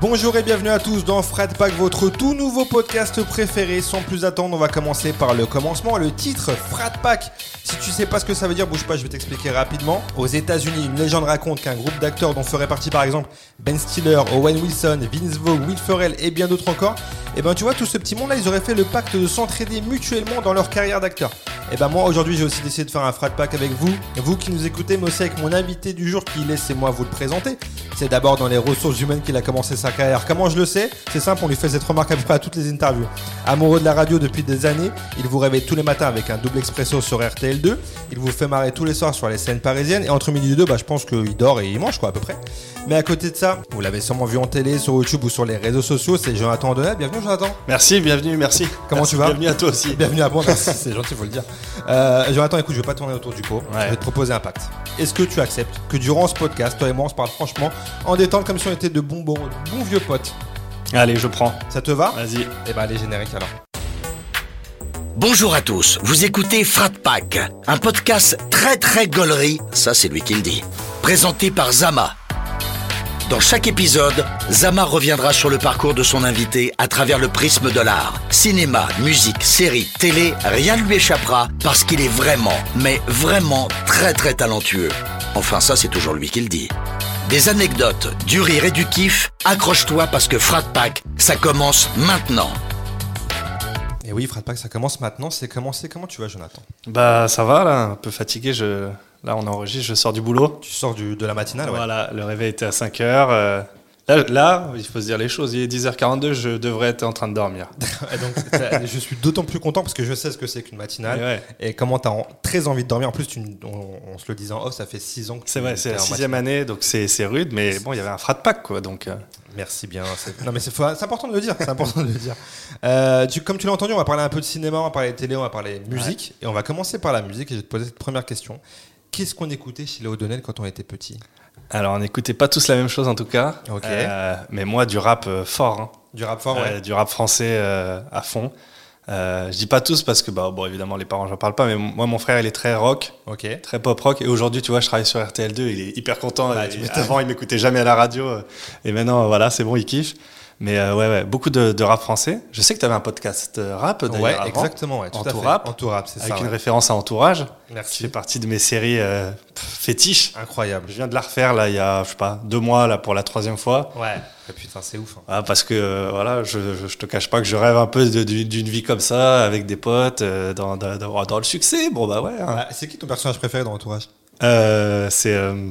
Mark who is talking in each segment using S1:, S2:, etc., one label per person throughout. S1: Bonjour et bienvenue à tous dans Fred Pack, votre tout nouveau podcast préféré. Sans plus attendre, on va commencer par le commencement, le titre Frat Pack. Si tu sais pas ce que ça veut dire, bouge pas, je vais t'expliquer rapidement. Aux États-Unis, une légende raconte qu'un groupe d'acteurs dont ferait partie par exemple Ben Stiller, Owen Wilson, Vince Vaughn, Will Ferrell et bien d'autres encore, et ben tu vois, tout ce petit monde-là, ils auraient fait le pacte de s'entraider mutuellement dans leur carrière d'acteur. Et ben moi, aujourd'hui, j'ai aussi décidé de faire un Frat Pack avec vous, vous qui nous écoutez, mais aussi avec mon invité du jour qui, laissez-moi vous le présenter, c'est d'abord dans les ressources humaines qu'il a commencé sa carrière. Comment je le sais C'est simple, on lui fait cette remarque à peu près à toutes les interviews. Amoureux de la radio depuis des années, il vous réveille tous les matins avec un double expresso sur RTL2. Il vous fait marrer tous les soirs sur les scènes parisiennes. Et entre midi et deux, bah, je pense qu'il dort et il mange, quoi, à peu près. Mais à côté de ça, vous l'avez sûrement vu en télé, sur YouTube ou sur les réseaux sociaux, c'est Jonathan Delat. Bienvenue, Jonathan.
S2: Merci, bienvenue, merci.
S1: Comment
S2: Merci,
S1: tu vas
S2: Bienvenue à toi aussi.
S1: Bienvenue à moi, merci, c'est gentil, faut le dire. Euh, Jonathan, écoute, je vais pas tourner autour du pot. Je vais te proposer un pacte. Est-ce que tu acceptes que durant ce podcast, toi et moi, on se parle franchement, en détente, comme si on était de bons, bons, bons vieux potes
S2: Allez, je prends.
S1: Ça te va
S2: Vas-y.
S1: Eh ben, allez, générique alors.
S3: Bonjour à tous, vous écoutez Frat Pack, un podcast très très gaulerie, ça c'est lui qui le dit, présenté par Zama. Dans chaque épisode, Zama reviendra sur le parcours de son invité à travers le prisme de l'art. Cinéma, musique, série, télé, rien ne lui échappera parce qu'il est vraiment, mais vraiment très très talentueux. Enfin ça c'est toujours lui qui le dit. Des anecdotes, du rire et du kiff, accroche-toi parce que Frat Pack, ça commence maintenant.
S1: Et oui, Frat Pack, ça commence maintenant. C'est commencé. Comment tu vas, Jonathan
S2: Bah, ça va là, un peu fatigué. Je... Là, on enregistre, je sors du boulot.
S1: Tu sors du, de la matinale, ouais.
S2: Voilà, le réveil était à 5 heures. euh, Là, là, il faut se dire les choses. Il est 10h42, je devrais être en train de dormir.
S1: Et donc, ça- je suis d'autant plus content parce que je sais ce que c'est qu'une matinale
S2: Mais ouais.
S1: et comment t'as en- très envie de dormir. En plus, tu, n- on, on se le disait en off, ça fait 6 ans que
S2: C'est
S1: tu
S2: vrai, c'est
S1: t'es
S2: la
S1: en
S2: sixième année, donc c'est c'est rude, mais bon, il y avait un frat pack quoi. Donc, euh,
S1: matinale. Merci bien. c'est- Non, mais c'est faut- c'est important de le dire. C'est important de le dire. Euh, tu- comme tu l'as entendu, on va parler un peu de cinéma, on va parler de télé, on va parler de musique. Et on va commencer par la musique. Et je vais te poser cette première question. Qu'est-ce qu'on écoutait chez Léo Donnel quand on était petit
S2: alors, on n'écoutait pas tous la même chose en tout cas.
S1: Ok.
S2: Euh, mais moi, du rap euh, fort. hein.
S1: Du rap fort,
S2: Euh, du rap français euh, à fond. Euh, je dis pas tous parce que, bah, bon, évidemment, les parents, j'en parle pas, mais moi, mon frère, il est très rock,
S1: Ok.
S2: très pop rock. Et aujourd'hui, tu vois, je travaille sur RTL2, il est hyper content.
S1: Ah,
S2: Et
S1: tu m'étonnes.
S2: avant, il m'écoutait jamais à la radio. euh, Et maintenant, euh, voilà, c'est bon, il kiffe. Mais euh, ouais, ouais, beaucoup de, de rap français. Je sais que tu avais un podcast euh, rap, d'ailleurs,
S1: Ouais,
S2: avant,
S1: exactement. Ouais, tout à fait.
S2: Entourap,
S1: Entourap, c'est
S2: avec
S1: ça.
S2: une
S1: ouais.
S2: référence à Entourage, qui fait
S1: Merci.
S2: partie de mes séries euh, pff, fétiches.
S1: Incroyable.
S2: Je viens de la refaire, là, il y a, je sais pas, deux mois, là, pour la troisième fois.
S1: Ouais. putain, c'est ouf. hein.
S2: Ah, parce que euh, voilà, je, je, je te cache pas que je rêve un peu de- du- d'une vie comme ça, avec des potes, euh, dans, dans, dans- dans le succès. Bon, bah ouais. hein.
S1: Ah, c'est qui ton personnage préféré dans Entourage
S2: Euh, c'est. euh,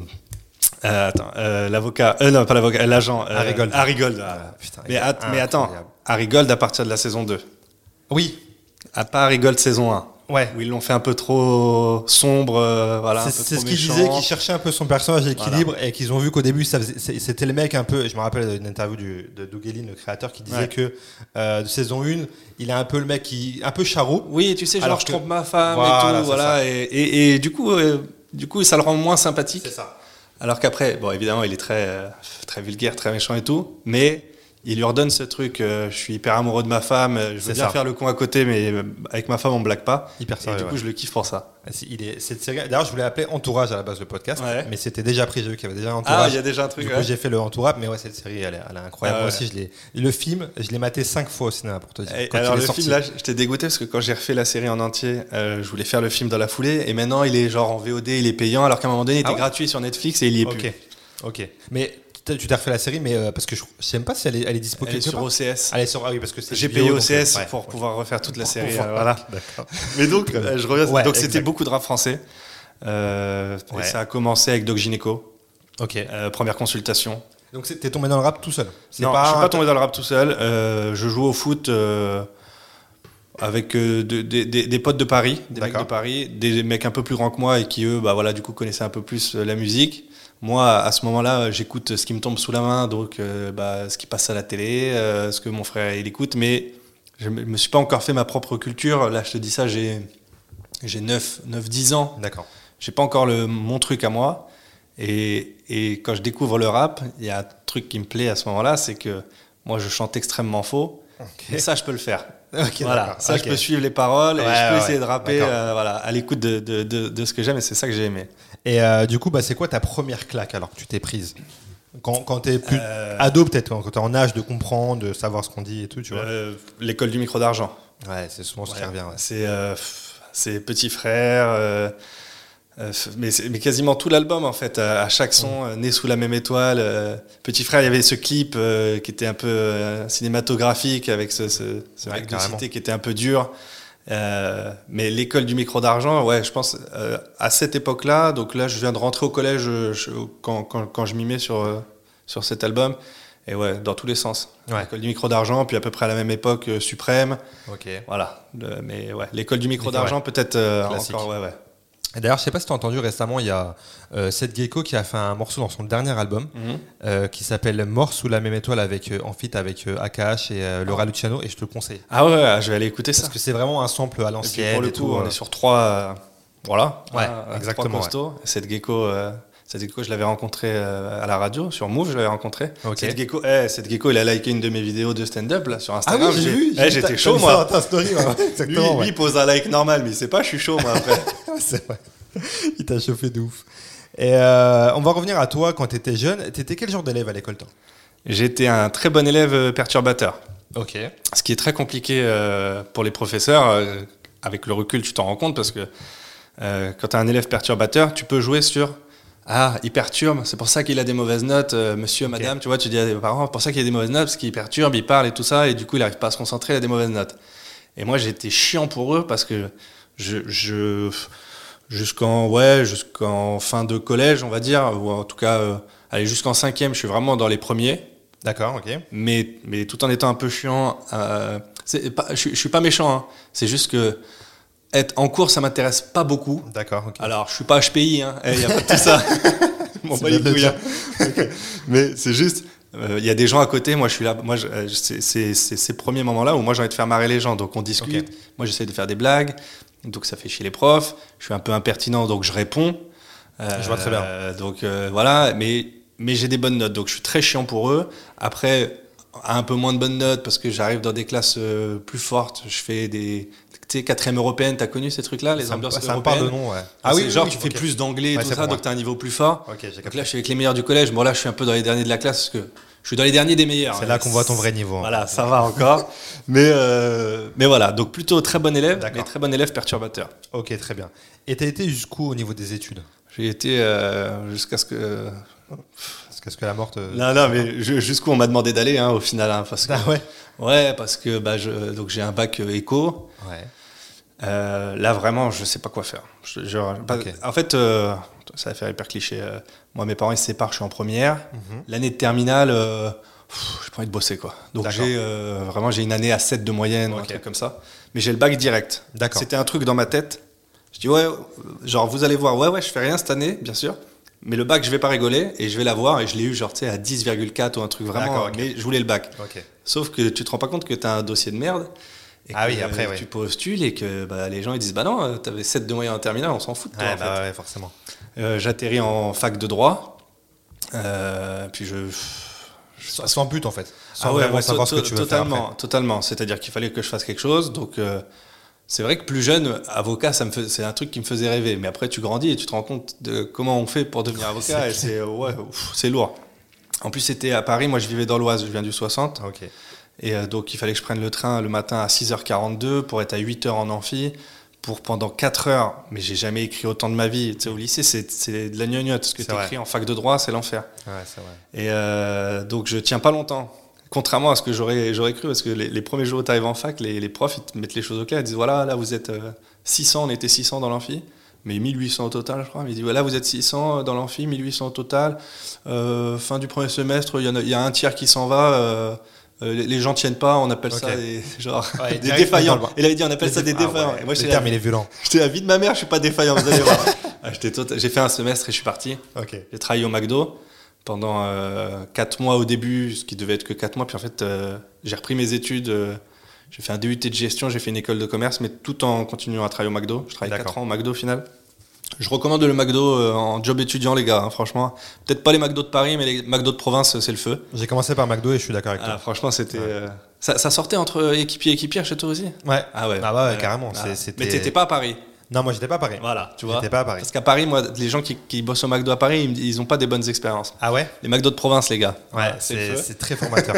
S2: euh, attends, euh, l'avocat. Euh, non, pas l'avocat, euh, l'agent. euh,
S1: Harry Gold.
S2: Harry Gold, ah.
S1: Ah, putain,
S2: mais,
S1: il est
S2: at- mais attends,
S1: incroyable.
S2: Harry Gold à partir de la saison 2.
S1: Oui.
S2: À part Harry Gold saison 1.
S1: Ouais.
S2: Où ils l'ont fait un peu trop sombre, euh, voilà. un
S1: C'est
S2: peu
S1: c'est
S2: trop
S1: ce qu'il
S2: méchant.
S1: disait, qu'il cherchait un peu son personnage d'équilibre et qu'ils ont vu qu'au début, ça faisait- c'est- c'était le mec un peu. Je me rappelle d'une interview du- de Doug Elin, le créateur, qui disait
S2: Ouais.
S1: que euh, de saison 1, il est un peu le mec qui. un peu charrot.
S2: Oui, tu sais, genre,
S1: Alors
S2: je
S1: que-
S2: trompe ma femme
S1: Voilà,
S2: et
S1: c'est
S2: tout, voilà. Et, et, et du coup, euh, du coup, ça le rend moins sympathique.
S1: ça.
S2: Alors qu'après, bon, évidemment, il est très, euh, très vulgaire, très méchant et tout, mais il lui redonne ce truc euh, je suis hyper amoureux de ma femme, euh, je
S1: C'est
S2: veux bien
S1: ça.
S2: faire le con à côté, mais euh, avec ma femme, on me blague pas.
S1: Hyper
S2: Et
S1: sérieux,
S2: du coup,
S1: ouais.
S2: je le kiffe pour ça.
S1: C'est- il est- cette série- D'ailleurs, je voulais appeler Entourage à la base le podcast,
S2: Ouais.
S1: mais c'était déjà pris. J'ai vu qu'il y avait déjà un
S2: Ah,
S1: Entourage.
S2: il y a déjà un truc.
S1: Du
S2: ouais.
S1: coup, j'ai fait le entourage, mais ouais, cette série, elle est, elle est incroyable.
S2: Ah ouais.
S1: Moi aussi, je l'ai. Le film, je l'ai maté cinq fois au cinéma pour te dire.
S2: Et
S1: quand
S2: alors
S1: il est
S2: le
S1: sorti.
S2: film là, j'étais dégoûté parce que quand j'ai refait la série en entier, euh, je voulais faire le film dans la foulée et maintenant il est genre en VOD, il est payant alors qu'à un moment donné il était
S1: Ah ouais
S2: gratuit sur Netflix et il y est
S1: ok,
S2: plus.
S1: ok. Mais t'as- tu t'es refait la série, mais euh, parce que je, je sais même pas si elle est, elle est dispo
S2: Elle est
S1: quelque
S2: sur
S1: part.
S2: OCS.
S1: Elle est sur- ah oui, parce que c'est
S2: J'ai
S1: vidéo,
S2: payé
S1: donc, euh,
S2: OCS
S1: ouais,
S2: pour
S1: ok.
S2: pouvoir refaire toute la
S1: Pour
S2: série.
S1: pouvoir-
S2: euh, voilà. Mais donc,
S1: Comme-
S2: euh, je reviens.
S1: Ouais,
S2: donc, c'était
S1: exact.
S2: beaucoup de rap français. Euh, et
S1: Ouais.
S2: ça a commencé avec Doc Gynéco,
S1: Ok.
S2: euh, première consultation.
S1: Donc c'est- t'es tombé dans le rap tout seul. C'est
S2: Non, je suis
S1: un-
S2: pas tombé dans le rap tout seul. euh, je joue au foot euh, avec euh, de- des- des- des potes de Paris, des mecs de
S1: D'accord.
S2: Paris, des mecs un peu plus grands que moi et qui eux, bah voilà, du coup connaissaient un peu plus euh, la musique. Moi, à ce moment-là, euh, j'écoute ce qui me tombe sous la main, donc euh, bah, ce qui passe à la télé, euh, ce que mon frère il écoute, mais je me me suis pas encore fait ma propre culture. Là, je te dis ça, j'ai j'ai 9, 9 10 ans.
S1: D'accord.
S2: j'ai pas encore le, mon truc à moi. Et, et quand je découvre le rap, il y a un truc qui me plaît à ce moment-là, c'est que moi, je chante extrêmement faux. Mais ça, je peux le faire.
S1: Ok,
S2: voilà,
S1: d'accord,
S2: ça,
S1: ok.
S2: je peux suivre les paroles et
S1: Ouais,
S2: je peux
S1: ouais,
S2: essayer de
S1: ouais,
S2: rapper
S1: d'accord.
S2: euh, voilà, à l'écoute de, de, de, de ce que j'aime et c'est ça que j'ai aimé.
S1: Et euh, du coup, bah, c'est quoi ta première claque alors que tu t'es prise Quand, quand t'es plus
S2: Euh,
S1: ado, peut-être, quand quand t'es en âge de comprendre, de savoir ce qu'on dit et tout, tu vois.
S2: Euh, L'école du micro d'argent.
S1: Ouais, c'est souvent ce qui
S2: Ouais.
S1: revient. ouais.
S2: C'est euh, pff, c'est Petit Frère, euh, euh, f- mais, c'est- mais quasiment tout l'album en fait, à, à chaque son, euh, Né sous la même étoile. euh, Petit Frère, il y avait ce clip euh, qui était un peu euh, cinématographique avec ce, ce, ce
S1: Ouais,
S2: règle de
S1: carrément.
S2: cité qui était un peu dur. Euh, mais l'école du micro d'argent, ouais, je pense euh, à cette époque-là. Donc là, je viens de rentrer au collège euh, je- quand, quand, quand je m'y mets sur, euh, sur cet album. Et ouais, dans tous les sens.
S1: Ouais.
S2: L'école du micro d'argent, puis à peu près à la même époque, euh, Suprême.
S1: Ok.
S2: Voilà, Le- mais ouais, l'école du micro
S1: L'école,
S2: d'argent peut-être euh,
S1: Classique.
S2: encore, ouais, ouais.
S1: Et D'ailleurs, je sais pas si t'as entendu récemment, il y a euh, Seth Gecko qui a fait un morceau dans son dernier album euh, qui s'appelle Mort sous la même étoile avec euh, en feat avec euh, AKH et euh, Laura Luciano et je te le conseille
S2: Ah ouais, ouais, je vais aller écouter ça.
S1: parce que c'est vraiment un sample à
S2: Et puis
S1: l'ancienne.
S2: pour le
S1: et
S2: coup,
S1: tout,
S2: on
S1: euh.
S2: est sur trois, euh, voilà,
S1: Ouais,
S2: hein, trois
S1: exactement,
S2: costauds. Cette gecko, euh, cette gecko, je l'avais rencontré euh, à la radio sur Move, je l'avais rencontré.
S1: Ok.
S2: Cette gecko, eh, cette gecko, il a liké une de mes vidéos de stand-up là sur
S1: Ah
S2: Instagram.
S1: oui, j'ai vu. j'ai vu
S2: eh,
S1: ta-
S2: j'étais
S1: t'as
S2: chaud
S1: mis ça dans
S2: moi.
S1: ta story, ouais,
S2: Lui,
S1: Exactement.
S2: lui,
S1: ouais. Ah,
S2: il pose un like normal, mais il sait pas, je suis chaud moi après.
S1: C'est vrai. Il t'a chauffé de ouf. Et euh, on va revenir à toi quand t'étais jeune. T'étais quel genre d'élève à l'école, toi
S2: J'étais un très bon élève euh, perturbateur.
S1: Ok.
S2: Ce qui est très compliqué euh, pour les professeurs, euh, avec le recul, tu t'en rends compte parce que euh, quand tu as un élève perturbateur, tu peux jouer sur Ah, il perturbe, c'est pour ça qu'il a des mauvaises notes, euh, monsieur, madame, tu vois, tu dis à tes parents, c'est pour ça qu'il a des mauvaises notes, parce qu'il perturbe, il parle et tout ça, et du coup, il n'arrive pas à se concentrer, il a des mauvaises notes. Et moi, j'étais chiant pour eux parce que je. je jusqu'en ouais jusqu'en fin de collège on va dire ou en tout cas euh, allez jusqu'en cinquième je suis vraiment dans les premiers
S1: D'accord, ok.
S2: mais, mais tout en étant un peu chiant. euh, c'est pas- je, suis- je suis pas méchant, hein. c'est juste que être en cours, ça m'intéresse pas beaucoup.
S1: D'accord, ok.
S2: Alors, je suis pas HPI, il hein. Eh, y a pas tout ça. Je m'en
S1: C'est
S2: bats
S1: bien
S2: les
S1: de le
S2: couilles,
S1: dire.
S2: hein. Ok. Mais c'est juste, il y a des gens à côté, moi je suis là, moi je- euh, c'est c'est- c'est ces premiers moments-là où moi j'ai envie de faire marrer les gens, donc on discute.
S1: Ok.
S2: Moi j'essaie de faire des blagues, donc ça fait chier les profs. Je suis un peu impertinent, donc je réponds. Euh,
S1: Je vois très bien.
S2: euh, donc euh, voilà, mais, mais j'ai des bonnes notes, donc je suis très chiant pour eux. Après, un peu moins de bonnes notes parce que j'arrive dans des classes euh, plus fortes. Je fais des. Tu sais, quatrième européenne, t'as connu ces trucs-là, les
S1: ça, me,
S2: ambiances
S1: ça me
S2: européennes
S1: parle de nom, ouais.
S2: Ah oui, genre
S1: oui,
S2: tu
S1: ok.
S2: fais plus d'anglais et
S1: Ouais,
S2: tout
S1: c'est
S2: ça,
S1: pour moi.
S2: donc t'as un niveau plus fort.
S1: Ok, j'ai
S2: donc
S1: capté.
S2: là, je suis avec les meilleurs du collège. Bon, là, je suis un peu dans les derniers de la classe parce que je suis dans les derniers des meilleurs.
S1: C'est
S2: hein.
S1: là qu'on voit ton vrai niveau. hein.
S2: Voilà, ça va encore. mais, euh, mais voilà, donc plutôt très bon élève,
S1: D'accord.
S2: mais très bon élève perturbateur.
S1: Ok, très bien. Et t'as été jusqu'où au niveau des études
S2: J'ai été euh, jusqu'à ce que.
S1: Parce que la mort. te-
S2: Non, non, mais ju- jusqu'où on m'a demandé d'aller hein, au final. hein, parce que...
S1: Ah ouais
S2: Ouais, parce que bah, je... donc j'ai un bac euh, éco.
S1: Ouais.
S2: Euh, là, vraiment, je sais pas quoi faire. Je- genre, pas-
S1: Ok.
S2: En fait, euh, ça va faire hyper cliché. euh, moi, mes parents, ils se séparent, je suis en première.
S1: Mhm.
S2: L'année de terminale, euh, pff, j'ai pas envie de bosser, quoi. Donc,
S1: D'accord.
S2: j'ai euh, vraiment, j'ai une année à 7 de moyenne, ou un
S1: Ok.
S2: truc comme ça. Mais j'ai le bac direct.
S1: D'accord.
S2: C'était un truc dans ma tête. Je dis, ouais, euh, genre, vous allez voir, ouais, ouais, je fais rien cette année, bien sûr. Mais le bac, je vais pas rigoler et je vais l'avoir. Et je l'ai eu, genre, tu sais, à 10,4 ou un truc vraiment.
S1: D'accord, ok.
S2: Mais je voulais le bac.
S1: Ok.
S2: Sauf que tu te rends pas compte que tu as un dossier de merde. Et
S1: Ah
S2: que,
S1: oui, après,
S2: euh,
S1: oui.
S2: Tu postules et que bah, les gens ils disent Bah non, euh, t'avais 7 de moyenne en terminale, on s'en fout de toi.
S1: Ouais,
S2: en
S1: bah ouais, forcément.
S2: fait. Euh, J'atterris en fac de droit. Euh, puis je.
S1: Sans, sans but, en fait. Sans
S2: Ah ouais,
S1: vraiment
S2: ouais,
S1: savoir ce
S2: to-
S1: que
S2: to-
S1: tu veux
S2: totalement,
S1: faire. après.
S2: Totalement. C'est-à-dire qu'il fallait que je fasse quelque chose. Donc, euh, c'est vrai que plus jeune, avocat, ça me fais- c'est un truc qui me faisait rêver. Mais après, tu grandis et tu te rends compte de comment on fait pour devenir avocat. et c'est ouais, ouf, c'est lourd. En plus, c'était à Paris. Moi, je vivais dans l'Oise. Je viens du 60.
S1: Ah, Ok.
S2: Et euh, donc, il fallait que je prenne le train le matin à 6h42 pour être à 8h en amphi, pour pendant 4 heures. Mais j'ai jamais écrit autant de ma vie. Tu sais, au lycée, c'est c'est de la gnognotte. Ce que
S1: C'est
S2: tu écris en fac de droit, c'est l'enfer.
S1: Ouais, c'est vrai.
S2: Et euh, donc, je tiens pas longtemps. Contrairement à ce que j'aurais j'aurais cru, parce que les, les premiers jours où tu arrives en fac, les, les profs, ils te mettent les choses au clair. Ils disent voilà, là, vous êtes euh, 600, on était 600 dans l'amphi. Mais 1800 au total, je crois. Mais ils disent voilà, vous êtes 600 dans l'amphi, 1800 au total. Euh, fin du premier semestre, il y, en a- il y a un tiers qui s'en va. euh, euh, les- les gens tiennent pas, on appelle ça
S1: Ok.
S2: des, genre,
S1: Ouais,
S2: des
S1: direct,
S2: défaillants.
S1: dans le bas.
S2: Il avait dit on appelle ça des
S1: Ah ouais,
S2: défaillants. Et
S1: le
S2: moi, j'étais
S1: terme,
S2: la,
S1: il est violent.
S2: j'étais la vie de ma mère, je suis pas défaillant, vous allez voir. Ah, j'étais tota- J'ai fait un semestre et je suis parti.
S1: Ok.
S2: J'ai travaillé au McDo pendant 4 mois au début, ce qui devait être que 4 mois. Puis en fait, euh, j'ai repris mes études. euh, j'ai fait un DUT de gestion, j'ai fait une école de commerce, mais tout en continuant à travailler au McDo. Je travaille
S1: D'accord.
S2: 4 ans au McDo au final. Je recommande le McDo euh, en job étudiant, les gars, hein, franchement. Peut-être pas les McDo de Paris, mais les McDo de province, euh, c'est le feu.
S1: J'ai commencé par McDo et je suis d'accord avec
S2: Ah,
S1: toi.
S2: franchement, c'était. euh, ça, ça sortait entre équipier et équipier à Château aussi
S1: Ouais.
S2: Ah ouais.
S1: Ah bah ouais,
S2: Ouais.
S1: carrément.
S2: Ah.
S1: c'est-
S2: Mais
S1: c'était-
S2: t'étais pas à Paris.
S1: Non, moi j'étais pas à Paris.
S2: Voilà, tu vois.
S1: J'étais pas à Paris.
S2: Parce qu'à Paris, moi, les gens qui, qui bossent au McDo à Paris, ils- ils n'ont pas des bonnes expériences.
S1: Ah ouais
S2: Les McDo de province, les gars.
S1: Ouais,
S2: Voilà, le
S1: c'est
S2: feu.
S1: c'est très formateur.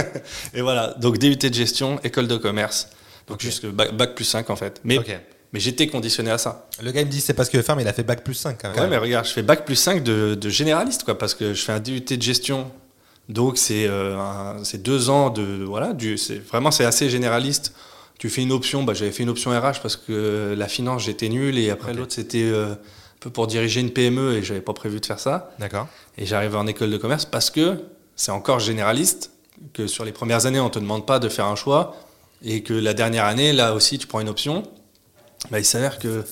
S2: Et voilà, donc DUT de gestion, école de commerce. Donc
S1: Ok.
S2: jusque bac, bac plus 5 en fait. Mais,
S1: Ok.
S2: mais j'étais conditionné à ça.
S1: le gars il me dit c'est parce que faire, mais il a fait bac plus 5 quand même.
S2: Ouais, mais regarde, je fais bac plus 5 de, de généraliste, quoi, parce que je fais un DUT de gestion. Donc c'est euh, un- c'est deux ans de. Voilà, du, c'est- vraiment c'est assez généraliste. Tu fais une option, bah, j'avais fait une option RH parce que la finance j'étais nul et après
S1: Ok.
S2: l'autre c'était euh, un peu pour diriger une PME et j'avais pas prévu de faire ça.
S1: D'accord.
S2: Et j'arrive en école de commerce parce que c'est encore généraliste, que sur les premières années, on ne te demande pas de faire un choix, et que la dernière année, là aussi, tu prends une option. Bah, il s'avère que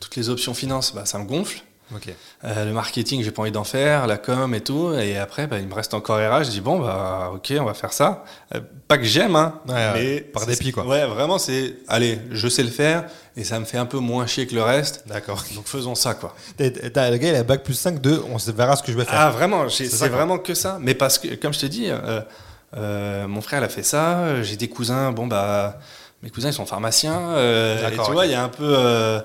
S2: toutes les options finance, bah, ça me gonfle.
S1: Ok.
S2: Euh, le marketing, j'ai pas envie d'en faire, la com et tout. Et après, bah, il me reste encore RH. Je dis, bon, bah, ok, on va faire ça. Euh, pas que j'aime, hein.
S1: Ouais, ouais, par
S2: c'est-
S1: dépit, quoi.
S2: Ouais, vraiment, c'est, allez, je sais le faire, et ça me fait un peu moins chier que le reste.
S1: D'accord.
S2: Donc faisons ça, quoi.
S1: T'as- t'as- Le gars il a bac plus 5 de on se verra ce que je vais faire.
S2: Ah vraiment, j'ai-
S1: C'est
S2: c'est
S1: ça, quoi.
S2: vraiment que ça. Mais parce que, comme je te dis, euh, euh, mon frère il a fait ça. euh, J'ai des cousins. Bon bah, mes cousins ils sont pharmaciens. euh, et tu
S1: D'accord, ok.
S2: vois, il y a un peu euh,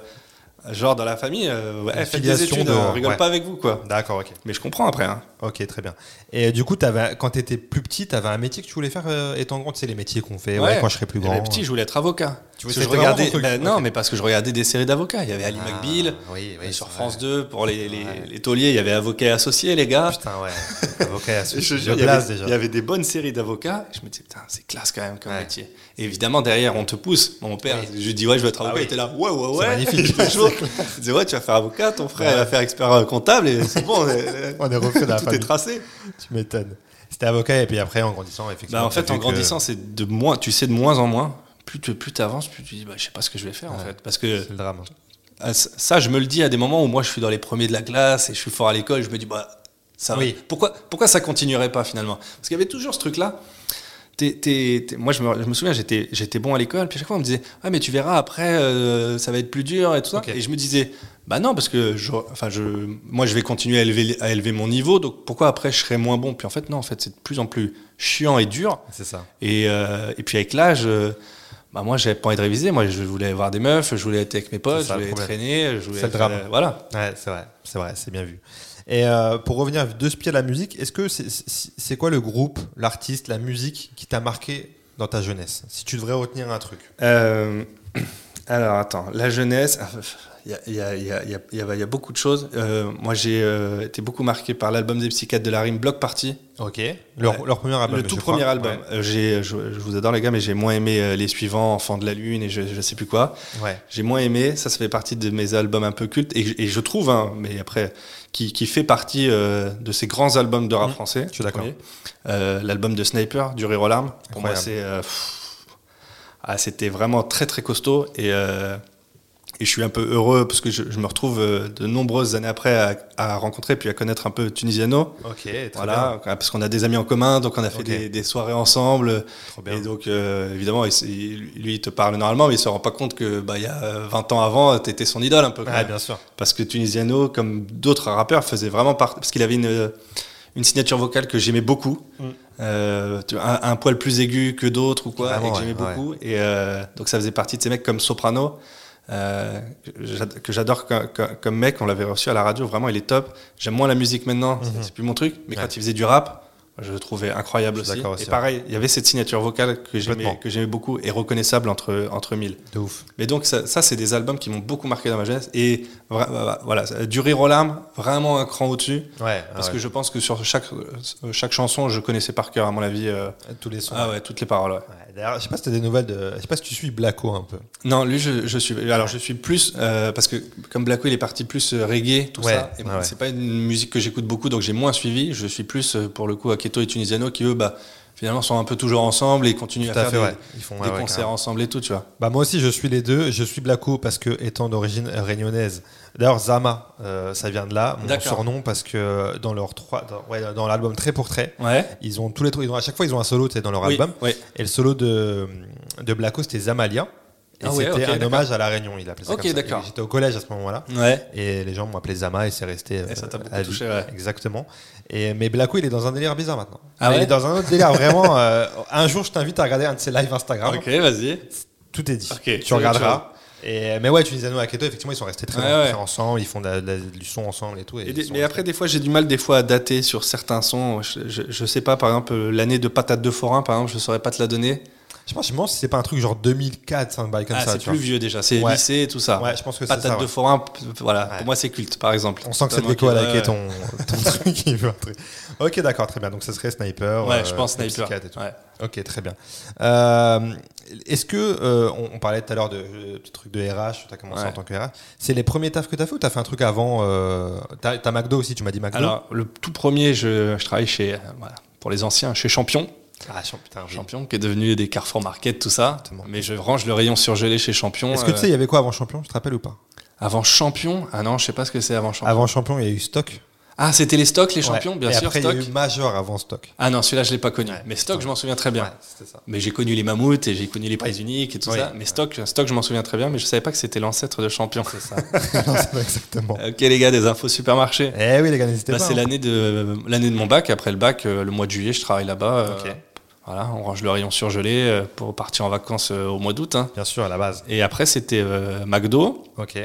S2: genre dans la famille, euh, ouais,
S1: Une
S2: faites des
S1: filiation
S2: études,
S1: de-
S2: on rigole
S1: ouais.
S2: pas avec vous quoi.
S1: D'accord, ok.
S2: Mais je comprends après. hein.
S1: Ok, très bien. Et euh, du coup, avais, quand t'étais plus petit, t'avais un métier que tu voulais faire euh, étant grand, tu sais, les métiers qu'on fait ouais,
S2: Ouais.
S1: quand je serais plus
S2: Et
S1: grand.
S2: ben, petit, je voulais être avocat.
S1: Tu voulais-
S2: Parce que
S1: c'était
S2: je
S1: vraiment
S2: regardais-
S1: ton truc.
S2: ben, non,
S1: Ok.
S2: mais parce que je regardais des séries d'avocats. Il y avait Ali
S1: Ah,
S2: McBeal.
S1: oui, oui,
S2: euh, sur
S1: c'est
S2: France
S1: vrai.
S2: 2 pour les, les,
S1: Ouais.
S2: les tauliers, il y avait avocat et associé les gars.
S1: Putain, ouais. Avocat,
S2: Je-
S1: je,
S2: je-
S1: je,
S2: Il y,
S1: blase
S2: avait,
S1: déjà.
S2: il y avait des bonnes séries d'avocats. Je me disais, putain, c'est classe quand même comme
S1: Ouais.
S2: métier. Et évidemment, derrière, on te pousse. Mon père,
S1: Oui. Ah
S2: je lui dis, ouais, je veux être avocat.
S1: oui.
S2: Il était là, ouais, ouais, ouais.
S1: C'est magnifique.
S2: Je te jure. Il disait, ouais, tu vas faire avocat, ton frère il va faire expert euh, comptable. Et c'est bon, on est,
S1: On est refait dans la
S2: tout est
S1: famille.
S2: tracé.
S1: Tu m'étonnes. C'était avocat et puis après, en grandissant, effectivement.
S2: Bah, en fait,
S1: t'as
S2: en
S1: vu que-
S2: grandissant, c'est de moins, tu sais de moins en moins. Plus tu plus avances, plus tu dis, bah, je sais pas ce que je vais faire en
S1: Ouais.
S2: fait. Parce que
S1: C'est le drame.
S2: Ah, c- Ça, je me le dis à des moments où moi je suis dans les premiers de la classe et je suis fort à l'école, je me dis, bah, ça va.
S1: Oui.
S2: Pourquoi, pourquoi ça continuerait pas finalement Parce qu'il y avait toujours ce truc-là. T'es- t'es- t'es- moi, je me, je me souviens, j'étais j'étais bon à l'école, puis à chaque fois on me disait, ah, mais tu verras après, euh, ça va être plus dur et tout ça.
S1: Ok.
S2: Et je me disais, bah non, parce que je, enfin, je, moi je vais continuer à élever, à élever mon niveau, donc pourquoi après je serais moins bon Puis en fait, non, en fait, c'est de plus en plus chiant et dur.
S1: C'est ça.
S2: Et, euh, et puis avec l'âge, euh, bah moi j'avais pas envie de réviser, moi je voulais voir des meufs, je voulais être avec mes potes,
S1: C'est ça,
S2: je
S1: le
S2: voulais
S1: problème.
S2: traîner, je voulais...
S1: C'est le drame.
S2: euh, voilà.
S1: Ouais, c'est vrai. C'est vrai, c'est bien vu. Et euh, pour revenir de ce pied à la musique, est-ce que c'est- c'est c'est quoi le groupe, l'artiste, la musique qui t'a marqué dans ta jeunesse Si tu devrais retenir un truc.
S2: Euh, alors attends, la jeunesse, ah, il y a, il y a- il y a- il y a- il y a- il y a beaucoup de choses. Euh, moi j'ai euh, été beaucoup marqué par l'album des psychiatres de la rime Block Party,
S1: Ok. Leur,
S2: Ouais.
S1: leur premier album.
S2: le
S1: je
S2: tout
S1: crois.
S2: premier album.
S1: Ouais.
S2: Euh, j'ai- je, je vous adore les gars, mais j'ai moins aimé euh, les suivants, Enfants de la Lune et je, je sais plus quoi.
S1: Ouais.
S2: J'ai moins aimé, ça, ça fait partie de mes albums un peu cultes, et, je- et je trouve, hein, mais après, qui, qui fait partie euh, de ces grands albums de rap
S1: Mmh,
S2: français.
S1: je suis d'accord.
S2: premier. Euh, L'album de Sniper, du Rire aux larmes, pour moi,
S1: Incroyable.
S2: c'est. euh, pff, ah, C'était vraiment très, très costaud, et, euh, et je suis un peu heureux parce que je, je me retrouve euh, de nombreuses années après à, à rencontrer puis à connaître un peu Tunisiano.
S1: Ok, très bien.
S2: Voilà, parce qu'on a des amis en commun, donc on a fait
S1: Ok.
S2: des, des soirées ensemble.
S1: Trop bien.
S2: Et donc, euh, évidemment, il s- il- lui, il te parle normalement, mais il se rend pas compte que, bah, il y a euh, 20 ans avant, t'étais son idole un peu. quand
S1: Ouais,
S2: même.
S1: bien sûr.
S2: Parce que Tunisiano, comme d'autres rappeurs, faisait vraiment partie. Parce qu'il avait une, une signature vocale que j'aimais beaucoup. Euh, tu vois, un, un poil plus aigu que d'autres ou quoi,
S1: Vraiment,
S2: et que j'aimais
S1: ouais,
S2: beaucoup. Et euh, donc, ça faisait partie de ces mecs comme Soprano. euh, j'ad- que j'adore co- co- comme mec, on l'avait reçu à la radio, vraiment il est top. J'aime moins la musique maintenant, c'est- c'est plus mon truc, mais
S1: Ouais.
S2: quand il faisait du rap, je le trouvais incroyable
S1: Je suis
S2: aussi.
S1: d'accord aussi,
S2: Et
S1: ouais.
S2: pareil, il y avait cette signature vocale que
S1: Complètement.
S2: j'aimais que j'aimais beaucoup et reconnaissable entre, entre mille.
S1: De ouf.
S2: Mais donc, ça, ça, c'est des albums qui m'ont beaucoup marqué dans ma jeunesse. Et vra- vra- voilà, ça- du rire aux larmes, vraiment un cran au-dessus.
S1: Ouais.
S2: Parce
S1: Ah ouais.
S2: que je pense que sur chaque, euh, chaque chanson, je connaissais par cœur, à mon avis. euh,
S1: tous les sons.
S2: ah ouais, toutes les paroles. ouais.
S1: Ouais, D'ailleurs, je sais pas si t'as des nouvelles de. Je sais pas si tu suis Blacko un peu.
S2: Non, lui, je, je suis. Alors, je suis plus. euh, parce que, comme Blacko, il est parti plus euh, reggae, tout
S1: Ouais, Ah
S2: ça.
S1: ouais,
S2: Et moi,
S1: ouais.
S2: c'est pas une musique que j'écoute beaucoup, donc j'ai moins suivi. Je suis plus, euh, pour le coup, Aketo et Tunisiano, qui eux, bah, finalement, sont un peu toujours ensemble et continuent
S1: Tout à
S2: à,
S1: fait,
S2: faire des,
S1: ouais. Ils font,
S2: des
S1: ouais, ouais,
S2: concerts
S1: carrément.
S2: ensemble et tout, tu vois.
S1: Bah moi aussi je suis les deux. Je suis Blacko parce que étant d'origine réunionnaise. D'ailleurs Zama, euh, ça vient de là. Mon
S2: D'accord.
S1: surnom parce que dans leur trois, dans, ouais, dans l'album Très pour Très,
S2: Ouais.
S1: ils ont tous les trois. Ils ont à chaque fois ils ont un solo, tu sais, dans leur album.
S2: Oui, oui.
S1: Et le solo de de Blacko c'était Zamalia. Et
S2: Ah ouais,
S1: c'était
S2: ok,
S1: un
S2: d'accord.
S1: hommage à la Réunion. Il appelait ça
S2: Ok,
S1: comme ça.
S2: d'accord.
S1: Et J'étais au collège à ce moment-là.
S2: Ouais.
S1: Et les gens m'appelaient Zama et c'est resté. euh,
S2: Et ça t'a beaucoup
S1: à vie.
S2: touché, ouais.
S1: Exactement. Et, mais Blacko, il est dans un délire bizarre maintenant.
S2: Ah
S1: Mais il
S2: ouais
S1: est dans un autre délire, vraiment. euh, un jour, je t'invite à regarder un de ses lives Instagram.
S2: Ok, vas-y.
S1: Tout est dit.
S2: Ok, c'est
S1: tu
S2: autre
S1: regarderas. Et, euh, mais ouais, tu disais, nous, à Keto, effectivement, ils sont restés très,
S2: Ouais, ouais.
S1: très ensemble, ils font de la- de la- du son ensemble et tout. et
S2: Et
S1: ils
S2: des-
S1: sont
S2: mais après, des fois, j'ai du mal des fois à dater sur certains sons. Je, je, je sais pas, par exemple, euh, l'année de Patate de Forain, par exemple, je saurais pas te la donner.
S1: Je pense, je me demande si Ah, c'est pas un truc genre 2004, ça, un bail comme
S2: Ah,
S1: ça.
S2: c'est
S1: tu
S2: plus
S1: vois.
S2: vieux déjà, c'est
S1: Ouais.
S2: lycée et tout ça.
S1: Ouais, je pense que c'est
S2: Patate
S1: ça.
S2: de
S1: ouais.
S2: Forain, p- voilà,
S1: Ouais.
S2: pour moi, c'est culte, par exemple.
S1: On sent que c'est de l'écho
S2: Totalement
S1: à
S2: culte.
S1: laquelle
S2: Ouais,
S1: ton, ton truc. il veut un truc. Ok, d'accord, très bien. Donc ça serait Sniper.
S2: Ouais,
S1: euh,
S2: je pense Sniper.
S1: Pussycat et tout.
S2: Ouais.
S1: Ok, très bien. Euh, Est-ce que, euh, on, on parlait tout à l'heure de, euh, du truc de RH, tu as commencé
S2: Ouais.
S1: en tant que RH. C'est les premiers tafs que tu as fait ou tu as fait un truc avant euh, T'as t'as McDo aussi, tu m'as dit McDo
S2: Alors, le tout premier, je, je travaille chez, euh, voilà, pour les anciens, chez Champion.
S1: Ah, champ- putain, oui.
S2: Champion qui est devenu des Carrefour Market, tout ça.
S1: Exactement.
S2: Mais je range le rayon surgelé chez Champion.
S1: Est-ce que tu
S2: euh,
S1: sais, il y avait quoi avant Champion Tu te rappelles ou pas
S2: Avant Champion Ah non, je sais pas ce que c'est avant Champion.
S1: Avant Champion, il y a eu Stock.
S2: Ah, c'était les stocks, les champions,
S1: Ouais.
S2: bien
S1: et
S2: sûr,
S1: après,
S2: stock.
S1: il y a eu Major avant Stock.
S2: Ah non, celui-là, je l'ai pas connu. Mais stock, je m'en souviens très bien.
S1: Ouais, c'était ça.
S2: Mais j'ai connu les mammouths et j'ai connu les prises uniques et tout
S1: Oui.
S2: ça. Mais stock, stock, je m'en souviens très bien, mais je savais pas que c'était l'ancêtre de champion.
S1: C'est ça. Non, c'est pas exactement.
S2: ok, les gars, des infos supermarché.
S1: Eh oui, les gars, n'hésitez
S2: Là,
S1: pas.
S2: Bah, c'est
S1: hein.
S2: l'année de l'année de mon bac. Après le bac, euh, le mois de juillet, je travaille là-bas. euh,
S1: Ok.
S2: Voilà, on range le rayon surgelé euh, pour partir en vacances euh, au mois d'août. hein.
S1: Bien sûr, à la base.
S2: Et après, c'était euh, McDo.
S1: Ok,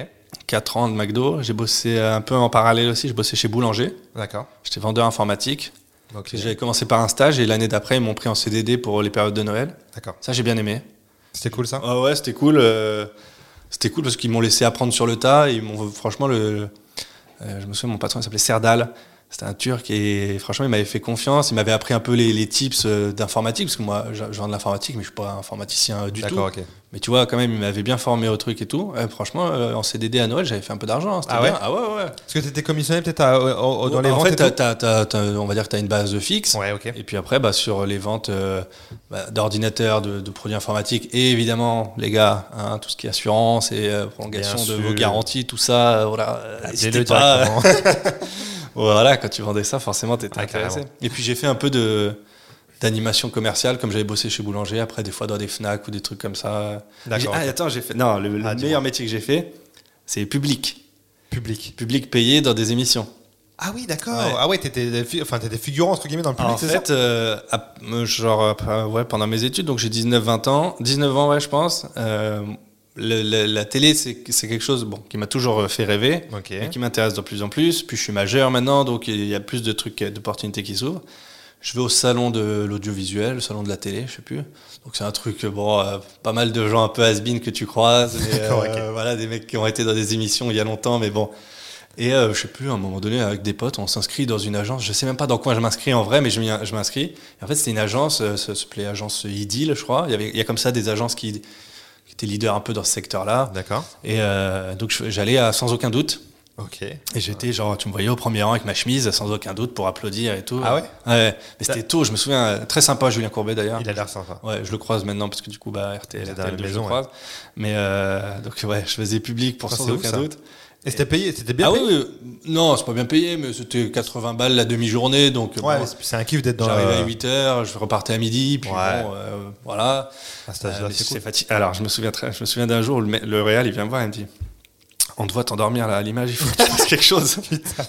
S2: 4 ans de McDo. J'ai bossé euh, un peu en parallèle aussi. Je bossais chez Boulanger.
S1: d'accord.
S2: J'étais vendeur informatique.
S1: Ok,
S2: J'avais commencé par un stage et l'année d'après, ils m'ont pris en CDD pour les périodes de Noël.
S1: d'accord.
S2: Ça, j'ai bien aimé.
S1: C'était cool ça
S2: Ah ouais, c'était cool. euh, c'était cool parce qu'ils m'ont laissé apprendre sur le tas. Ils m'ont franchement le. euh, je me souviens, mon patron il s'appelait Serdal. C'était un Turc et franchement, il m'avait fait confiance. Il m'avait appris un peu les, les tips euh, d'informatique parce que moi, je, je viens de l'informatique, mais je suis pas informaticien euh, du tout.
S1: D'accord, ok.
S2: Mais tu vois, quand même, il m'avait bien formé au truc et tout. Euh, franchement, euh, en CDD à Noël, j'avais fait un peu d'argent. hein, c'était
S1: Ah ouais
S2: bien. Ah ouais, ouais.
S1: Parce que t'étais commissionné peut-être à- au- au- dans
S2: Ouais,
S1: les
S2: en
S1: ventes
S2: fait,
S1: et tout
S2: t'as- t'as- t'as- t'as- on va dire que tu as une base fixe.
S1: Ouais, ok.
S2: Et puis après, bah, sur les ventes euh, bah, d'ordinateurs, de, de produits informatiques, et évidemment, les gars, hein, tout ce qui est assurance et euh, prolongation
S1: Bien
S2: de
S1: sûr.
S2: vos garanties, tout ça, euh, voilà, euh, n'hésitez
S1: Appelez-le
S2: pas. euh,
S1: directement.
S2: voilà, quand tu vendais ça, forcément, tu étais
S1: Ah,
S2: intéressé.
S1: carrément.
S2: Et puis j'ai fait un peu de d'animation commerciale, comme j'avais bossé chez Boulanger, après des fois dans des FNAC ou des trucs comme ça. J'ai-
S1: D'accord.
S2: Ah, attends, j'ai fait... Non, le, le
S1: Ah, dis-moi.
S2: meilleur métier que j'ai fait, c'est public.
S1: Public.
S2: Public payé dans des émissions.
S1: Ah oui, d'accord.
S2: Ouais.
S1: Ah ouais, t'étais fi- enfin, t'étais figurant entre guillemets dans le
S2: Alors,
S1: public,
S2: en
S1: c'est ça
S2: fait, euh, ap- euh, genre, après, ouais, pendant mes études, donc j'ai 19-20 ans, 19 ans, ouais, je pense, euh, le- le- la télé, c'est c'est quelque chose bon, qui m'a toujours euh, fait rêver,
S1: Ok.
S2: mais qui m'intéresse de plus en plus. Puis je suis majeur maintenant, donc il y a plus de trucs, euh, d'opportunités qui s'ouvrent. Je vais au salon de l'audiovisuel, le salon de la télé, je sais plus. Donc c'est un truc, euh, bon, euh, pas mal de gens un peu has-been que tu croises. mais,
S1: D'accord,
S2: euh, Voilà, des mecs qui ont été dans des émissions il y a longtemps, mais bon. Et euh, je sais plus, à un moment donné, avec des potes, on s'inscrit dans une agence. Je sais même pas dans quoi je m'inscris en vrai, mais je m'y- je m'inscris. Et En fait, c'était une agence, euh, ça s'appelait Agence Idylle, je crois. Il y, avait, il y a comme ça des agences qui, qui étaient leaders un peu dans ce secteur-là.
S1: D'accord.
S2: Et euh, donc, je- j'allais à- sans aucun doute.
S1: Ok.
S2: Et j'étais genre, tu me voyais au premier rang avec ma chemise, sans aucun doute, pour applaudir et tout.
S1: Ah ouais
S2: Ouais. Mais c'était tôt, je me souviens, euh, très sympa, Julien Courbet d'ailleurs.
S1: Il a l'air sympa.
S2: Ouais, je le croise maintenant parce que du coup, bah, RTL,
S1: Il est
S2: RTL
S1: dans la
S2: je le
S1: maison, ouais.
S2: croise. Mais euh, donc, ouais, je faisais public pour
S1: Ça,
S2: sans
S1: c'est ouf,
S2: aucun
S1: ça.
S2: doute.
S1: Et c'était payé, c'était bien
S2: Ah oui,
S1: payé.
S2: oui. non, c'est pas bien payé, mais c'était 80 balles la demi-journée, donc
S1: Ouais,
S2: bon,
S1: mais c'est- c'est un kiff d'être dans.
S2: j'arrivais à
S1: euh,
S2: 8h, je repartais à midi, puis
S1: Ouais.
S2: bon, euh, voilà.
S1: à cet âge-là,
S2: Euh, mais
S1: c'est
S2: c'est
S1: cool.
S2: fati- Alors, je me souviens, très- je me souviens d'un jour où le, mec- le Real, il vient me voir et il me dit On te voit t'endormir là à l'image, il faut que tu fasses quelque chose.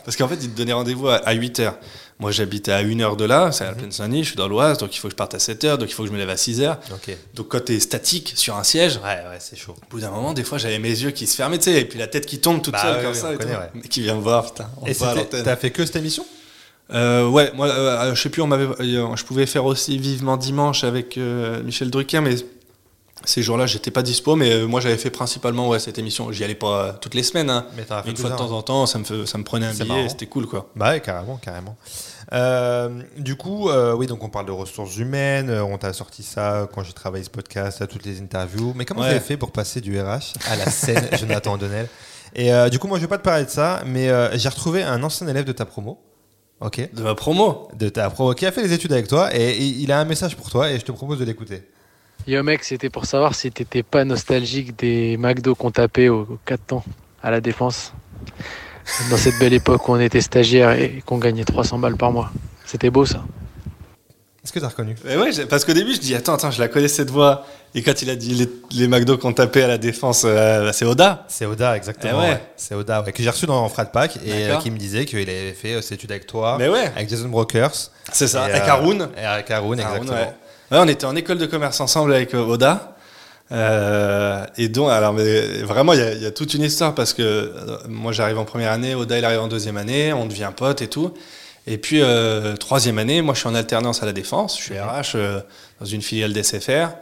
S2: Parce qu'en fait, il te donnait rendez-vous à, 8h. Moi, j'habitais à 1h de là,
S1: Mhm.
S2: c'est à la Seine-Saint-Denis, je suis dans l'Oise, donc il faut que je parte à 7h, donc il faut que je me lève à 6h.
S1: Ok.
S2: Donc, quand t'es statique sur un siège,
S1: Ouais, ouais, c'est chaud.
S2: au bout d'un moment, des fois, j'avais mes yeux qui se fermaient, tu sais, et puis la tête qui tombe toute
S1: Bah
S2: seule
S1: ouais,
S2: comme
S1: ouais,
S2: ça.
S1: on
S2: et tout.
S1: connaît, ouais.
S2: Le mec, il vient me voir, putain. on
S1: Et
S2: se voit à
S1: c'était-
S2: l'antenne.
S1: t'as fait que cette émission
S2: Euh, ouais, moi, euh, euh, je sais plus, on m'avait, euh, je pouvais faire aussi vivement dimanche avec euh, Michel Drucker, mais ces jours-là, j'étais pas dispo. Mais euh, moi, j'avais fait principalement ouais, cette émission. J'y allais pas euh, toutes les semaines. hein.
S1: Mais t'en as fait
S2: Une fois de
S1: plusieurs.
S2: temps en temps, ça me, fe- ça me prenait un
S1: C'est
S2: billet,
S1: marrant.
S2: et c'était cool, quoi.
S1: Bah ouais, carrément, carrément. Euh, du coup, euh, oui, donc on parle de ressources humaines, euh, on t'a sorti ça euh, quand j'ai travaillé ce podcast, à toutes les interviews. Mais comment
S2: Ouais.
S1: t'avais fait pour passer du RH à la scène Jonathan Donnel Et euh, du coup, moi, je vais pas te parler de ça, mais euh, j'ai retrouvé un ancien élève de ta promo, ok,
S2: De ma promo.
S1: de ta promo, qui a fait les études avec toi, et il il a un message pour toi, et je te propose de l'écouter.
S4: Yo mec, c'était pour savoir si t'étais pas nostalgique des McDo qu'on tapait aux aux quatre temps à la défense. Dans cette belle époque où on était stagiaire et qu'on gagnait 300 balles par mois. C'était beau ça.
S1: Est-ce que t'as reconnu
S2: Mais ouais, j'ai- parce qu'au début, je dis attends, attends, je la connais cette voix. Et quand il a dit les, les McDo qu'on tapait à la défense, euh, c'est Oda.
S1: C'est Oda, exactement.
S2: Eh ouais.
S1: ouais. C'est Oda, ouais, que j'ai reçu dans Frat Pack et euh,
S2: D'accord.
S1: qui me disait qu'il avait fait euh, ses études avec toi,
S2: Mais ouais.
S1: avec Jason Brokers.
S2: C'est ça.
S1: et,
S2: Avec
S1: euh,
S2: Haroun.
S1: Et avec Haroun,
S2: Ah, on-
S1: exactement.
S2: ouais. Ouais, on était en école de commerce ensemble avec euh, Oda. Euh, et donc, alors, mais vraiment, il y, a- il y a toute une histoire parce que euh, moi, j'arrive en première année, Oda, il arrive en deuxième année, on devient potes et tout. Et puis, euh, troisième année, moi, je suis en alternance à la Défense, je suis RH euh, dans une filiale d'SFR.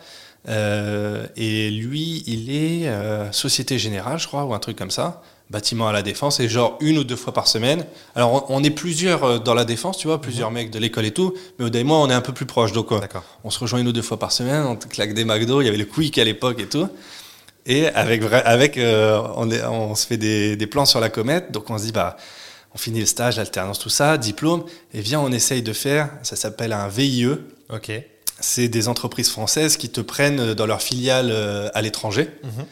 S2: Euh, et lui, il est euh, Société Générale, je crois, ou un truc comme ça, bâtiment à la Défense, et genre une ou deux fois par semaine. Alors, on, on est plusieurs euh, dans la Défense, tu vois, plusieurs mecs de l'école et tout, mais Oda et moi, on est un peu plus proches. Donc, euh,
S1: D'accord.
S2: on se rejoint une ou deux fois par semaine, on te claque des McDo, il y avait le Quick à l'époque et tout. Et avec, vra- avec euh, on, est- on se fait des, des plans sur la comète, donc on se dit, bah, on finit le stage, l'alternance, tout ça, diplôme, et viens, on essaye de faire, ça s'appelle un E, VIE,
S1: Ok.
S2: c'est des entreprises françaises qui te prennent dans leurs filiales euh, à l'étranger.
S1: Mhm.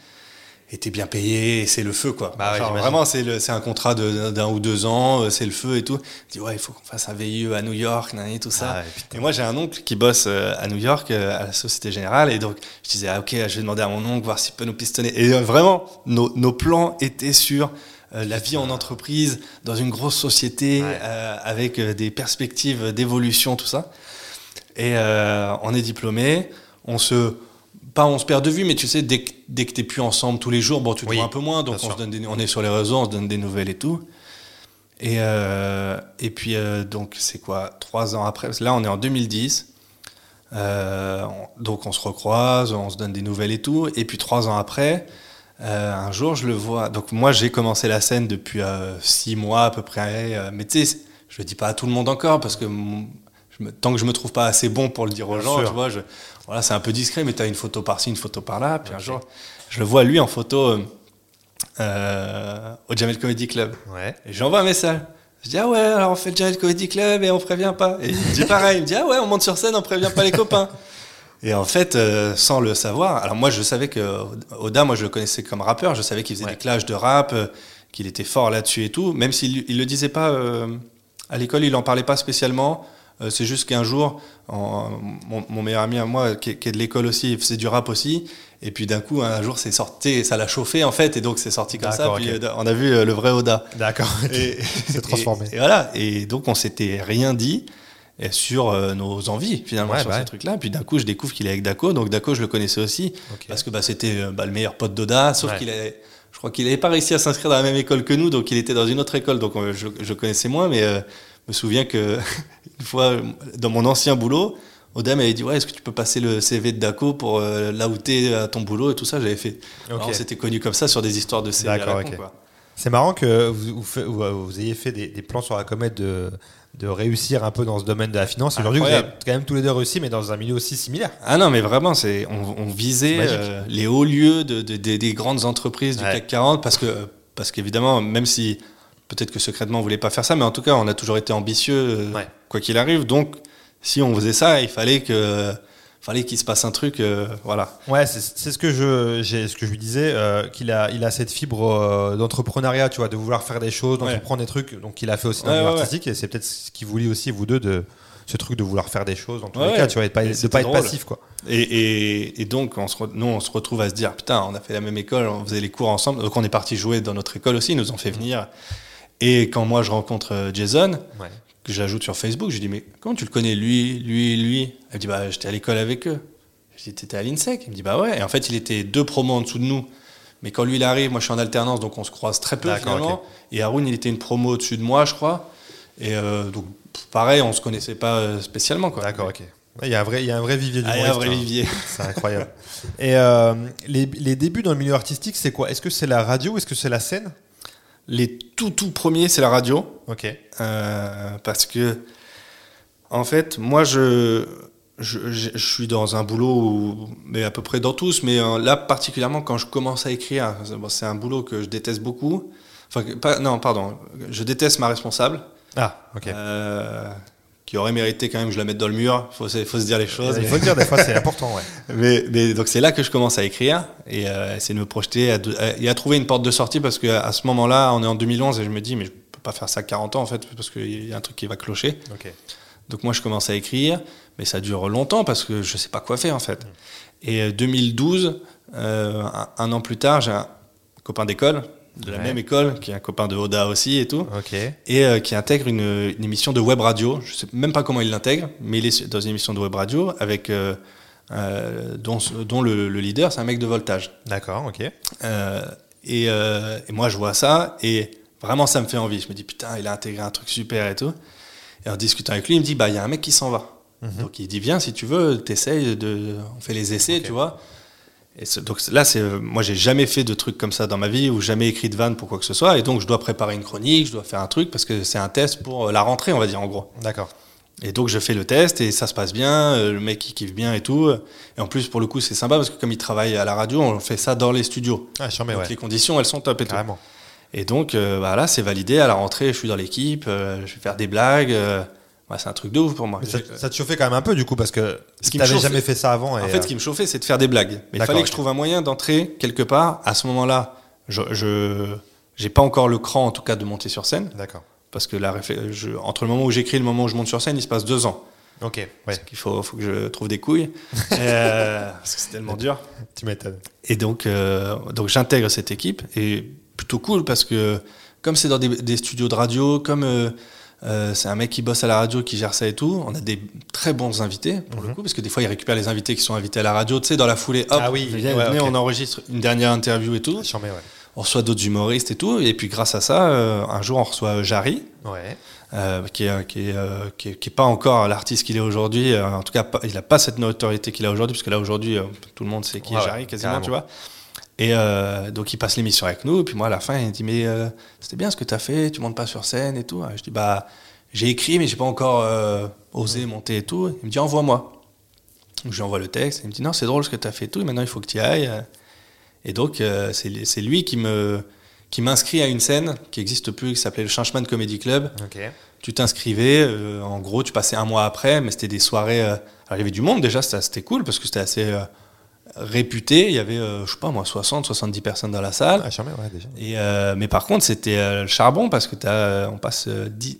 S2: Et t'es bien payé, et c'est le feu, quoi.
S1: Bah ouais,
S2: Genre,
S1: j'imagine.
S2: vraiment, c'est le- c'est un contrat de- d'un ou deux ans, euh, c'est le feu et tout. Tu dis, ouais, il faut qu'on fasse un VIE à New York, nan, et tout ça.
S1: Ah, ouais, putain.
S2: Et moi, j'ai un oncle qui bosse euh, à New York, euh, à la Société Générale. Et donc, je disais, ah, ok, je vais demander à mon oncle, voir s'il peut nous pistonner. Et euh, vraiment, nos, nos plans étaient sur euh, la vie en entreprise, dans une grosse société,
S1: Ouais.
S2: euh, avec euh, des perspectives d'évolution, tout ça. Et euh, on est diplômé, on se. Pas on se perd de vue, mais tu sais, dès que, dès que t'es plus ensemble tous les jours, bon, tu te
S1: Oui,
S2: vois un peu moins, donc
S1: bien
S2: on,
S1: sûr.
S2: se donne des- on est sur les réseaux, on se donne des nouvelles et tout. Et, euh, et puis, euh, donc, c'est quoi Trois ans après, parce que là, on est en 2010. Euh, on- donc, on se recroise, on se donne des nouvelles et tout. Et puis, trois ans après, euh, un jour, je le vois. Donc, moi, j'ai commencé la scène depuis euh, six mois à peu près. euh, mais tu sais, je le dis pas à tout le monde encore, parce que mon- je me- tant que je me trouve pas assez bon pour le dire aux
S1: Bien
S2: gens,
S1: sûr.
S2: tu vois, je- voilà, c'est un peu discret, mais tu as une photo par-ci, une photo par-là. Puis un jour, je le vois, lui, en photo euh, euh, au Jamel Comedy Club.
S1: Ouais.
S2: Et j'envoie un message. Je dis, ah ouais, alors on fait le Jared Comedy Club et on prévient pas. Et il me dit pareil, il me dit, ah ouais, on monte sur scène, on prévient pas les copains. Et en fait, euh, sans le savoir, alors moi je savais que Oda, moi je le connaissais comme rappeur, je savais qu'il faisait
S1: Ouais.
S2: des clashs de rap, euh, qu'il était fort là-dessus et tout, même s'il il le disait pas euh, à l'école, il en parlait pas spécialement. Euh, c'est juste qu'un jour, en- mon, mon meilleur ami à moi, qui, est- qui est de l'école aussi, il faisait du rap aussi, et puis d'un coup, un jour, c'est sorti, ça l'a chauffé en fait, et donc c'est sorti comme ça.
S1: D'accord,
S2: Puis
S1: ok.
S2: euh, on a vu euh, le vrai Oda.
S1: D'accord.
S2: Et-
S1: C'est transformé.
S2: Et, et voilà. Et donc, on s'était rien dit euh, sur euh, nos envies, finalement,
S1: Ouais,
S2: sur
S1: bah ouais.
S2: ces trucs-là. Puis d'un coup, je découvre qu'il est avec Daco. Donc, Daco, je le connaissais aussi
S1: Ok.
S2: parce que bah, c'était euh, bah, le meilleur pote d'Oda. Sauf
S1: Ouais.
S2: qu'il avait, je crois qu'il n'avait pas réussi à s'inscrire dans la même école que nous. Donc, il était dans une autre école. Donc, euh, je, je connaissais moins. Mais euh, je me souviens que une fois, euh, dans mon ancien boulot, Oda m'avait dit Ouais, est-ce que tu peux passer le CV de Daco pour euh, l'outer à ton boulot et tout ça J'avais fait.
S1: Ok.
S2: Alors, on s'était connus comme ça sur des histoires de CV. à la
S1: D'accord,
S2: con,
S1: ok.
S2: quoi.
S1: C'est marrant que vous, vous fa- vous- vous ayez fait des, des plans sur la comète de, de réussir un peu dans ce domaine de la finance. Et Aujourd'hui, vous avez
S2: Incroyable.
S1: quand même tous les deux réussi, mais dans un milieu aussi similaire.
S2: Ah non, mais vraiment, c'est on, on visait
S1: C'est magique.
S2: euh, les hauts lieux de, de- des- des grandes entreprises du
S1: Ouais.
S2: CAC 40 parce que euh, parce qu'évidemment, même si peut-être que secrètement on voulait pas faire ça, mais en tout cas, on a toujours été ambitieux euh,
S1: Ouais.
S2: quoi qu'il arrive. Donc, si on faisait ça, il fallait que fallait qu'il se passe un truc, euh, voilà.
S1: Ouais, c'est c'est ce que je j'ai- ce que je lui disais euh, qu'il a il a cette fibre euh, d'entrepreneuriat, tu vois, de vouloir faire des choses, d'entreprendre des trucs. Donc il a fait aussi dans
S2: Ouais,
S1: le milieu
S2: ouais,
S1: artistique et c'est peut-être ce qui vous lie aussi vous deux de ce truc de vouloir faire des choses dans tous les
S2: Ouais,
S1: cas, tu vois, et de pas,
S2: et
S1: de
S2: c'était
S1: pas être
S2: drôle.
S1: passif quoi.
S2: Et, et- et donc, on se re- nous, on se retrouve à se dire putain, on a fait la même école, on faisait les cours ensemble, donc on est parti jouer dans notre école aussi, ils nous ont fait venir. Et quand moi je rencontre euh, Jason,
S1: Ouais.
S2: que je l'ajoute sur Facebook. Je lui dis, mais comment tu le connais, lui, lui, lui Elle me dit, bah, j'étais à l'école avec eux. Je dis, t'étais à l'INSEC Il me dit, bah ouais. Et en fait, il était deux promos en dessous de nous. Mais quand lui, il arrive, moi, je suis en alternance, donc on se croise très peu
S1: D'accord,
S2: finalement. Et Haroun, il était une promo au-dessus de moi, je crois. Et euh, donc, pareil, on se connaissait pas euh, spécialement, quoi.
S1: D'accord, ok. Ouais, Il y a un vrai il y a un vrai vivier du
S2: Ah, et un vrai vivier.
S1: C'est incroyable. et euh, les, les débuts dans le milieu artistique, c'est quoi Est-ce que c'est la radio Est-ce que c'est la scène
S2: Les tout, tout premiers, c'est la radio.
S1: Ok.
S2: Euh, parce que, en fait, moi, je, je, je- je suis dans un boulot, où- mais à peu près dans tous, mais euh, là, particulièrement, quand je commence à écrire, c'est- bon, c'est un boulot que je déteste beaucoup. Enfin, que- pas- non, pardon, je déteste ma responsable,
S1: Ah, ok.
S2: euh, qui aurait mérité quand même que je la mette dans le mur, faut, se- faut se dire les choses.
S1: Il
S2: mais-
S1: faut le dire, des fois, c'est important, ouais.
S2: mais, mais donc c'est là que je commence à écrire et euh, essayer de me projeter à de- à- et à trouver une porte de sortie parce que à ce moment-là, on est en 2011 et je me dis mais je peux pas faire ça 40 ans en fait parce qu'il y a un truc qui va clocher.
S1: Ok.
S2: Donc moi je commence à écrire, mais ça dure longtemps parce que je sais pas quoi faire en fait. Et euh, 2012, euh, un, un an plus tard, j'ai un copain d'école de la
S1: Ouais.
S2: même école qui est un copain de Oda aussi et tout
S1: Ok.
S2: et euh, qui intègre une, une émission de web radio. Je sais même pas comment il l'intègre, mais il est dans une émission de web radio avec euh, euh, dont, dont le, le leader, c'est un mec de voltage.
S1: D'accord, ok.
S2: Euh, et, euh, et moi, je vois ça et vraiment, ça me fait envie. Je me dis, putain, il a intégré un truc super et tout. Et en discutant avec lui, il me dit, bah, il y a un mec qui s'en va. Donc il dit, viens, si tu veux, t'essayes, de... on fait les essais,
S1: Ok.
S2: tu vois. Et c'est- donc là, c'est euh, moi, j'ai jamais fait de trucs comme ça dans ma vie ou jamais écrit de vanne pour quoi que ce soit. Et donc, je dois préparer une chronique, je dois faire un truc parce que c'est un test pour euh, la rentrée, on va dire, en gros.
S1: D'accord.
S2: Et donc je fais le test et ça se passe bien, euh, le mec il kiffe bien et tout. Et en plus pour le coup c'est sympa parce que comme il travaille à la radio, on fait ça dans les studios.
S1: Ah, je mais
S2: donc
S1: ouais. Ah.
S2: les conditions elles sont top et tout.
S1: Carrément.
S2: Et donc euh, bah, là c'est validé, à la rentrée je suis dans l'équipe, euh, je vais faire des blagues, euh, bah, c'est un truc de ouf pour moi.
S1: Mais ça,
S2: J'ai-
S1: ça te chauffait quand même un peu du coup parce que
S2: Ce qui me
S1: t'avais
S2: chauffe,
S1: jamais
S2: c'est-
S1: fait ça avant. Et,
S2: En fait ce
S1: euh,
S2: qui me chauffait c'est de faire des blagues. Mais il
S1: D'accord,
S2: fallait
S1: ok.
S2: que je trouve un moyen d'entrer quelque part. À ce moment-là, je... je j'ai pas encore le cran en tout cas de monter sur scène
S1: euh, D'accord.
S2: parce que la réflé- je- entre le moment où j'écris et le moment où je monte sur scène il se passe deux ans
S1: Ok, ouais,
S2: Il faut, faut que je trouve des couilles. Euh, parce que c'est tellement dur.
S1: tu m'étonnes.
S2: Et donc, euh, donc j'intègre cette équipe. Et plutôt cool parce que, comme c'est dans des, des studios de radio, comme euh, euh, c'est un mec qui bosse à la radio, qui gère ça et tout, on a des très bons invités pour le coup. Parce que des fois, ils récupèrent les invités qui sont invités à la radio, tu sais, dans la foulée. Hop,
S1: Mhm. Ah oui,
S2: viens,
S1: ouais,
S2: venez,
S1: ok.
S2: on enregistre une dernière interview et tout.
S1: Je mais ouais.
S2: On reçoit d'autres humoristes et tout. Et puis, grâce à ça, euh, un jour, on reçoit euh, Jarry
S1: Ouais,
S2: euh, qui est, qui est, euh, qui est- qui est pas encore l'artiste qu'il est aujourd'hui. euh, en tout cas, pas- il n'a pas cette notoriété qu'il a aujourd'hui, parce que là, aujourd'hui, euh, tout le monde sait qui
S1: Ouais,
S2: est Jarry, quasiment,
S1: carrément.
S2: tu vois. Et euh, donc, il passe l'émission avec nous. Et puis, moi, à la fin, il me dit Mais euh, c'était bien ce que tu as fait, tu montes pas sur scène et tout. Je dis Bah, j'ai écrit, mais j'ai pas encore euh, osé monter et tout. Il me dit Envoie-moi. Donc, je lui envoie le texte. Il me dit Non, c'est drôle ce que tu as fait et tout. Et maintenant, il faut que tu y ailles. Et donc, euh, c'est c'est lui qui me qui m'inscrit à une scène qui n'existe plus, qui s'appelait le Changeman Comedy Club
S1: ok.
S2: tu t'inscrivais, euh, en gros, tu passais un mois après, mais c'était des soirées. euh, alors, il y avait du monde déjà, ça, c'était cool parce que c'était assez euh, réputé. Il y avait, euh, je sais pas moi, 60, 70 personnes dans la salle.
S1: Ah, je mais ouais, déjà.
S2: Et, euh, mais par contre, c'était euh, le charbon parce que t'as, euh, on passe euh, dix-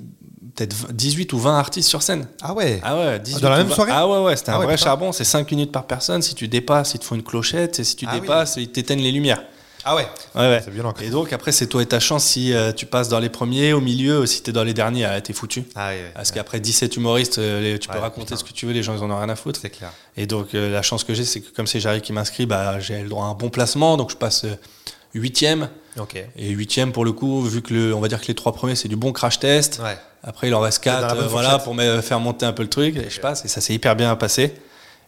S2: peut-être v- 18 ou 20 artistes sur scène.
S1: Ah ouais,
S2: Ah ouais, 18
S1: dans la
S2: ou
S1: même
S2: 20
S1: soirée
S2: Ah ouais, ouais, c'était
S1: Ah
S2: un
S1: ouais,
S2: vrai
S1: putain.
S2: charbon. C'est 5 minutes par personne. Si tu dépasses, ils te font une clochette. Et si tu
S1: Ah oui.
S2: dépasses, ils t'éteignent les lumières.
S1: ah ouais.
S2: Ouais, ouais.
S1: C'est violent. quoi.
S2: Et donc, après, c'est toi et ta chance si euh, tu passes dans les premiers, au milieu, ou si t'es dans les derniers, ah, t'es foutu.
S1: Ah ouais, ouais,
S2: Parce qu'après 17 humoristes, euh, les- tu peux
S1: Ouais,
S2: raconter
S1: putain.
S2: ce que tu veux, les gens ils en ont rien à foutre.
S1: c'est clair.
S2: Et donc euh, la chance que j'ai, c'est que comme c'est Jarry qui m'inscrit, bah, j'ai le droit à un bon placement, donc je passe euh, huitième.
S1: Ok.
S2: Et huitième pour le coup, vu que le, on va dire que les trois premiers c'est du bon crash test.
S1: Ouais.
S2: Après il en reste
S1: dans la
S2: quatre,
S1: bonne
S2: euh, voilà,
S1: fourchette.
S2: pour me faire monter un peu le truc. Et je passe et ça s'est hyper bien passé.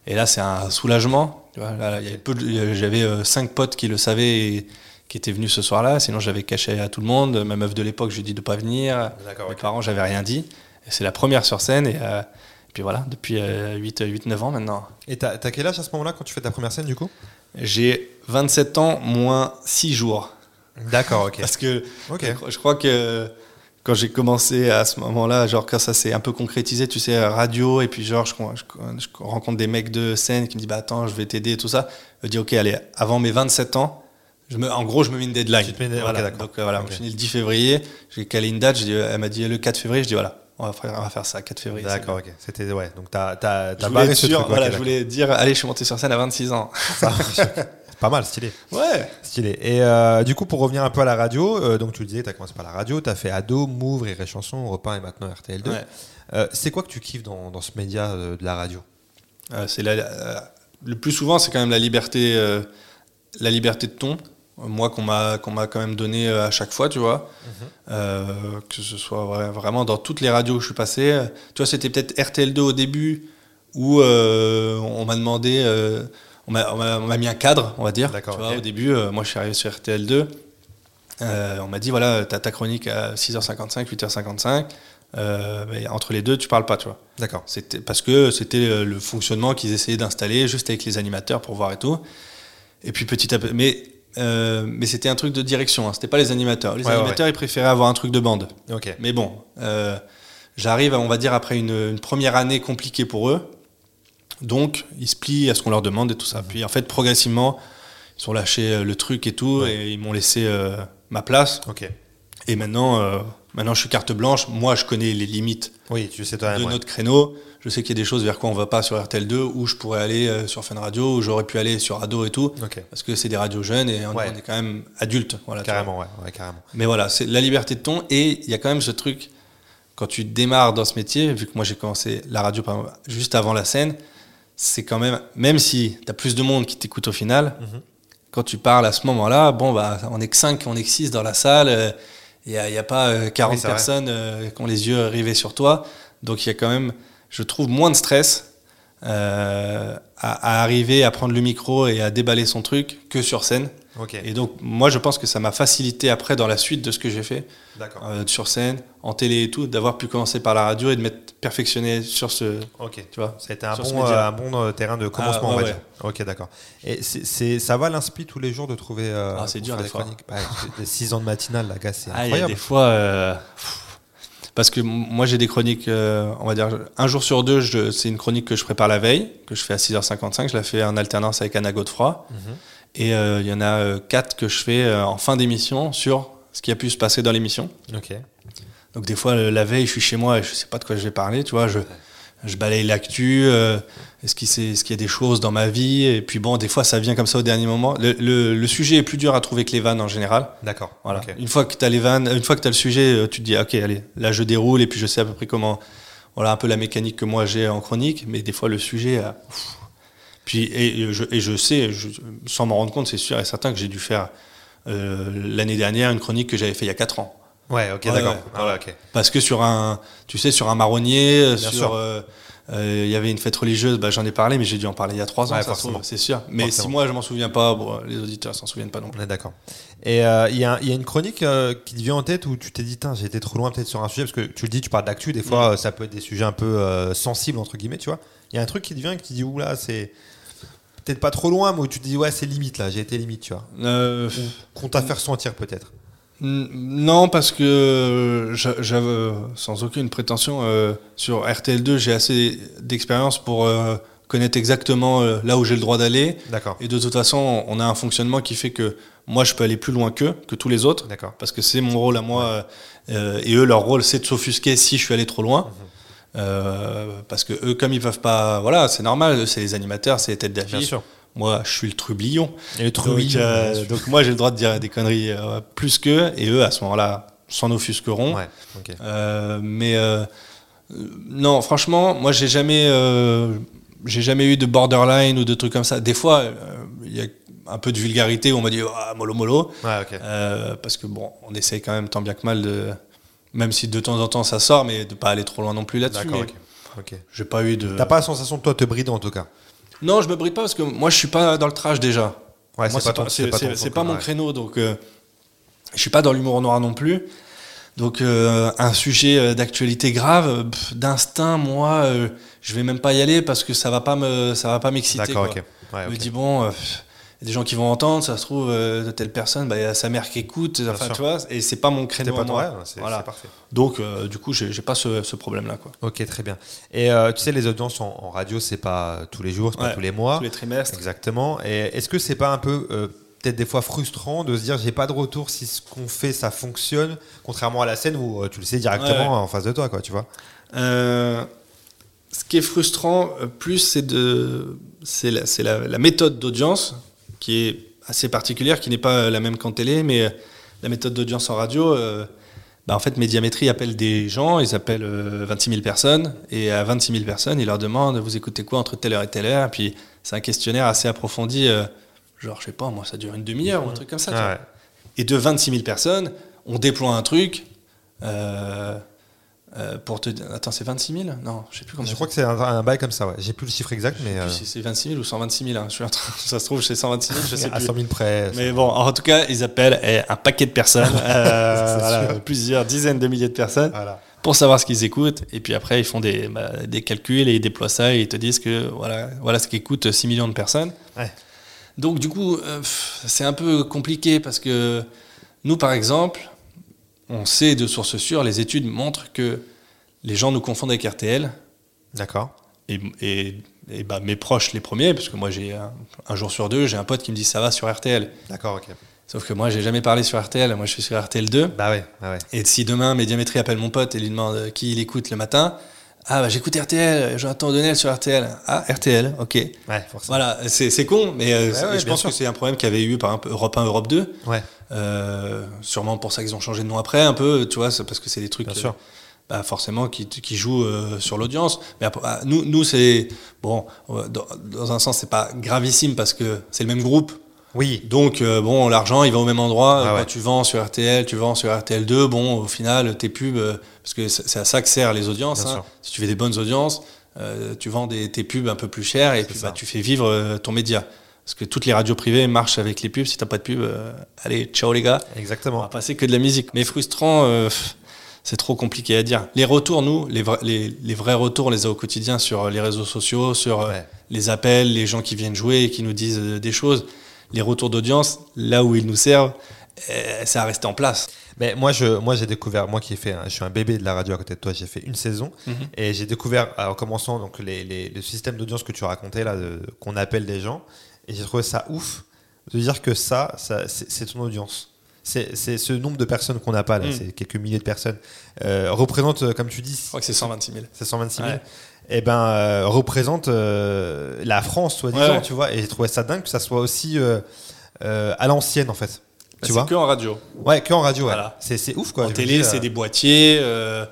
S2: Et là c'est un soulagement. Tu vois, là, il y avait peu de- euh, J'avais euh, cinq potes qui le savaient et qui étaient venus ce soir-là. Sinon j'avais caché à tout le monde. Ma meuf de l'époque, je lui ai dit de pas venir.
S1: D'accord,
S2: Mes
S1: ok.
S2: parents, j'avais rien dit. Et C'est la première sur scène. Et, euh, et puis voilà, depuis euh, 8-9 ans maintenant.
S1: Et t'as t'as quel âge à ce moment-là quand tu fais ta première scène du coup
S2: J'ai 27 ans moins 6 jours.
S1: D'accord, ok.
S2: Parce que
S1: Ok.
S2: je, je crois que quand j'ai commencé à ce moment-là, genre quand ça s'est un peu concrétisé, tu sais, radio, et puis genre je, je- je rencontre des mecs de scène qui me disent bah attends, je vais t'aider et tout ça. Je dis ok, allez, avant mes 27 ans, je me, en gros, je me mets une deadline.
S1: Tu te mets une-
S2: Voilà.
S1: ok, d'accord.
S2: Donc euh, voilà,
S1: Ok.
S2: je finis le 10 février, j'ai calé une date, j'ai dit- elle m'a dit euh, le 4 février, je dis voilà, on va faire, on va faire ça, 4 février. c'est
S1: D'accord, ok. C'était ouais. Donc t'as t'as
S2: Je
S1: t'as
S2: voulais,
S1: barré
S2: être
S1: ce
S2: sûr,
S1: truc. ok,
S2: voilà, je
S1: d'accord.
S2: voulais dire, allez, je suis monté sur scène à 26 ans.
S1: C'est Pas mal, stylé.
S2: Ouais.
S1: Stylé. Et euh, du coup, pour revenir un peu à la radio, euh, donc tu le disais, t'as commencé par la radio, t'as fait Ado, Mouvre, Rire et Chanson, Repas et maintenant RTL2.
S2: Ouais.
S1: Euh, c'est quoi que tu kiffes dans, dans ce média euh, de la radio
S2: Euh, c'est la- euh, le plus souvent, c'est quand même la liberté, euh, la liberté de ton. Euh, Moi, qu'on m'a qu'on m'a quand même donné euh, à chaque fois, tu vois.
S1: Mhm.
S2: Euh, que ce soit vra- vraiment dans toutes les radios où je suis passé. euh, Tu vois, c'était peut-être RTL2 au début où euh, on m'a demandé, euh, on m'a- on m'a on m'a mis un cadre, on va dire.
S1: D'accord,
S2: Tu vois,
S1: ok.
S2: Au début, euh, moi, je suis arrivé sur RTL2. euh, on m'a dit, voilà, t'as ta chronique à 6h55, 8h55. euh, mais entre les deux, tu parles pas, tu vois.
S1: D'accord.
S2: C'était parce que c'était euh, le fonctionnement qu'ils essayaient d'installer juste avec les animateurs pour voir et tout. Et puis petit à petit, mais euh, mais c'était un truc de direction. Hein, c'était pas les animateurs. Les
S1: Ouais, ouais,
S2: animateurs ils préféraient avoir un truc de bande.
S1: Ok.
S2: Mais bon, euh, j'arrive, on va dire après une, une première année compliquée pour eux. Donc ils se plient à ce qu'on leur demande et tout ça. Puis en fait progressivement ils ont lâché euh, le truc et tout
S1: Ouais.
S2: et ils m'ont laissé euh, ma place.
S1: Ok.
S2: Et maintenant euh, maintenant je suis carte blanche. Moi je connais les limites
S1: Oui, tu sais toi-même.
S2: de
S1: ouais.
S2: notre créneau. Je sais qu'il y a des choses vers quoi on va pas sur RTL2, où je pourrais aller euh, sur Fun Radio, où j'aurais pu aller sur Ado et tout,
S1: Ok.
S2: parce que c'est des radios jeunes et on,
S1: Ouais.
S2: on est quand même adulte. Voilà, tu vois.
S1: Carrément, ouais, ouais, carrément.
S2: Mais voilà, c'est la liberté de ton et il y a quand même ce truc quand tu démarres dans ce métier, vu que moi j'ai commencé la radio par exemple, juste avant la scène, c'est quand même, même si tu as plus de monde qui t'écoute au final,
S1: Mhm.
S2: quand tu parles à ce moment-là, bon, bah, on est que 5, on est que 6 dans la salle, il n'y a, a, pas euh, 40
S1: Oui, c'est vrai.
S2: personnes euh, qui ont les yeux rivés sur toi, donc il y a quand même, je trouve, moins de stress euh, à, à arriver à prendre le micro et à déballer son truc que sur scène.
S1: Ok,
S2: Et donc, moi, je pense que ça m'a facilité après dans la suite de ce que j'ai fait
S1: d'accord.
S2: euh, sur scène, en télé et tout, d'avoir pu commencer par la radio et de m'être perfectionné sur ce,
S1: Ok.
S2: tu vois.
S1: Ça a été un
S2: Sur ce
S1: bon,
S2: média.
S1: euh, un bon euh, terrain de commencement,
S2: Ah,
S1: on va
S2: ouais,
S1: dire. Ok, d'accord. Et c'est- c'est- ça va l'inspi tous les jours de trouver. euh,
S2: Ah, c'est
S1: pour
S2: dur,
S1: faire
S2: des fois.
S1: chroniques. Bah, j'ai- 6 ans de matinale, la gars, c'est
S2: Ah, il y a
S1: incroyable.
S2: des fois. euh, pff, parce que m- moi, j'ai des chroniques, euh, on va dire, un jour sur deux, je- c'est une chronique que je prépare la veille, que je fais à 6h55. Je la fais en alternance avec Anna Godefroy.
S1: Mhm.
S2: Et euh, il y en a euh, quatre que je fais euh, en fin d'émission sur ce qui a pu se passer dans l'émission.
S1: Mhm. Ok.
S2: Donc, des fois, le- la veille, je suis chez moi et je sais pas de quoi je vais parler, tu vois. Je, je balaye l'actu, euh, est-ce qu'il s'est- est-ce qu'il y a des choses dans ma vie Et puis, bon, des fois, ça vient comme ça au dernier moment. Le, le- le sujet est plus dur à trouver que les vannes en général.
S1: D'accord.
S2: Voilà.
S1: Ok.
S2: Une fois que tu as les vannes, une fois que tu le sujet, euh, tu te dis OK, allez, là je déroule et puis je sais à peu près comment voilà un peu la mécanique que moi j'ai en chronique, mais des fois le sujet euh, pff. puis et, et je, et je sais je- sans m'en rendre compte, c'est sûr et certain que j'ai dû faire euh, l'année dernière une chronique que j'avais fait il y a 4 ans
S1: Ouais, ok,
S2: Ouais,
S1: d'accord.
S2: ouais.
S1: Ah ouais, ok.
S2: parce que sur un tu sais sur un marronnier euh,
S1: Bien sûr.
S2: sur euh, euh, il y avait une fête religieuse, bah, j'en ai parlé, mais j'ai dû en parler il y a 3 ans,
S1: Ouais,
S2: ça se trouve,
S1: forcément.
S2: c'est sûr. Mais
S1: Forcément.
S2: si moi je m'en souviens pas, bon, les auditeurs s'en souviennent pas non plus.
S1: On est d'accord. Et euh, il y, a il y a une chronique euh, qui te vient en tête où tu t'es dit, Tain, j'ai été trop loin peut-être sur un sujet, parce que tu le dis, tu parles d'actu, des
S2: Mm.
S1: fois euh, ça peut être des sujets un peu euh, sensibles, entre guillemets, tu vois. Il y a un truc qui te vient et qui te dit, oula, c'est peut-être pas trop loin, mais où tu te dis, ouais, c'est limite là, j'ai été limite, tu vois.
S2: Euh,
S1: Qu'on t'a fait ressentir peut-être.
S2: N- Non, parce que euh, j'a- j'avais, euh, sans aucune prétention, euh, sur RTL2, j'ai assez d'expérience pour euh, connaître exactement euh, là où j'ai le droit d'aller.
S1: D'accord.
S2: Et de toute façon, on a un fonctionnement qui fait que moi, je peux aller plus loin qu'eux, que tous les autres,
S1: D'accord.
S2: parce que c'est mon rôle à moi. euh, et eux, leur rôle, c'est de s'offusquer si je suis allé trop loin.
S1: Mhm.
S2: Euh, parce que eux, comme ils peuvent pas, voilà, c'est normal. eux, C'est les animateurs, c'est les têtes
S1: Bien
S2: d'affiche.
S1: sûr.
S2: Moi, je suis le trublion.
S1: Et le
S2: Donc, euh, donc moi j'ai le droit de dire des conneries euh, plus qu'eux, et eux à ce moment-là s'en offusqueront.
S1: Ouais, ok.
S2: Euh, mais euh, euh, non, franchement, moi j'ai jamais, euh, j'ai jamais eu de borderline ou de trucs comme ça. Des fois, euh, il y a un peu de vulgarité où on m'a dit Ah, mollo mollo,
S1: Ouais, ok.
S2: Euh, parce que bon, on essaye quand même tant bien que mal de, même si de temps en temps ça sort, mais de pas aller trop loin non plus là-dessus. Euh,
S1: D'accord,
S2: mais
S1: ok. Ok.
S2: J'ai pas eu de.
S1: T'as pas la sensation de toi te brider en tout cas.
S2: Non, je me bride pas parce que moi je suis pas dans le trash déjà.
S1: Ouais,
S2: Moi,
S1: c'est pas ton
S2: c'est
S1: ton
S2: c'est-
S1: truc,
S2: c'est pas mon
S1: ouais.
S2: créneau, donc euh, je suis pas dans l'humour noir non plus. Donc euh, un sujet euh, d'actualité grave, euh, pff, d'instinct, moi, euh, je vais même pas y aller parce que ça va pas me, ça va pas m'exciter.
S1: D'accord,
S2: quoi.
S1: ok. Ouais,
S2: Je me
S1: Ah, ok.
S2: dis bon, euh, pff, y a des gens qui vont entendre, ça se trouve euh, de telle personne, bah, il y a sa mère qui écoute, enfin,
S1: sûr.
S2: tu vois, et c'est pas mon
S1: C'était
S2: créneau. à
S1: pas ton
S2: moi.
S1: rêve, c'est
S2: Voilà.
S1: c'est parfait.
S2: Donc euh, du coup, j'ai j'ai pas ce, ce problème-là, quoi.
S1: Ok, très bien. Et euh, tu sais, les audiences en, en radio, c'est pas euh, tous les jours, c'est pas
S2: Ouais.
S1: tous les mois.
S2: Tous les trimestres.
S1: Exactement. Et est-ce que c'est pas un peu euh, peut-être des fois frustrant de se dire j'ai pas de retour si ce qu'on fait ça fonctionne, contrairement à la scène où euh, tu le sais directement
S2: Ouais, ouais.
S1: en face de toi, quoi, tu vois
S2: Euh, ce qui est frustrant euh, plus, c'est de, c'est la, c'est la, la méthode d'audience qui est assez particulière, qui n'est pas euh, la même qu'en télé, mais euh, la méthode d'audience en radio. euh, bah, en fait, Médiamétrie appelle des gens, ils appellent euh, 26 000 personnes, et à 26 000 personnes, ils leur demandent Vous écoutez quoi entre telle heure et telle heure Et puis, c'est un questionnaire assez approfondi, euh, genre, je sais pas, moi, ça dure une demi-heure ou un truc comme ça. tu vois.
S1: Ah ouais.
S2: Et de 26 000 personnes, on déploie un truc euh, euh, pour te dire. Attends, c'est 26 000 Non, je sais plus combien.
S1: Je crois que c'est un, un bail comme ça, ouais. J'ai plus le chiffre exact, mais
S2: c'est.
S1: euh, Ah,
S2: Si c'est 26 000 ou 126 000. hein. Je suis en train- ça se trouve, c'est 126 000, je sais
S1: à
S2: plus.
S1: 100 000 près.
S2: Mais bon, en tout cas, ils appellent eh, un paquet de personnes, euh, voilà, plusieurs dizaines de milliers de personnes,
S1: Voilà.
S2: pour savoir ce qu'ils écoutent. Et puis après, ils font des, bah, des calculs et ils déploient ça et ils te disent que voilà, voilà ce qu'écoutent 6 millions de personnes.
S1: Ouais.
S2: Donc du coup, euh, pff, c'est un peu compliqué parce que nous, par exemple, on sait de sources sûres, les études montrent que les gens nous confondent avec RTL
S1: D'accord.
S2: et, et, et bah, mes proches les premiers, parce que moi, j'ai un, un jour sur deux, j'ai un pote qui me dit ça va sur RTL.
S1: D'accord, ok.
S2: Sauf que moi, j'ai jamais parlé sur RTL, moi je suis sur RTL 2.
S1: Bah ouais, ouais, ouais.
S2: Et si demain, Médiamétrie appelle mon pote et lui demande euh, qui il écoute le matin, ah bah j'écoute RTL, Jonathan O'Donnell sur RTL. Ah, RTL, ok.
S1: Ouais, forcément.
S2: Voilà, c'est c'est con, mais euh,
S1: Ouais,
S2: c'est-
S1: ouais,
S2: je
S1: bien
S2: pense
S1: sûr.
S2: que c'est un problème qu'avait eu par exemple Europe 1, Europe 2.
S1: Ouais,
S2: Euh, sûrement pour ça qu'ils ont changé de nom après un peu, tu vois, c'est parce que c'est des trucs.
S1: bien
S2: euh,
S1: sûr.
S2: bah, forcément qui, qui joue euh, sur l'audience. Mais après, ah, nous, nous c'est bon, euh, dans, dans un sens, c'est pas gravissime parce que c'est le même groupe.
S1: Oui.
S2: Donc euh, bon, l'argent, il va au même endroit.
S1: Ah
S2: Quand
S1: ouais.
S2: tu vends sur RTL, tu vends sur RTL2. Bon, au final, tes pubs, euh, parce que c'est c'est à ça que servent les audiences.
S1: Bien
S2: hein.
S1: sûr.
S2: Si tu fais des bonnes audiences, euh, tu vends des, tes pubs un peu plus chères et puis
S1: ça.
S2: bah, tu fais vivre euh, ton média. Parce que toutes les radios privées marchent avec les pubs. Si t'as pas de pub, euh, allez, ciao les gars. On va
S1: Exactement.
S2: passer que de la musique. Mais frustrant, euh, pff, c'est trop compliqué à dire. Les retours, nous, les, vra- les, les vrais retours, on les a au quotidien sur euh, les réseaux sociaux, sur euh,
S1: Ouais.
S2: les appels, les gens qui viennent jouer et qui nous disent euh, des choses. Les retours d'audience, là où ils nous servent, euh, ça a resté en place.
S1: Mais moi, je, moi, j'ai découvert, moi qui ai fait, un- je suis un bébé de la radio à côté de toi, j'ai fait une saison
S2: Mhm.
S1: et j'ai découvert, alors, en commençant donc les, les- le système d'audience que tu racontais là, de- qu'on appelle des gens, et j'ai trouvé ça ouf de dire que ça, ça c'est c'est ton audience. C'est c'est ce nombre de personnes qu'on n'a pas là,
S2: Mhm.
S1: c'est quelques milliers de personnes, euh, représente, euh, comme tu dis,
S2: Je crois que c'est 126 000.
S1: c'est 126 000.
S2: Ouais.
S1: Et ben euh, représente euh, la France, soi-disant,
S2: Ouais, ouais.
S1: tu vois. Et j'ai trouvé ça dingue que ça soit aussi euh, euh, à l'ancienne, en fait.
S2: Bah,
S1: tu vois
S2: c'est que en radio.
S1: Ouais, que en radio. ouais.
S2: Voilà.
S1: C'est c'est ouf, quoi.
S2: en
S1: Je me
S2: télé,
S1: dis, euh,
S2: c'est des boîtiers, euh,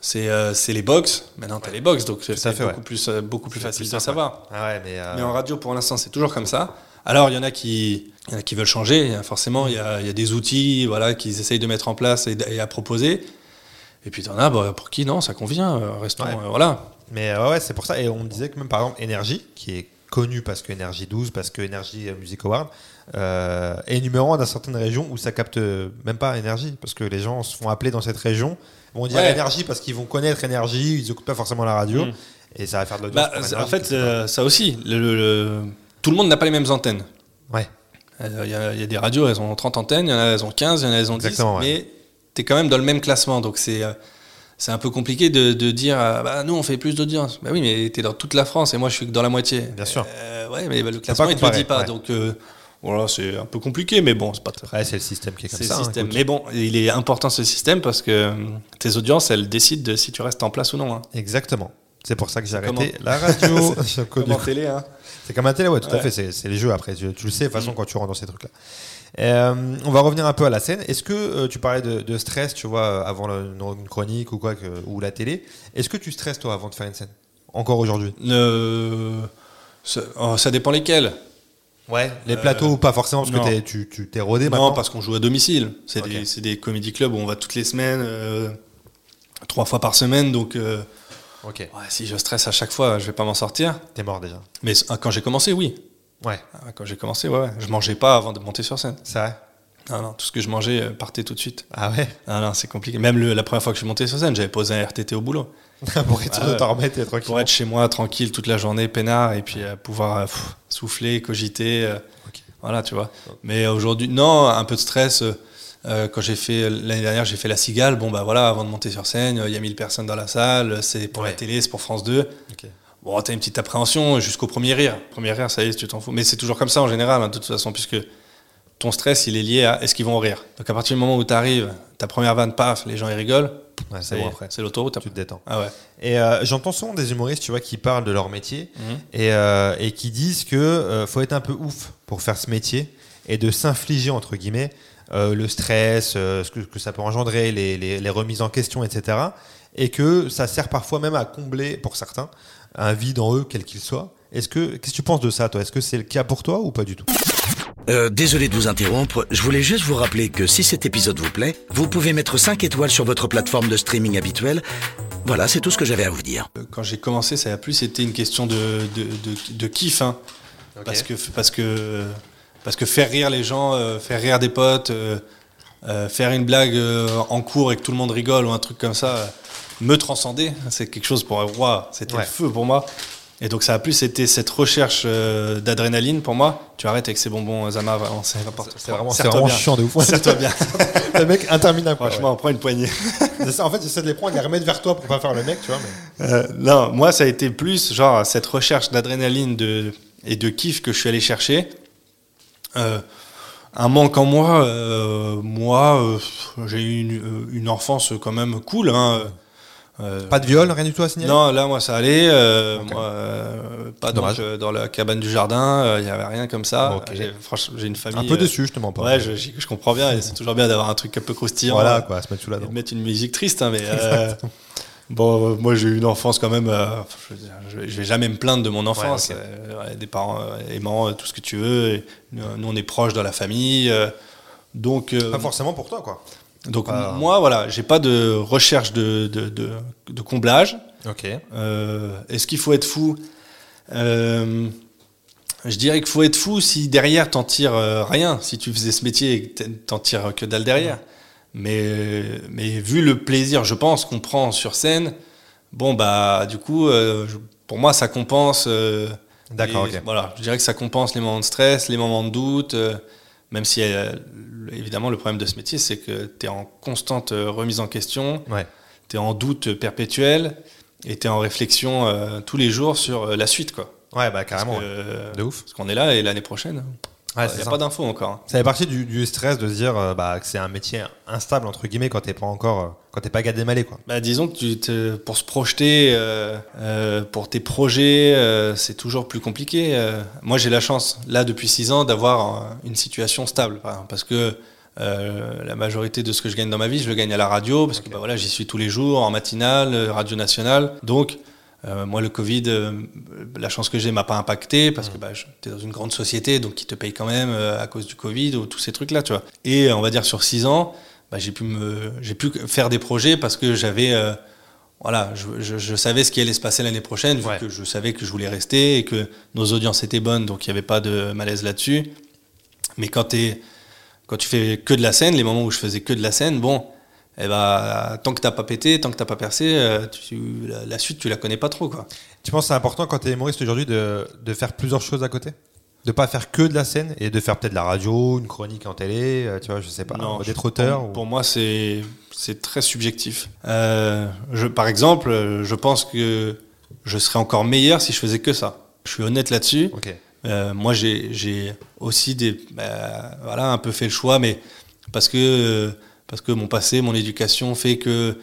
S2: c'est euh, c'est les box. Maintenant, t'as les box, donc c'est
S1: à fait,
S2: beaucoup,
S1: ouais.
S2: plus, euh, beaucoup plus facile
S1: plus
S2: de
S1: simple, ouais.
S2: savoir.
S1: Ah ouais, mais. euh,
S2: Mais en radio, pour l'instant, c'est toujours comme ça. Alors, il y en a qui, il y en a qui veulent changer. Il y a- Forcément, il y, a, il y a des outils voilà, qu'ils essayent de mettre en place et, d- et à proposer. Et puis, t'en as bah, pour qui non, ça convient. euh, Restons,
S1: Ouais.
S2: euh, voilà.
S1: Mais euh, ouais, c'est pour ça. Et on me disait que même par exemple, Energy, qui est connu parce que Energy 12, parce que Energy euh, Music Award, euh, est numéro un dans certaines régions où ça capte euh, même pas Energy, parce que les gens se font appeler dans cette région. Vont dire
S2: Ouais.
S1: Energy parce qu'ils vont connaître Energy, ils écoutent pas forcément la radio,
S2: Mm.
S1: et ça va faire de l'audience.
S2: Bah,
S1: pour
S2: c'est- en
S1: Energy,
S2: fait,
S1: quelque part.
S2: euh, ça aussi, le- le- le- tout le monde n'a pas les mêmes antennes.
S1: ouais,
S2: Euh, Il y, a- il y a des radios, elles ont 30 antennes, il y en a, elles ont 15, il y en a, elles ont 10.
S1: Exactement, ouais.
S2: Mais tu es quand même dans le même classement. Donc c'est euh, c'est un peu compliqué de, de dire euh, bah, nous, on fait plus d'audience. Bah oui, mais tu es dans toute la France et moi, je suis que dans la moitié.
S1: Bien sûr.
S2: Euh, ouais, mais bah, le
S1: pas
S2: classement, il te le
S1: comparer,
S2: dit pas.
S1: ouais.
S2: Donc euh, voilà, c'est un peu compliqué, mais bon, c'est pas très.
S1: Ouais, c'est le système qui est comme
S2: C'est
S1: ça. hein,
S2: le système.
S1: écoute.
S2: mais bon, il est important ce système parce que euh, tes audiences, elles décident de si tu restes en place ou non. Hein.
S1: Exactement. C'est pour ça que j'ai
S2: C'est
S1: arrêté la radio. J'ai
S2: Comme
S1: connu.
S2: en télé, hein.
S1: C'est comme un télé, ouais, tout à
S2: Ouais. Mm.
S1: fait. C'est c'est les jeux après. Tu, tu le sais, de toute façon, quand tu rentres dans ces trucs-là. Euh, on va revenir un peu à la scène. Est-ce que euh, tu parlais de, de stress, tu vois, euh, avant le- une, une chronique ou quoi, que- ou la télé Est-ce que tu stresses, toi, avant de faire une scène Encore aujourd'hui
S2: Euh, ça- oh, ça dépend lesquels.
S1: Ouais. Les
S2: Euh,
S1: plateaux ou pas forcément, parce
S2: non.
S1: que t'es- tu tu- t'es rodé
S2: Non,
S1: maintenant
S2: parce qu'on joue à domicile. C'est
S1: Ok.
S2: des, c'est des comedy clubs où on va toutes les semaines, euh, trois fois par semaine. Donc, euh,
S1: Ok.
S2: ouais, si je stresse à chaque fois, je vais pas m'en sortir.
S1: T'es mort déjà.
S2: Mais ah, quand j'ai commencé, oui.
S1: Ouais.
S2: Ah, Quand j'ai commencé, ouais, ouais. Je mangeais pas avant de monter sur scène.
S1: C'est vrai
S2: Non, non, tout ce que je mangeais euh, partait tout de suite.
S1: Ah ouais
S2: Non, non, c'est compliqué. Même le- la première fois que je suis monté sur scène, j'avais posé un RTT au boulot.
S1: Pour être sûr
S2: Ah
S1: de
S2: ouais.
S1: t'en remettre, t'es tranquille.
S2: Pour être chez moi, tranquille, toute la journée, peinard, et puis euh, pouvoir euh, pff, souffler, cogiter. euh,
S1: Ok.
S2: Voilà, tu vois. Mais aujourd'hui, non, un peu de stress. euh, euh, quand j'ai fait l'année dernière, j'ai fait la cigale. Bon, bah voilà, avant de monter sur scène, euh, il y a 1000 personnes dans la salle. C'est pour
S1: Ouais.
S2: la télé, c'est pour France 2.
S1: Ok.
S2: Bon, t'as une petite appréhension jusqu'au premier rire. Premier rire, ça y est, tu t'en fous. Mais c'est toujours comme ça en général, hein, de toute façon, puisque ton stress, il est lié à est-ce qu'ils vont rire. Donc à partir du moment où t'arrives, ta première vanne, paf, les gens ils rigolent.
S1: Ouais,
S2: ça
S1: c'est
S2: y
S1: bon
S2: est,
S1: après.
S2: C'est l'autoroute.
S1: Tu
S2: après.
S1: te détends.
S2: Ah ouais.
S1: Et euh, j'entends souvent des humoristes, tu vois, qui parlent de leur métier
S2: Mhm.
S1: et, euh, et qui disent que euh, faut être un peu ouf pour faire ce métier et de s'infliger entre guillemets euh, le stress, euh, ce que, que ça peut engendrer, les, les- les remises en question, etc. Et que ça sert parfois même à combler pour certains un vide en eux, quel qu'il soit. Est-ce que qu'est-ce que tu penses de ça, toi Est-ce que c'est le cas pour toi ou pas du tout
S3: Euh, désolé de vous interrompre, je voulais juste vous rappeler que si cet épisode vous plaît, vous pouvez mettre 5 étoiles sur votre plateforme de streaming habituelle. Voilà, c'est tout ce que j'avais à vous dire.
S2: Quand j'ai commencé, ça a plus été une question de, de, de- de kiff. hein. Parce, que, parce, que, parce que faire rire les gens, euh, faire rire des potes, euh, euh, faire une blague euh, en cours et que tout le monde rigole ou un truc comme ça, euh, me transcender, c'est quelque chose pour. Waouh, c'était
S1: Ouais.
S2: le feu pour moi. Et donc ça a plus été cette recherche euh, d'adrénaline pour moi. Tu arrêtes avec ces bonbons, euh, Zama, vraiment, c'est n'importe
S1: C'est vraiment, c'est
S2: Serre-toi
S1: vraiment
S2: bien.
S1: chiant de ouf.
S2: Serre-toi bien.
S1: le mec interminable. quoi,
S2: Franchement, on prend une poignée.
S1: ouais. C'est ça, en fait, j'essaie de les prendre, de les remettre vers toi pour pas faire le mec, tu vois. mais-
S2: Euh, non, moi, ça a été plus genre cette recherche d'adrénaline de, et de kiff que je suis allé chercher. Euh, un manque en moi, euh, moi, euh, j'ai eu une, euh, une enfance quand même cool. hein. Euh,
S1: Pas de viol, rien du tout à signaler
S2: non, là, moi, ça allait. euh,
S1: Ok.
S2: moi, euh, pas
S1: Dommage.
S2: donc, euh, dans la cabane du jardin, euh, il y avait rien comme ça.
S1: Ok.
S2: J'ai- Franchement, j'ai une famille.
S1: Un peu
S2: euh,
S1: déçu, je te mens pas.
S2: Ouais, je, j'y- je comprends bien. et C'est toujours bien d'avoir un truc un peu croustillant.
S1: voilà,
S2: euh,
S1: quoi, se mettre sous la
S2: et de
S1: dent.
S2: mettre une musique triste, hein, mais euh, bon, euh, moi j'ai eu une enfance quand même. euh, je veux dire, je, vais- je vais jamais me plaindre de mon enfance.
S1: Ouais, ok.
S2: euh, ouais, des parents euh, aimants, euh, tout ce que tu veux. et, euh, nous, on est proches dans la famille, euh, donc euh,
S1: Pas forcément pour toi, quoi.
S2: donc
S1: pas-
S2: moi voilà, j'ai pas de recherche de, de, de, de comblage.
S1: Ok.
S2: Euh, Est-ce qu'il faut être fou Euh, Je dirais qu'il faut être fou si derrière t'en tires euh, rien, si tu faisais ce métier et que t'en- t'en tires que dalle derrière. Mais, mais vu le plaisir, je pense, qu'on prend sur scène, bon, bah, du coup, euh, je- pour moi, ça compense. euh,
S1: D'accord,
S2: les-
S1: ok.
S2: Voilà, je dirais que ça compense les moments de stress, les moments de doute, euh, même si, euh, évidemment, le problème de ce métier, c'est que tu es en constante euh, remise en question
S1: Ouais.
S2: tu es en doute perpétuel et tu es en réflexion euh, tous les jours sur euh, la suite. Quoi.
S1: Ouais, bah
S2: Parce
S1: carrément. ouais.
S2: que, euh,
S1: De ouf.
S2: Parce qu'on est là et l'année prochaine, il
S1: Ouais,
S2: n'y
S1: c'est
S2: a
S1: ça.
S2: pas d'infos encore. hein.
S1: Ça fait partie du, du stress de se dire euh, bah, que c'est un métier instable, entre guillemets, quand t'es pas encore. euh, quand t'es pas gadé malé, quoi.
S2: Bah, disons que tu te- pour se projeter, euh, euh, pour tes projets, euh, c'est toujours plus compliqué. Euh, moi, j'ai la chance, là, depuis 6 ans, d'avoir euh, une situation stable. par exemple, Parce que euh, la majorité de ce que je gagne dans ma vie, je le gagne à la radio, parce que bah, voilà, j'y suis tous les jours, en matinale, euh, radio nationale. Donc, euh, moi, le Covid, euh, la chance que j'ai m'a pas impacté, parce que bah, tu es dans une grande société, donc qui te paye quand même euh, à cause du Covid ou tous ces trucs-là, tu vois. Et euh, on va dire sur 6 ans, bah, j'ai pu me j'ai pu faire des projets parce que j'avais euh, voilà je, je- je savais ce qui allait se passer l'année prochaine vu
S1: Ouais.
S2: que je savais que je voulais rester et que nos audiences étaient bonnes donc il n'y avait pas de malaise là-dessus mais quand t'es quand tu fais que de la scène les moments où je faisais que de la scène bon eh ben, tant que t'as pas pété, tant que t'as pas percé, euh, tu- la, la suite tu la connais pas trop quoi.
S1: Tu penses que c'est important quand t'es humoriste aujourd'hui de, de faire plusieurs choses à côté De pas faire que de la scène et de faire peut-être de la radio, une chronique en télé, euh, tu vois, je sais pas,
S2: Non, je-
S1: d'être auteur
S2: Pour,
S1: ou-
S2: pour moi, c'est c'est très subjectif. Euh, je, par exemple, euh, je pense que je serais encore meilleur si je faisais que ça. Je suis honnête là-dessus.
S1: Ok.
S2: Euh, moi, j'ai j'ai aussi des, bah, voilà, un peu fait le choix, mais parce que euh, parce que mon passé, mon éducation fait que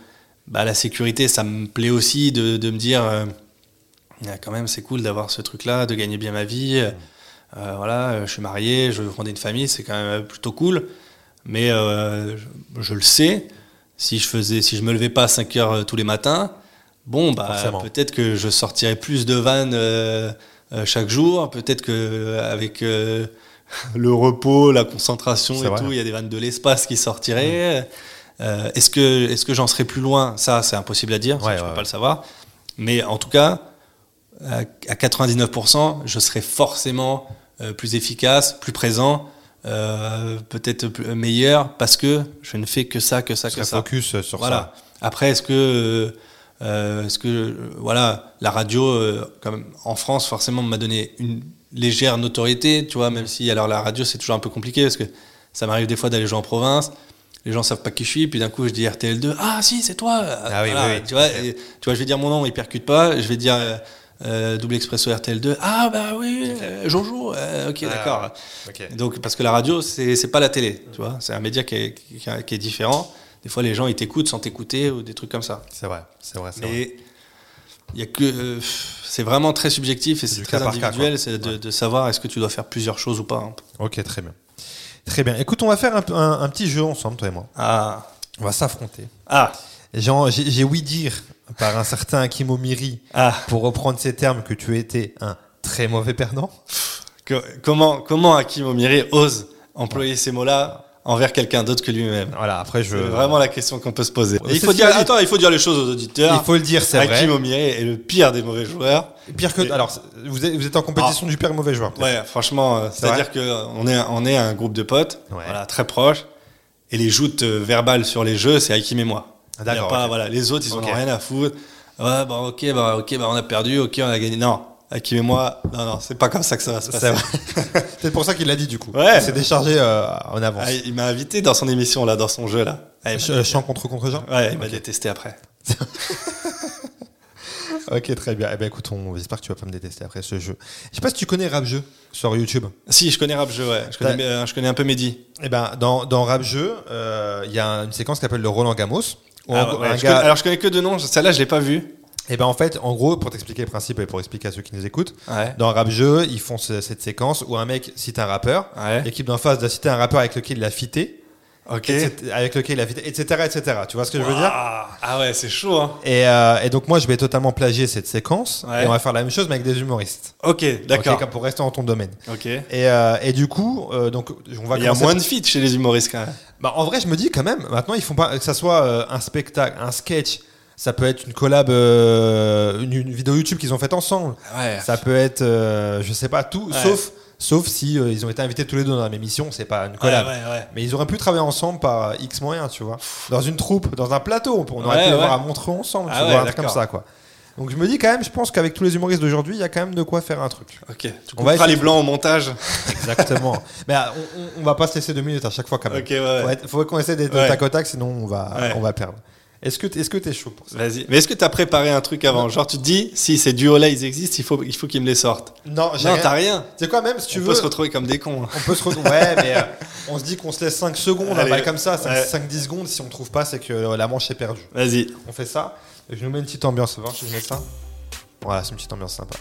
S2: bah, la sécurité, ça me plaît aussi de, de me dire euh, Ah, quand même c'est cool d'avoir ce truc-là, de gagner bien ma vie. Euh, voilà, euh, je suis marié, je veux fonder une famille, c'est quand même euh, plutôt cool. Mais euh, je, je le sais, si je faisais, si je me levais pas à 5 heures euh, tous les matins, bon bah
S1: Forcément.
S2: peut-être que je sortirais plus de vannes euh, euh, chaque jour, peut-être que euh, avec euh, le repos, la concentration
S1: C'est
S2: et
S1: vrai. Mm.
S2: tout, il y a des vannes de l'espace qui sortiraient. Euh, est-ce que est-ce que j'en serais plus loin Ça, c'est impossible à dire, ça,
S1: Ouais, ouais,
S2: je peux
S1: ouais.
S2: pas le savoir. Mais en tout cas, à à 99%, je serai forcément euh, plus efficace, plus présent, euh, peut-être plus- meilleur, parce que je ne fais que ça, que ça,
S1: Tu serais
S2: que ça.
S1: focus euh, sur
S2: Voilà. Après, est-ce que, euh, euh, est-ce que, euh, voilà, la radio, euh, quand même, en France, forcément, m'a donné une légère notoriété, tu vois, même si, alors, la radio, c'est toujours un peu compliqué parce que ça m'arrive des fois d'aller jouer en province. Les gens savent pas qui je suis, puis d'un coup je dis RTL2, ah si c'est toi
S1: Ah oui, oui, oui.
S2: Tu, vois, et- tu vois, je vais dire mon nom, il percute pas, je vais dire euh, euh, double expresso RTL2, ah bah oui, euh, Jojo, euh, ok
S1: Ah,
S2: d'accord.
S1: ça. Ok.
S2: Donc, parce que la radio, c'est c'est pas la télé, tu vois. C'est un média qui est, qui est- qui est différent. Des fois, les gens, ils t'écoutent sans t'écouter ou des trucs comme ça.
S1: C'est vrai, c'est vrai, c'est vrai.
S2: Mais il y a que. euh, pff, c'est vraiment très subjectif et
S1: C'est
S2: c'est
S1: du
S2: très
S1: cas par cas,
S2: individuel
S1: quoi.
S2: c'est de, de savoir est-ce que tu dois faire plusieurs choses ou pas. hein.
S1: Ok, très bien. Très bien. Écoute, on va faire un, un- un petit jeu ensemble, toi et moi.
S2: Ah.
S1: On va s'affronter.
S2: Ah.
S1: Genre, J'ai j'ai oui dire par un certain Akimo Miri,
S2: Ah.
S1: pour reprendre ces termes, que tu étais un très mauvais perdant.
S2: Que- comment, comment Hakim Omiri ose employer ces mots-là envers quelqu'un d'autre que lui-même
S1: Voilà, après, je.
S2: C'est vraiment la question qu'on peut se poser.
S1: Ouais,
S2: Et il
S1: c'est
S2: faut
S1: ce qu'il
S2: dire,
S1: a dit.
S2: attends, il faut dire les choses aux auditeurs.
S1: Il faut le dire, c'est vrai.
S2: Hakim Omiri est le pire des mauvais joueurs.
S1: Pire que. Alors, vous êtes, vous êtes en compétition du pire mauvais joueur. peut-être.
S2: Ouais, franchement, euh,
S1: C'est vrai
S2: c'est-à-dire qu'on est, on est un groupe de potes,
S1: Ouais.
S2: voilà, très proches, et les joutes euh, verbales sur les jeux, c'est Hakim et moi.
S1: Ah, d'accord,
S2: Il y a pas,
S1: ok.
S2: voilà, les autres, ils
S1: Ok.
S2: en ont rien à foutre. Ouais, bah, ok, bah, ok, bah, on a perdu, ok, on a gagné. Non, Hakim et moi, non, non, c'est pas comme ça que ça va se
S1: C'est
S2: passer.
S1: vrai. C'est pour ça qu'il l'a dit du coup.
S2: Ouais.
S1: Il s'est déchargé euh, en avance.
S2: Ah, il m'a invité dans son émission, là, dans son jeu, là. Ah, il m'a-
S1: Ch- euh, Chant contre contre Jean
S2: ouais, il m'a détesté après.
S1: Ok, très bien. Eh ben écoute, on... j'espère que tu vas pas me détester après ce jeu. Je sais pas si tu connais Rap Jeu sur YouTube.
S2: Si, je connais Rap Jeu, ouais. Je connais,
S1: Ouais.
S2: euh, je connais un peu Mehdi.
S1: Eh ben, dans, dans Rap Jeu, euh, il y a une séquence qui s'appelle le Roland Gamos. Ou
S2: Ah,
S1: en-
S2: ouais,
S1: un
S2: je
S1: gars-
S2: connais- alors je connais que deux noms, celle-là je l'ai pas vue.
S1: Et ben en fait, en gros, pour t'expliquer le principe et pour expliquer à ceux qui nous écoutent,
S2: Ouais.
S1: dans Rap Jeu, ils font ce- cette séquence où un mec cite un rappeur,
S2: Ouais.
S1: l'équipe d'en face doit citer un rappeur avec lequel il a fité,
S2: Ok.
S1: etc., avec lequel il a fité, etc., etc. Tu vois ce que je veux dire
S2: Ah ah ouais, c'est chaud. hein.
S1: et, euh, et donc moi, je vais totalement plagier cette séquence
S2: Ouais.
S1: et on va faire la même chose mais avec des humoristes.
S2: Ok, d'accord.
S1: Ok, comme pour rester dans ton domaine.
S2: Ok.
S1: Et, euh, et du coup, euh, donc on va
S2: Il y a
S1: commencer-
S2: moins de feats chez les humoristes quand même.
S1: Bah, en vrai, je me dis quand même, maintenant, ils font pas que ça soit euh, un spectacle, un sketch, ça peut être une collab, euh, une, une vidéo YouTube qu'ils ont faite ensemble,
S2: Ah Ouais.
S1: ça peut être, euh, je sais pas, tout,
S2: Ouais.
S1: sauf, sauf si euh, ils ont été invités tous les deux dans la même émission, c'est pas une
S2: Ouais,
S1: collab.
S2: Ah ouais, ouais.
S1: Mais ils auraient pu travailler ensemble par euh, X moyens, tu vois. Dans une troupe, dans un plateau, on on aurait
S2: Ouais,
S1: pu les
S2: ouais.
S1: voir à Montreux ensemble, tu
S2: Ah
S1: vois,
S2: ouais,
S1: un truc comme
S2: d'accord.
S1: ça, quoi. Donc je me dis quand même, je pense qu'avec tous les humoristes d'aujourd'hui, il y a quand même de quoi faire un truc.
S2: Ok.
S1: On
S2: Tu
S1: va
S2: couperas
S1: essayer-
S2: les blancs au montage.
S1: Exactement. Mais euh, on, on- on va pas se laisser deux minutes à chaque fois quand même.
S2: Ok, ouais. ouais.
S1: Faut être- faut qu'on essaie d'être
S2: Ouais.
S1: tac au tac, sinon on va,
S2: Ouais.
S1: on va perdre. Est-ce que t- est-ce que t'es chaud pour ça
S2: Vas-y. Mais est-ce que t'as préparé un truc avant Genre tu te dis, si ces duos-là ils existent, il faut, il faut qu'ils me les sortent.
S1: Non, j'ai
S2: Non, t'as
S1: rien.
S2: rien.
S1: C'est quoi même si tu
S2: on
S1: veux
S2: peut se retrouver comme des cons. hein.
S1: On peut se retrouver. Ouais, mais euh, on se dit qu'on se laisse 5 secondes, un
S2: Allez.
S1: bail comme ça, 5,
S2: Ouais.
S1: 10 secondes. Si on trouve pas, c'est que euh, la manche est perdue.
S2: Vas-y.
S1: On fait ça. Et Je nous mets une petite ambiance. Voir si je mets ça. Voilà, c'est une petite ambiance sympa.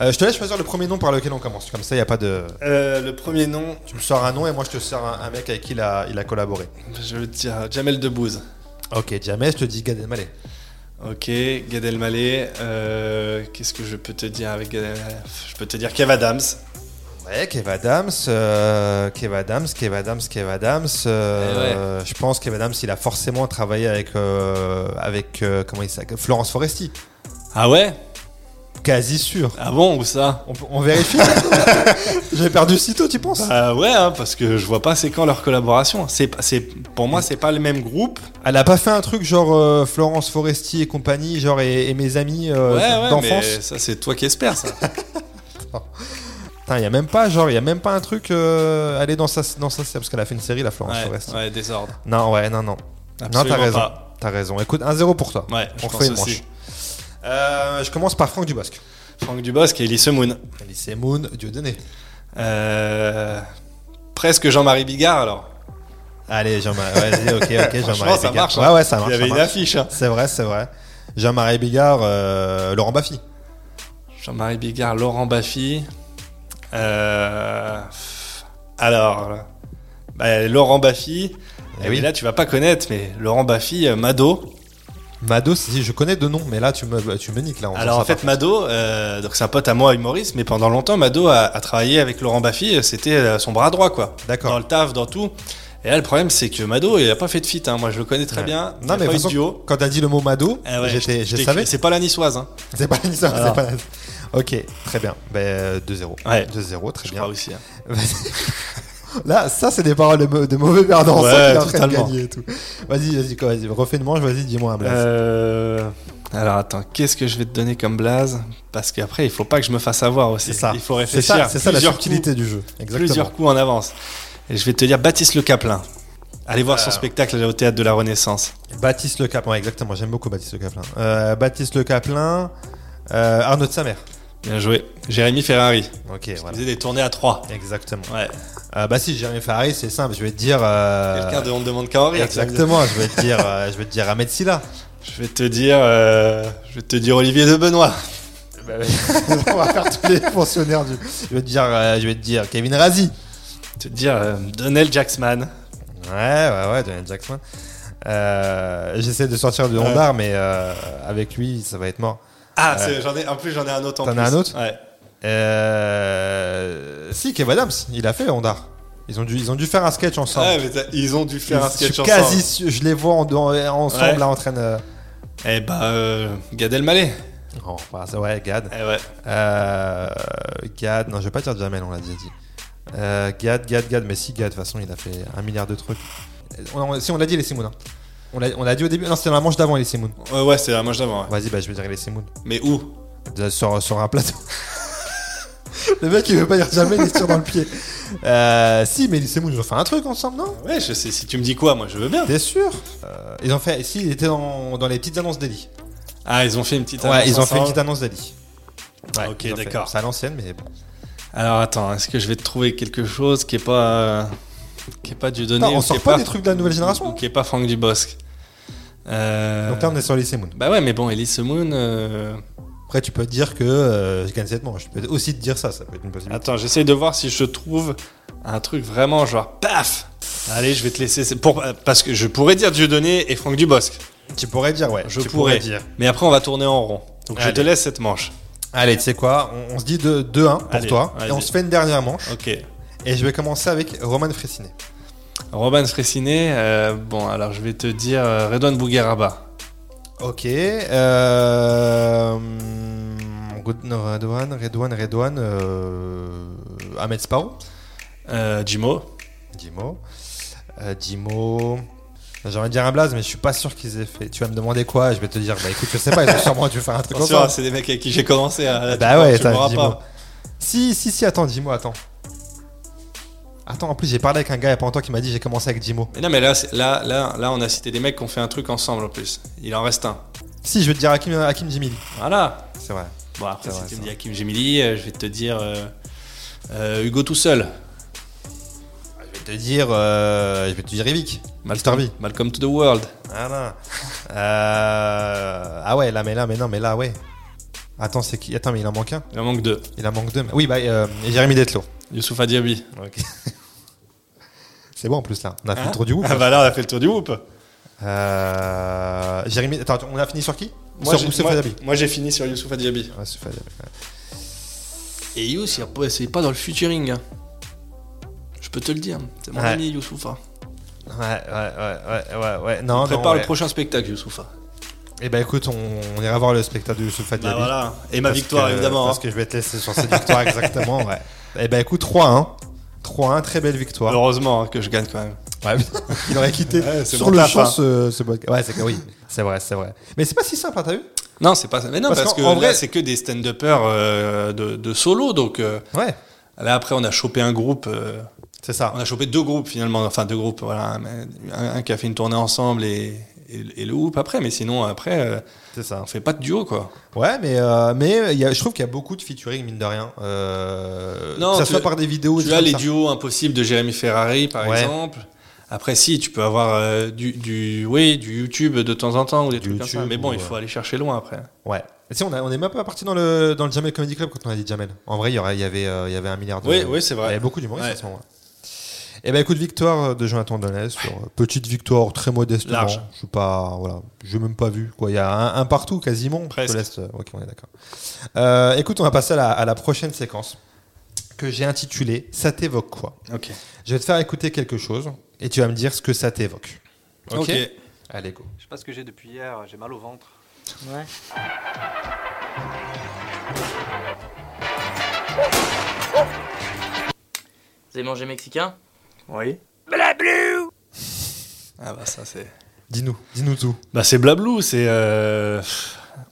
S1: Euh, je te laisse choisir le premier nom par lequel on commence. Comme ça, il y a pas de.
S2: Euh, le premier nom,
S1: Tu me sors un nom et moi je te sors un, un mec avec qui il a, il a collaboré.
S2: je veux dire Jamel Debbouze.
S1: Ok, jamais je te dis Gad Elmaleh.
S2: Ok, Gad Elmaleh. euh, Qu'est-ce que je peux te dire avec Gad Elmaleh Je peux te dire Kev Adams.
S1: Ouais, Kev Adams, euh, Kev Adams, Kev Adams, Kev Adams.
S2: Eh
S1: euh, Je pense que Kev Adams, il a forcément travaillé avec, euh, avec euh, comment il s'appelle Florence Foresti.
S2: Ah ouais
S1: Quasi sûr.
S2: Ah bon ou ça
S1: On, peut- on vérifie. J'ai perdu si tôt, tu penses
S2: Ah ouais, hein, parce que je vois pas c'est quand leur collaboration. C'est, pas- c'est, pour moi, c'est pas le même groupe.
S1: Elle a pas fait un truc genre euh, Florence Foresti et compagnie, genre et, et mes amis euh, d'enfance.
S2: mais ça c'est toi qui espères ça.
S1: Putain, y a même pas, genre, y a même pas un truc euh, aller dans sa, dans sa, parce qu'elle a fait une série, la Florence
S2: ouais,
S1: Foresti.
S2: ouais, désordre.
S1: Non, ouais, non, non. non,
S2: Absolument
S1: t'as raison.
S2: pas.
S1: T'as raison. Écoute, 1-0 pour toi.
S2: Ouais, je
S1: on
S2: pense
S1: fait une
S2: aussi.
S1: manche. Euh, je commence par Franck Dubosc.
S2: Franck Dubosc et Elise Moon.
S1: Alice Moon, Dieu donné.
S2: Euh, presque Jean-Marie Bigard alors.
S1: Allez, Jean-Marie. Vas-y, ok, ok,
S2: Franchement,
S1: Jean-Marie.
S2: ça
S1: Bigard.
S2: marche, hein.
S1: Ouais, ouais, ça marche.
S2: Il y avait
S1: ça
S2: une
S1: marche.
S2: affiche. hein.
S1: C'est vrai, c'est vrai. Jean-Marie Bigard, euh, Laurent Baffy.
S2: Jean-Marie Bigard, Laurent Baffy. Euh, alors, là. Bah, Laurent Baffy.
S1: Eh
S2: Et
S1: oui.
S2: là, tu vas pas connaître, mais Laurent Baffy, euh, Mado.
S1: Mado, si je connais de nom, mais là, tu me, tu me niques, là. on
S2: Alors
S1: s'en
S2: en fait, Mado, euh, donc c'est un pote à moi, humoriste, mais pendant longtemps, Mado a, a travaillé avec Laurent Baffy. euh, C'était euh, son bras droit, quoi.
S1: D'accord.
S2: Dans le taf, dans tout. Et là, le problème, c'est que Mado, il a pas fait de feat. hein. Moi, je le connais très
S1: Ouais.
S2: bien. il
S1: Non,
S2: a
S1: mais
S2: pas
S1: de
S2: eu
S1: toute façon,
S2: de duo.
S1: quand t'as dit le mot Mado,
S2: Eh ouais,
S1: j'étais, je
S2: t'ai-
S1: savais.
S2: C'est pas la niçoise. hein.
S1: C'est pas une histoire,
S2: Alors.
S1: c'est pas une- Ok, très bien. Ben, euh, 2-0.
S2: Ouais.
S1: 2-0, très
S2: Je
S1: bien.
S2: crois aussi. hein.
S1: Vas-y. Là, ça, c'est des paroles de, mau- de mauvais perdants.
S2: Ouais,
S1: ça, qu'il est en train de
S2: totalement.
S1: gagner et tout. Vas-y, vas-y, quoi, vas-y, refais une manche, vas-y, dis-moi un blaze.
S2: Euh, Alors attends, qu'est-ce que je vais te donner comme blaze Parce qu'après, il faut pas que je me fasse avoir aussi.
S1: c'est ça.
S2: Il faut
S1: C'est
S2: réfléchir.
S1: ça, c'est ça la
S2: plusieurs
S1: subtilité du jeu.
S2: coups,
S1: Exactement.
S2: plusieurs coups en avance. Et je vais te dire Baptiste Le Caplin. Allez voir son
S1: Euh.
S2: spectacle au théâtre de la Renaissance.
S1: Baptiste Le Caplin, ouais, exactement, j'aime beaucoup Baptiste Le Caplin. Euh, Baptiste Le Caplin, euh, Arnaud de sa mère.
S2: Bien joué. Jérémy Ferrari.
S1: Ok,
S2: Il
S1: voilà.
S2: faisait des tournées à 3
S1: Exactement.
S2: Ouais.
S1: Euh, bah si, Jérémy Ferrari, c'est simple, je vais te dire... euh,
S2: Quelqu'un de on ne demande qu'à en rire.
S1: Exactement, je vais te dire, euh, je vais te dire Ahmed Silla.
S2: Je vais te dire, euh, je vais te dire Olivier de Benoît.
S1: On va faire tous les pensionnaires du... Je vais te dire, euh, je vais te dire Kevin Razi.
S2: Je vais te dire euh, Donnell Jacksman.
S1: Ouais, ouais, ouais, Daniel Jackson. Euh, J'essaie de sortir du
S2: Ouais.
S1: rondard, mais euh, avec lui, ça va être mort.
S2: Ah, c'est- j'en ai, en plus j'en ai un autre. en
S1: T'en as
S2: plus.
S1: un autre
S2: Ouais.
S1: Euh, si, Kev Adams, il a fait Rondard. Ils ont dû, ils ont dû faire un sketch ensemble.
S2: Ouais, mais t'as- ils ont dû faire un
S1: je
S2: sketch
S1: suis
S2: ensemble.
S1: quasi sûr, je les vois en, en- ensemble
S2: Ouais.
S1: là en train de.
S2: Eh bah, euh, Gad Elmaleh.
S1: Oh, bah, ça, ouais, Gad.
S2: Eh ouais.
S1: Euh, Gad, non, je vais pas dire Jamel, on l'a déjà dit. Euh, Gad, Gad, Gad, mais si Gad, de toute façon, il a fait un milliard de trucs. Euh, on- si on l'a dit, les Simon. On l'a on l'a dit au début. Non, c'était dans la manche d'avant, les Simon.
S2: Ouais, ouais, c'est la manche d'avant. ouais.
S1: Vas-y, bah, je vais dire les Simon.
S2: Mais où
S1: De- sur, sur un plateau. le mec il veut pas dire jamais il se tire dans le pied. Euh, si, mais c'est bon, ils ont fait un truc ensemble, non
S2: Ouais, je sais. Si tu me dis quoi, moi, je veux bien.
S1: T'es sûr Euh, Ils ont fait. Si, ils étaient dans, dans les petites annonces d'Eli.
S2: Ah, ils ont fait une petite.
S1: Ouais,
S2: annonce
S1: ils ont fait une
S2: ensemble.
S1: petite annonce d'Eli. Ouais,
S2: Ok,
S1: ils ont fait.
S2: d'accord.
S1: C'est à l'ancienne, mais bon.
S2: Alors attends, est-ce que je vais te trouver quelque chose qui est pas, euh, qui est pas du donné
S1: Attends, on
S2: ou
S1: sort
S2: qui est
S1: pas des trucs de la nouvelle génération
S2: ou qui est pas Franck Dubosc Euh,
S1: Donc là, on est sur les Moon.
S2: Bah ouais, mais bon, Elise Moon. euh,
S1: Après, tu peux te dire que euh, je gagne cette manche. Tu peux aussi te dire ça, ça peut être une possibilité.
S2: Attends, j'essaie de voir si je trouve un truc vraiment genre paf. Allez, je vais te laisser. c'est Pour... Parce que je pourrais dire Dieudonné et Franck Dubosc.
S1: Ah, Tu pourrais dire, ouais.
S2: Je
S1: tu
S2: pourrais.
S1: dire.
S2: Mais après, on va tourner en rond. Donc je
S1: Allez.
S2: te laisse cette manche.
S1: Allez, tu sais quoi on, on se dit de- 2-1 pour
S2: Allez,
S1: toi.
S2: vas-y.
S1: Et on se fait une dernière manche.
S2: Ok.
S1: Et je vais commencer avec Roman Fressinet.
S2: Robin Fressinet, euh, bon, alors je vais te dire euh, Redouane Bougueraba.
S1: Ok. Euh... Good- no, Redouane, Redouane, Redouane. euh, Ahmed Sparrow.
S2: Euh, Jimo.
S1: Dimo. Euh, Dimo. J'ai envie de dire un blaze, mais je suis pas sûr qu'ils aient fait. Tu vas me demander quoi Je vais te dire, bah écoute, je sais pas, ils ont sûrement dû faire un truc comme
S2: Attention,
S1: ça.
S2: hein, c'est des mecs avec qui j'ai commencé à.
S1: Bah ouais,
S2: tu me
S1: attends,
S2: l'auras
S1: dis-moi.
S2: pas.
S1: Si, si, si, attends, dis-moi, attends. Attends, en plus, j'ai parlé avec un gars il y a pas longtemps qui m'a dit j'ai commencé avec Dimo.
S2: Mais non, mais là, c'est- là, là, là, on a cité des mecs qui ont fait un truc ensemble en plus. Il en reste un.
S1: Si, je vais te dire Hakim, Hakim Jimili.
S2: Voilà.
S1: C'est vrai.
S2: Bon,
S1: C'est
S2: après, si
S1: vrai,
S2: tu
S1: c'est
S2: me dis
S1: vrai.
S2: Hakim Gemili, euh, je vais te dire euh, euh, Hugo tout seul.
S1: Je vais te dire. euh, je vais te dire Evic. Master V.
S2: Malcolm to the world.
S1: Ah non. Euh, ah ouais, là, mais là, mais non, mais là, ouais. Attends, c'est qui Attends, mais il en manque un.
S2: Il en manque deux.
S1: Il en manque deux. mais- Oui, bah, euh, et Jérémy Detlo.
S2: Youssoufa Diaby.
S1: C'est bon en plus là. On a fait le tour du ouf.
S2: bah là, on a fait le tour du whoop.
S1: Euh, Jérémy. Attends, on a fini sur qui Sur Moussa Fadabi.
S2: moi, j'ai fini sur Youssoufa Diaby.
S1: Ouais, Moussa Fadabi, ouais.
S2: Et Yous, il repose- c'est pas dans le featuring. hein. Je peux te le dire. C'est mon
S1: Ouais.
S2: ami Youssoufa.
S1: Ouais, ouais, ouais, ouais, ouais, ouais. Non,
S2: On
S1: non,
S2: prépare
S1: ouais.
S2: le prochain spectacle, Youssoufa.
S1: Eh bah écoute, on, on ira voir le spectacle de Youssouf Fadiabi.
S2: Bah Et
S1: Parce que-
S2: hein.
S1: Parce que je vais te laisser sur cette victoire exactement, ouais. Eh bah écoute, 3-1. 3-1, hein, très belle victoire.
S2: Heureusement hein, que je gagne quand même.
S1: Ouais, il aurait quitté
S2: Ouais, c'est
S1: sur
S2: mon
S1: le
S2: taf,
S1: champ
S2: hein.
S1: ce, ce podcast. Ouais, c'est que oui, c'est vrai, c'est vrai. Mais c'est pas si simple, hein, t'as vu
S2: Non, c'est pas ça. Mais non,
S1: Parce
S2: parce,
S1: qu'en-
S2: que
S1: en
S2: là,
S1: vrai-
S2: c'est que des stand-uppers euh, de, de solo. Donc euh,
S1: Ouais,
S2: là, après, on a chopé un groupe. euh,
S1: c'est ça.
S2: on a chopé deux groupes finalement. Enfin, deux groupes. Voilà, un, un qui a fait une tournée ensemble et, et- et le hoop après. Mais sinon, après, euh,
S1: C'est ça.
S2: on fait pas de duo quoi.
S1: Ouais, mais, euh, mais il y a- je trouve qu'il y a beaucoup de featuring, mine de rien. Euh,
S2: Non,
S1: que ça
S2: tu-
S1: soit par des vidéos.
S2: tu
S1: des
S2: as
S1: trucs
S2: les
S1: comme ça.
S2: duos impossibles de Jérémy Ferrari, par
S1: Ouais.
S2: exemple. Après, si, tu peux avoir euh, du, du, oui, du YouTube de temps en temps ou des
S1: Du
S2: trucs comme ça.
S1: YouTube
S2: Mais bon,
S1: ou, euh.
S2: il faut aller chercher loin après.
S1: Ouais. Tu sais, on, a- on est même pas parti dans le, dans le Jamel Comedy Club quand on a dit Jamel. En vrai, il y, aurait- il y, avait, euh, il y avait un milliard de.
S2: Oui, oui, c'est
S1: Il y
S2: vrai.
S1: avait beaucoup d'humoristes
S2: Ouais.
S1: à ce moment-là. Eh ben écoute, victoire de Jonathan Donnet sur euh, petite victoire très modestement.
S2: Large.
S1: Je suis pas voilà, j'ai même pas vu quoi. Il y a un, un partout quasiment. Je te
S2: Presque.
S1: laisse, euh, ok, on est d'accord. Euh, écoute, on va passer à la, à la prochaine séquence que j'ai intitulée "Ça t'évoque quoi".
S2: Ok.
S1: Je vais te faire écouter quelque chose et tu vas me dire ce que ça t'évoque.
S2: Ok.
S1: Allez go.
S5: Je sais pas ce que j'ai depuis hier, j'ai mal au ventre.
S6: Vous avez mangé mexicain
S5: Oui.
S2: Ah bah ça c'est.
S1: Dis-nous, dis-nous tout.
S2: Bah c'est Blablou, c'est euh,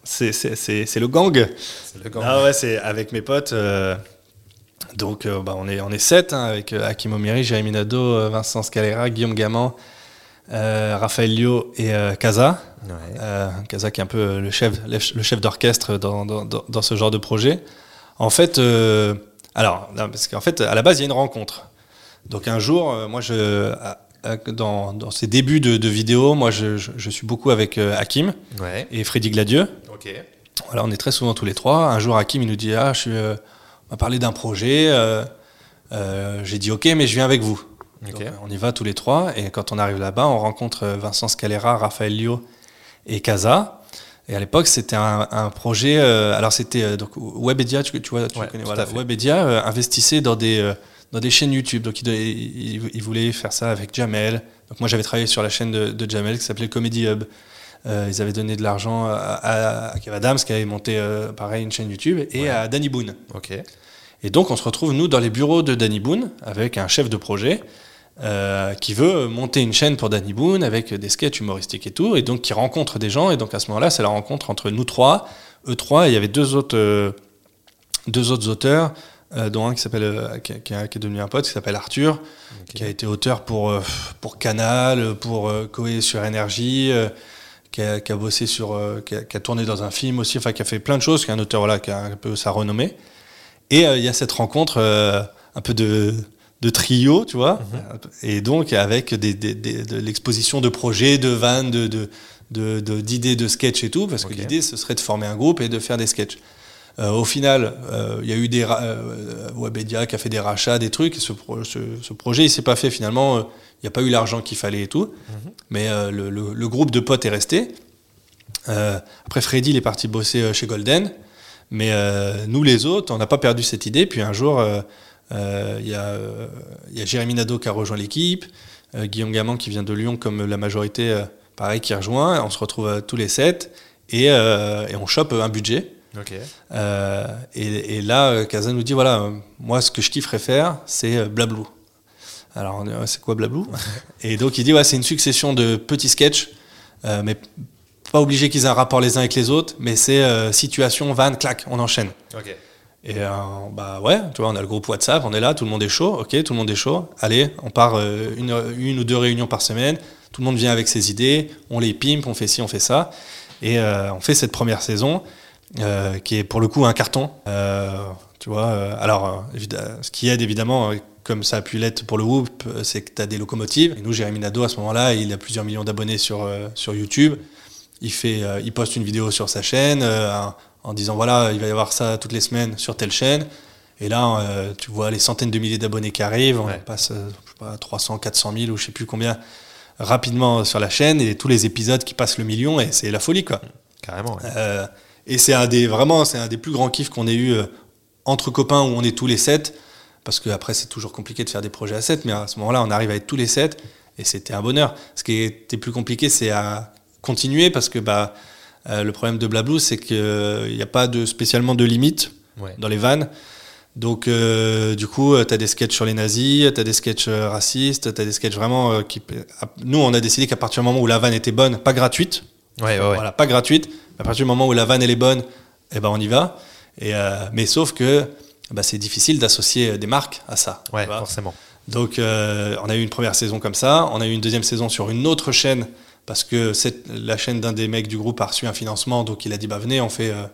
S2: c'est c'est- c'est c'est le gang.
S1: C'est le gang.
S2: Ah ouais, c'est avec mes potes. euh, donc euh, bah, on est on est sept hein, avec euh, Hakim Omiri, Jérémy Nado, euh, Vincent Scalera, Guillaume Gaman, euh, Raphaël Lio et euh, Kaza.
S1: Ouais.
S2: Euh, Kaza qui est un peu euh, le chef, le ch- le chef d'orchestre dans, dans- dans- dans ce genre de projet. En fait, euh, alors, non, parce qu'en fait, à la base, il y a une rencontre. Donc un jour, euh, moi, je, à- à- dans, dans ses débuts de, de vidéo, moi, je, je- je suis beaucoup avec euh, Hakim
S1: Ouais.
S2: et Freddy Gladieux.
S1: Ok.
S2: Voilà, on est très souvent tous les trois. Un jour, Hakim, il nous dit Ah, je suis, euh, on va parler d'un projet. euh, euh, J'ai dit Ok, mais je viens avec vous.
S1: Ok.
S2: Donc, euh, on y va tous les trois. Et quand on arrive là-bas, on rencontre euh, Vincent Scalera, Raphaël Lio et Casa. Et à l'époque, c'était un, un projet. euh, alors, c'était euh, donc Webedia, tu, tu vois, tu
S1: Ouais,
S2: connais.
S1: tout à
S2: Voilà,
S1: fait.
S2: Webedia euh, investissait dans des, euh, dans des chaînes YouTube. Donc, il, donnait- il- il voulait faire ça avec Jamel. Donc, moi, j'avais travaillé sur la chaîne de, de Jamel qui s'appelait Comedy Hub. Euh, ils avaient donné de l'argent à, à- à Kev Adams, qui avait monté, euh, pareil, une chaîne YouTube, et à Danny Boone.
S1: Ok.
S2: Et donc, on se retrouve, nous, dans les bureaux de Danny Boone, avec un chef de projet euh, qui veut monter une chaîne pour Danny Boone avec des sketchs humoristiques et tout, et donc qui rencontre des gens. Et donc, à ce moment-là, c'est la rencontre entre nous trois, eux trois, et il y avait deux autres, euh, deux autres auteurs, euh, dont un qui, s'appelle, euh, qui, qui- qui est devenu un pote, qui s'appelle Arthur, qui a été auteur pour, euh, pour Canal, pour euh, Coé sur Énergie. euh, qui a, qui a bossé sur, euh, qui a, qui a tourné dans un film aussi, enfin qui a fait plein de choses, qui est un auteur voilà, qui a un peu sa renommée. Et euh, il y a cette rencontre euh, un peu de, de trio, tu vois. Et donc, avec des, des- des- de l'exposition de projets, de vannes, de, de, de, de- d'idées de sketch et tout, parce
S1: Ok.
S2: que l'idée, ce serait de former un groupe et de faire des sketchs. Euh, au final, euh, il y a eu des. ra- euh, Webedia qui a fait des rachats, des trucs. et ce, pro- ce, ce projet, il s'est pas fait finalement. euh, Il n'y a pas eu l'argent qu'il fallait et tout. Mais euh, le, le- le groupe de potes est resté. Euh, après, Freddy, il est parti bosser euh, chez Golden. Mais euh, nous, les autres, on n'a pas perdu cette idée. Puis un jour, euh, euh, il y, a, euh, il y a Jérémy Nadeau qui a rejoint l'équipe, euh, Guillaume Gaman qui vient de Lyon, comme la majorité, euh, pareil, qui rejoint. On se retrouve euh, tous les sept et, euh, et on chope un budget.
S1: Ok.
S2: Euh, et, et là, euh, Kazan nous dit voilà, euh, moi, ce que je kifferais faire, c'est euh, Blablou. Alors, on dit, Ouais, c'est quoi Blablou Et donc, il dit ouais, c'est une succession de petits sketchs, euh, mais pas obligé qu'ils aient un rapport les uns avec les autres, mais c'est euh, situation, van, clac, on enchaîne.
S1: Ok.
S2: Et euh, bah ouais, tu vois, on a le groupe WhatsApp, on est là, tout le monde est chaud, ok, tout le monde est chaud. Allez, on part euh, une, une ou deux réunions par semaine, tout le monde vient avec ses idées, on les pimpe, on fait ci, on fait ça. Et euh, on fait cette première saison euh, qui est pour le coup un carton. Euh, tu vois, euh, alors euh, évid- euh, ce qui aide évidemment, euh, comme ça a pu l'être pour le Whoop, euh, c'est que tu as des locomotives. Et nous, Jérémy Nadeau, à ce moment-là, il a plusieurs millions d'abonnés sur, euh, sur YouTube. Il, fait, euh, il poste une vidéo sur sa chaîne euh, un- en disant voilà, il va y avoir ça toutes les semaines sur telle chaîne. Et là, euh, tu vois les centaines de milliers d'abonnés qui arrivent.
S1: Ouais.
S2: On passe euh, je sais pas, 300, 400 000 ou je sais plus combien rapidement sur la chaîne et tous les épisodes qui passent le million et c'est la folie quoi.
S1: Carrément. ouais.
S2: Euh, et c'est un des vraiment c'est un des plus grands kiffs qu'on ait eu euh, entre copains où on est tous les sept parce que après c'est toujours compliqué de faire des projets à sept mais à ce moment-là on arrive à être tous les sept et c'était un bonheur. Ce qui était plus compliqué c'est à continuer parce que bah euh, le problème de Blablou c'est qu'il n'y a pas de spécialement de limite
S1: Ouais.
S2: dans les vannes. Donc, euh, du coup, tu as des sketchs sur les nazis, tu as des sketchs euh, racistes, tu as des sketchs vraiment euh, qui. Nous, on a décidé qu'à partir du moment où la vanne était bonne, pas gratuite,
S1: Ouais, ouais, ouais.
S2: voilà, pas gratuite. À partir du moment où la vanne elle est bonne, eh ben on y va. Et euh, mais sauf que bah, c'est difficile d'associer euh, des marques à ça.
S1: Ouais,
S2: tu vois.
S1: forcément.
S2: Donc euh, on a eu une première saison comme ça, on a eu une deuxième saison sur une autre chaîne parce que cette- la chaîne d'un des mecs du groupe a reçu un financement, donc il a dit bah venez, on fait euh,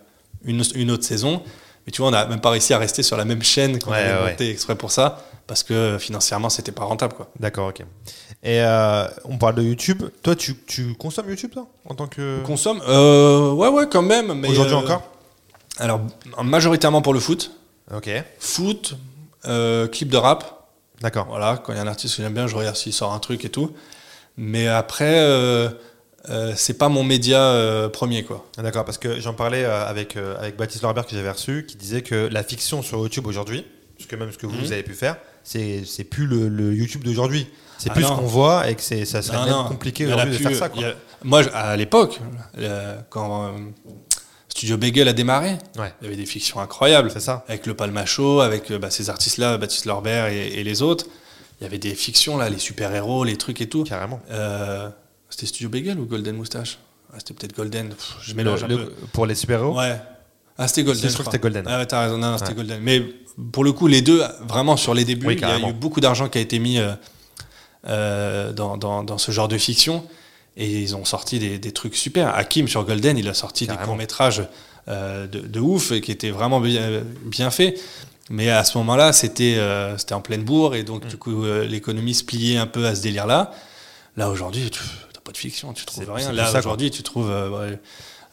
S2: une, une autre saison. Mais tu vois, on n'a même pas réussi à rester sur la même chaîne qu'on
S1: Ouais,
S2: avait
S1: ouais.
S2: montée exprès pour ça parce que euh, financièrement c'était pas rentable quoi.
S1: D'accord, ok. Et euh, on parle de YouTube. Toi, tu, tu consommes YouTube, toi En tant que.
S2: On Consomme euh, Ouais ouais quand même. mais,
S1: Aujourd'hui
S2: euh,
S1: encore
S2: Alors majoritairement pour le foot.
S1: Ok.
S2: foot, euh, clip de rap.
S1: D'accord.
S2: Voilà, quand il y a un artiste que j'aime bien, je regarde s'il sort un truc et tout. Mais après, euh, euh, c'est pas mon média euh, premier, quoi.
S1: Ah, D'accord, parce que j'en parlais euh, avec, euh, avec Baptiste Lorbert que j'avais reçu, qui disait que la fiction sur YouTube aujourd'hui, parce que même ce que vous,
S2: Mhm.
S1: vous avez pu faire, c'est c'est plus le, le YouTube d'aujourd'hui. C'est
S2: Ah
S1: plus ce
S2: non.
S1: qu'on voit et que c'est- ça serait
S2: Non,
S1: même
S2: non,
S1: compliqué
S2: il y en a
S1: aujourd'hui de faire
S2: plus,
S1: ça.
S2: il
S1: Quoi.
S2: y a- Moi, je- à l'époque, euh, quand euh, Studio Bagel a démarré,
S1: Ouais.
S2: il y avait des fictions incroyables.
S1: C'est ça.
S2: Avec le Palmacho, avec euh, bah, ces artistes-là, Baptiste Lorbert et, et les autres. Il y avait des fictions, là, les super-héros, les trucs et tout.
S1: Carrément.
S2: Euh, c'était Studio Bagel ou Golden Moustache Ah, C'était peut-être Golden, Pff, je
S1: Mais
S2: mélange un peu.
S1: pour les super-héros
S2: Ouais. Ah, c'était Golden.
S1: Si, je crois que c'était Golden.
S2: Ah, ouais, t'as raison. Non, non, c'était
S1: Ouais.
S2: Golden. Mais pour le coup, les deux, vraiment sur les débuts,
S1: Oui,
S2: il y a
S1: carrément.
S2: eu beaucoup d'argent qui a été mis euh, euh, dans, dans- dans ce genre de fiction. Et ils ont sorti des, des trucs super. Hakim sur Golden, il a sorti des
S1: Carrément.
S2: courts-métrages euh, de, de ouf et qui étaient vraiment bien, bien faits. Mais à ce moment-là, c'était euh, c'était en pleine bourre. Et
S1: Mm.
S2: donc, du coup, euh, l'économie se pliait un peu à ce délire-là. Là, aujourd'hui, tu n'as pas de fiction, tu trouves
S1: C'est-
S2: rien.
S1: c'est
S2: Là,
S1: pour ça, quoi.
S2: aujourd'hui, tu trouves. euh, ouais,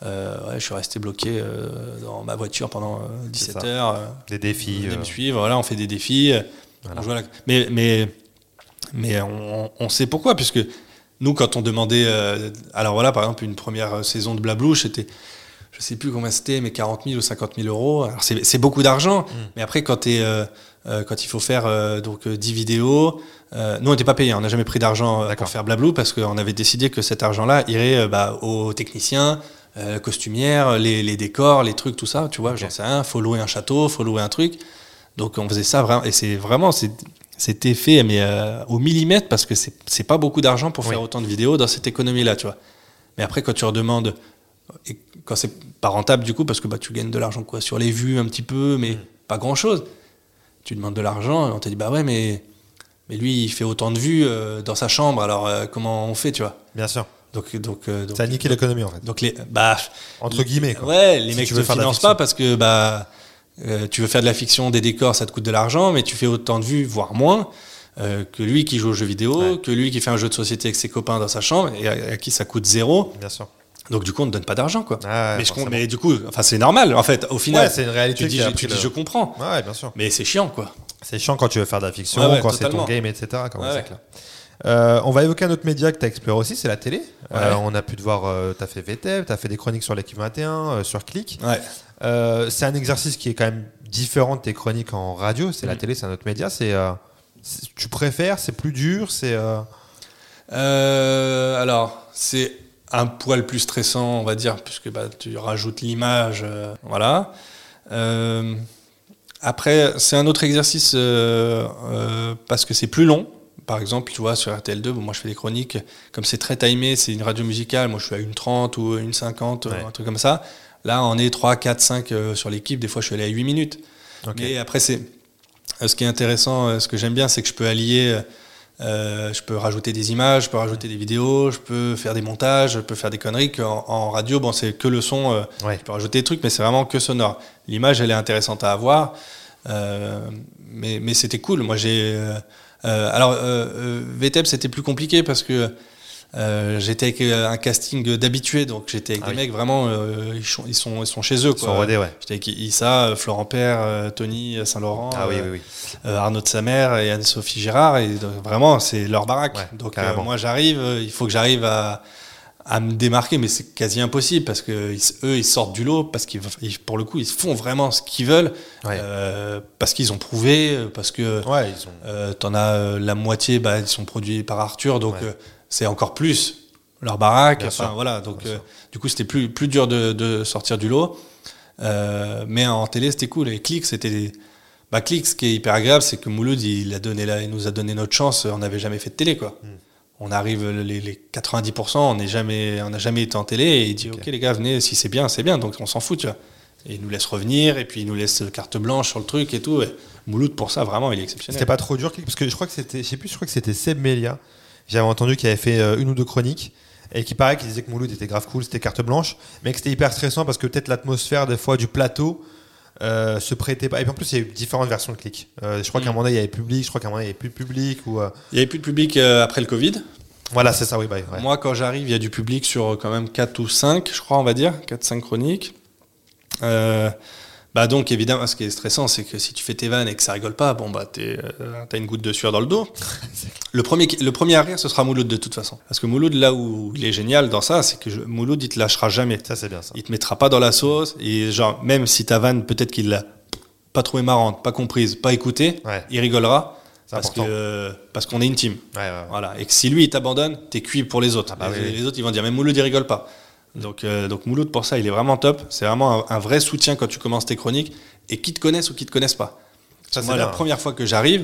S2: euh, ouais, je suis resté bloqué euh, dans ma voiture pendant euh,
S1: C'est
S2: 17
S1: ça.
S2: heures. euh,
S1: Des défis.
S2: venez
S1: euh,
S2: me suivre. Voilà, on fait des défis. euh,
S1: Voilà.
S2: on joue à la- Mais, mais, mais on, on sait pourquoi, puisque nous, quand on demandait. euh, alors voilà, par exemple, une première euh, saison de Blablou, c'était. Je sais plus combien c'était, mais 40 000 ou 50 000 euros. Alors c'est c'est beaucoup d'argent,
S1: Mm.
S2: mais après, quand, t'es, euh, euh, quand il faut faire euh, donc, euh, 10 vidéos. euh, nous, on n'était pas payé, on n'a jamais pris d'argent euh, pour
S1: D'accord.
S2: faire Blablou parce qu'on avait décidé que cet argent-là irait euh, bah, aux techniciens, euh, costumières, les, les décors, les trucs, tout ça. Tu vois, j'en sais rien. Faut louer un château, faut louer un truc. Donc on faisait ça vraiment. Et c'est vraiment, c'est- c'était fait mais euh, au millimètre parce que c'est c'est pas beaucoup d'argent pour faire
S1: Oui.
S2: autant de vidéos dans cette économie-là, tu vois. Mais après, quand tu redemandes, et quand c'est pas rentable du coup, parce que bah, tu gagnes de l'argent quoi sur les vues un petit
S1: Mm.
S2: peu, mais pas grand-chose. Tu demandes de l'argent et on te dit bah ouais, mais, mais lui il fait autant de vues euh, dans sa chambre, alors euh, comment on fait, tu vois
S1: Bien sûr.
S2: donc, donc, euh, donc,
S1: Ça a niqué l'économie, en fait.
S2: donc les, bah,
S1: Entre guillemets, quoi.
S2: Ouais, les
S1: Si
S2: mecs
S1: tu
S2: ne
S1: veux
S2: te
S1: faire de la
S2: financent
S1: fiction.
S2: pas parce que bah, euh, tu veux faire de la fiction, des décors, ça te coûte de l'argent, mais tu fais autant de vues, voire moins. euh, que lui qui joue aux jeux vidéo,
S1: Ouais.
S2: que lui qui fait un jeu de société avec ses copains dans sa chambre et à, à qui ça coûte zéro.
S1: Bien sûr.
S2: Donc du coup, on ne donne pas d'argent, quoi.
S1: Ah,
S2: mais, je, com-
S1: forcément.
S2: mais du coup, enfin, c'est normal, en fait. Au final,
S1: Ouais, c'est une réalité.
S2: tu dis,
S1: qui a
S2: je- tu
S1: pris
S2: dis,
S1: le-
S2: je comprends.
S1: Ouais, bien sûr.
S2: Mais c'est chiant, quoi.
S1: C'est chiant quand tu veux faire de la fiction,
S2: Ouais, ouais,
S1: quand c'est ton
S2: totalement.
S1: game, etc. quand même,
S2: Ouais,
S1: c'est
S2: ouais.
S1: clair. Euh, on va évoquer un autre média que tu as exploré aussi, c'est la télé. Euh,
S2: Ouais.
S1: on a pu te voir, tu as fait VTEP, tu as fait des chroniques sur l'équipe 21, euh, sur Click.
S2: Ouais.
S1: Euh, c'est un exercice qui est quand même différent de tes chroniques en radio. C'est la
S2: Mhm.
S1: télé, c'est un autre média. C'est, euh, c'est- tu préfères, c'est plus dur, c'est. euh,
S2: Euh, alors, c'est un poil plus stressant, on va dire, puisque bah, tu rajoutes l'image. euh, voilà. Euh, après, c'est un autre exercice euh, euh, parce que c'est plus long. Par exemple, tu vois, sur RTL2, bon, moi je fais des chroniques, comme c'est très timé, c'est une radio musicale, moi je suis à une 30 ou une 50,
S1: Ouais.
S2: un truc comme ça. Là, on est 3, 4, 5 euh, sur l'équipe, des fois je suis allé à 8 minutes.
S1: ok.
S2: Mais après, c'est euh, ce qui est intéressant, euh, ce que j'aime bien, c'est que je peux allier, euh, je peux rajouter des images, je peux rajouter des vidéos, je peux faire des montages, je peux faire des conneries. qu'en- En, radio, bon, c'est que le son, euh,
S1: Ouais.
S2: je peux rajouter des trucs, mais c'est vraiment que sonore. L'image, elle est intéressante à avoir, euh, mais, mais c'était cool. Moi, j'ai. euh, euh, alors, euh, euh, VTEP, c'était plus compliqué parce que. euh, j'étais avec euh, un casting d'habitués, donc j'étais avec
S1: Ah
S2: des
S1: oui.
S2: mecs vraiment, euh, ils, sont, ils, sont, ils sont chez eux.
S1: Ils
S2: Quoi.
S1: sont rodés, ouais.
S2: J'étais avec Issa, euh, Florent Père, euh, Tony euh, Saint-Laurent,
S1: Ah oui,
S2: euh,
S1: oui, oui.
S2: euh, Arnaud de sa mère et Anne-Sophie Gérard. Et donc, vraiment, c'est leur baraque.
S1: Ouais,
S2: donc,
S1: carrément.
S2: euh, moi, j'arrive, euh, il faut que j'arrive à, à me démarquer, mais c'est quasi impossible parce que ils s- eux, ils sortent du lot parce qu'ils, ils- pour le coup, ils font vraiment ce qu'ils veulent
S1: Ouais.
S2: euh, parce qu'ils ont prouvé, euh, parce que
S1: Ouais, ils ont.
S2: euh, t'en as euh, la moitié, bah, ils sont produits par Arthur, donc
S1: Ouais.
S2: euh, c'est encore plus leur baraque.
S1: Bien
S2: enfin,
S1: sûr.
S2: voilà, donc
S1: Bien
S2: euh,
S1: sûr.
S2: du coup, c'était plus, plus dur de, de sortir du lot. Euh, mais en télé, c'était cool. Et Click, c'était. des- Bah, Click, ce qui est hyper agréable, c'est que Mouloud, il, a donné la- il nous a donné notre chance. On n'avait jamais fait de télé, quoi.
S1: Hmm.
S2: On arrive les, les 90%, on n'est jamais, on n'a jamais été en télé. Et il dit,
S1: Ok.
S2: ok les gars, venez, si c'est bien, c'est bien. Donc on s'en fout, tu vois. Et il nous laisse revenir, et puis il nous laisse carte blanche sur le truc et tout. Et Mouloud, pour ça, vraiment, il est exceptionnel.
S1: C'était pas trop dur, parce que je crois que c'était, je sais plus, je crois que c'était Seb Melia. J'avais entendu qu'il avait fait euh, une ou deux chroniques et qui paraît qu'il disait que Mouloud était grave cool, c'était carte blanche, mais que c'était hyper stressant parce que peut-être l'atmosphère des fois du plateau euh, se prêtait pas. Et puis en plus, il y a eu différentes versions de clics. Euh, je crois
S2: Mm.
S1: qu'à un moment donné, il y avait public, je crois qu'à un moment donné, il y avait plus de public ou. euh,
S2: Il n'y avait plus de public euh, après le Covid.
S1: Voilà, c'est ça, oui, bah, ouais.
S2: Moi, quand j'arrive, il y a du public sur euh, quand même 4 ou 5, je crois, on va dire, 4-5 chroniques. Euh, bah donc, évidemment, ce qui est stressant, c'est que si tu fais tes vannes et que ça rigole pas, bon, bah, t'es, euh, t'as une goutte de sueur dans le dos. le, premier, qui- le premier à rire, ce sera Mouloud de toute façon. Parce que Mouloud, là où il est génial dans ça, c'est que je- Mouloud, il te lâchera jamais.
S1: Ça, c'est bien ça.
S2: Il te mettra pas dans la sauce. Et genre, même si ta vanne, peut-être qu'il l'a pas trouvée marrante, pas comprise, pas écoutée,
S1: Ouais.
S2: il rigolera.
S1: C'est
S2: Parce, que,
S1: important.
S2: euh, parce qu'on est intime.
S1: Ouais, ouais, ouais.
S2: Voilà. Et que si lui, il t'abandonne, t'es cuit pour les autres.
S1: Ah bah
S2: les,
S1: oui, oui.
S2: les autres, ils vont dire, mais Mouloud, il rigole pas. Donc, euh, donc Mouloud, pour ça, il est vraiment top. C'est vraiment un, un vrai soutien quand tu commences tes chroniques. Et qui te connaissent ou qui te connaissent pas.
S1: Ça, c'est
S2: moi, la
S1: bien.
S2: première fois que j'arrive,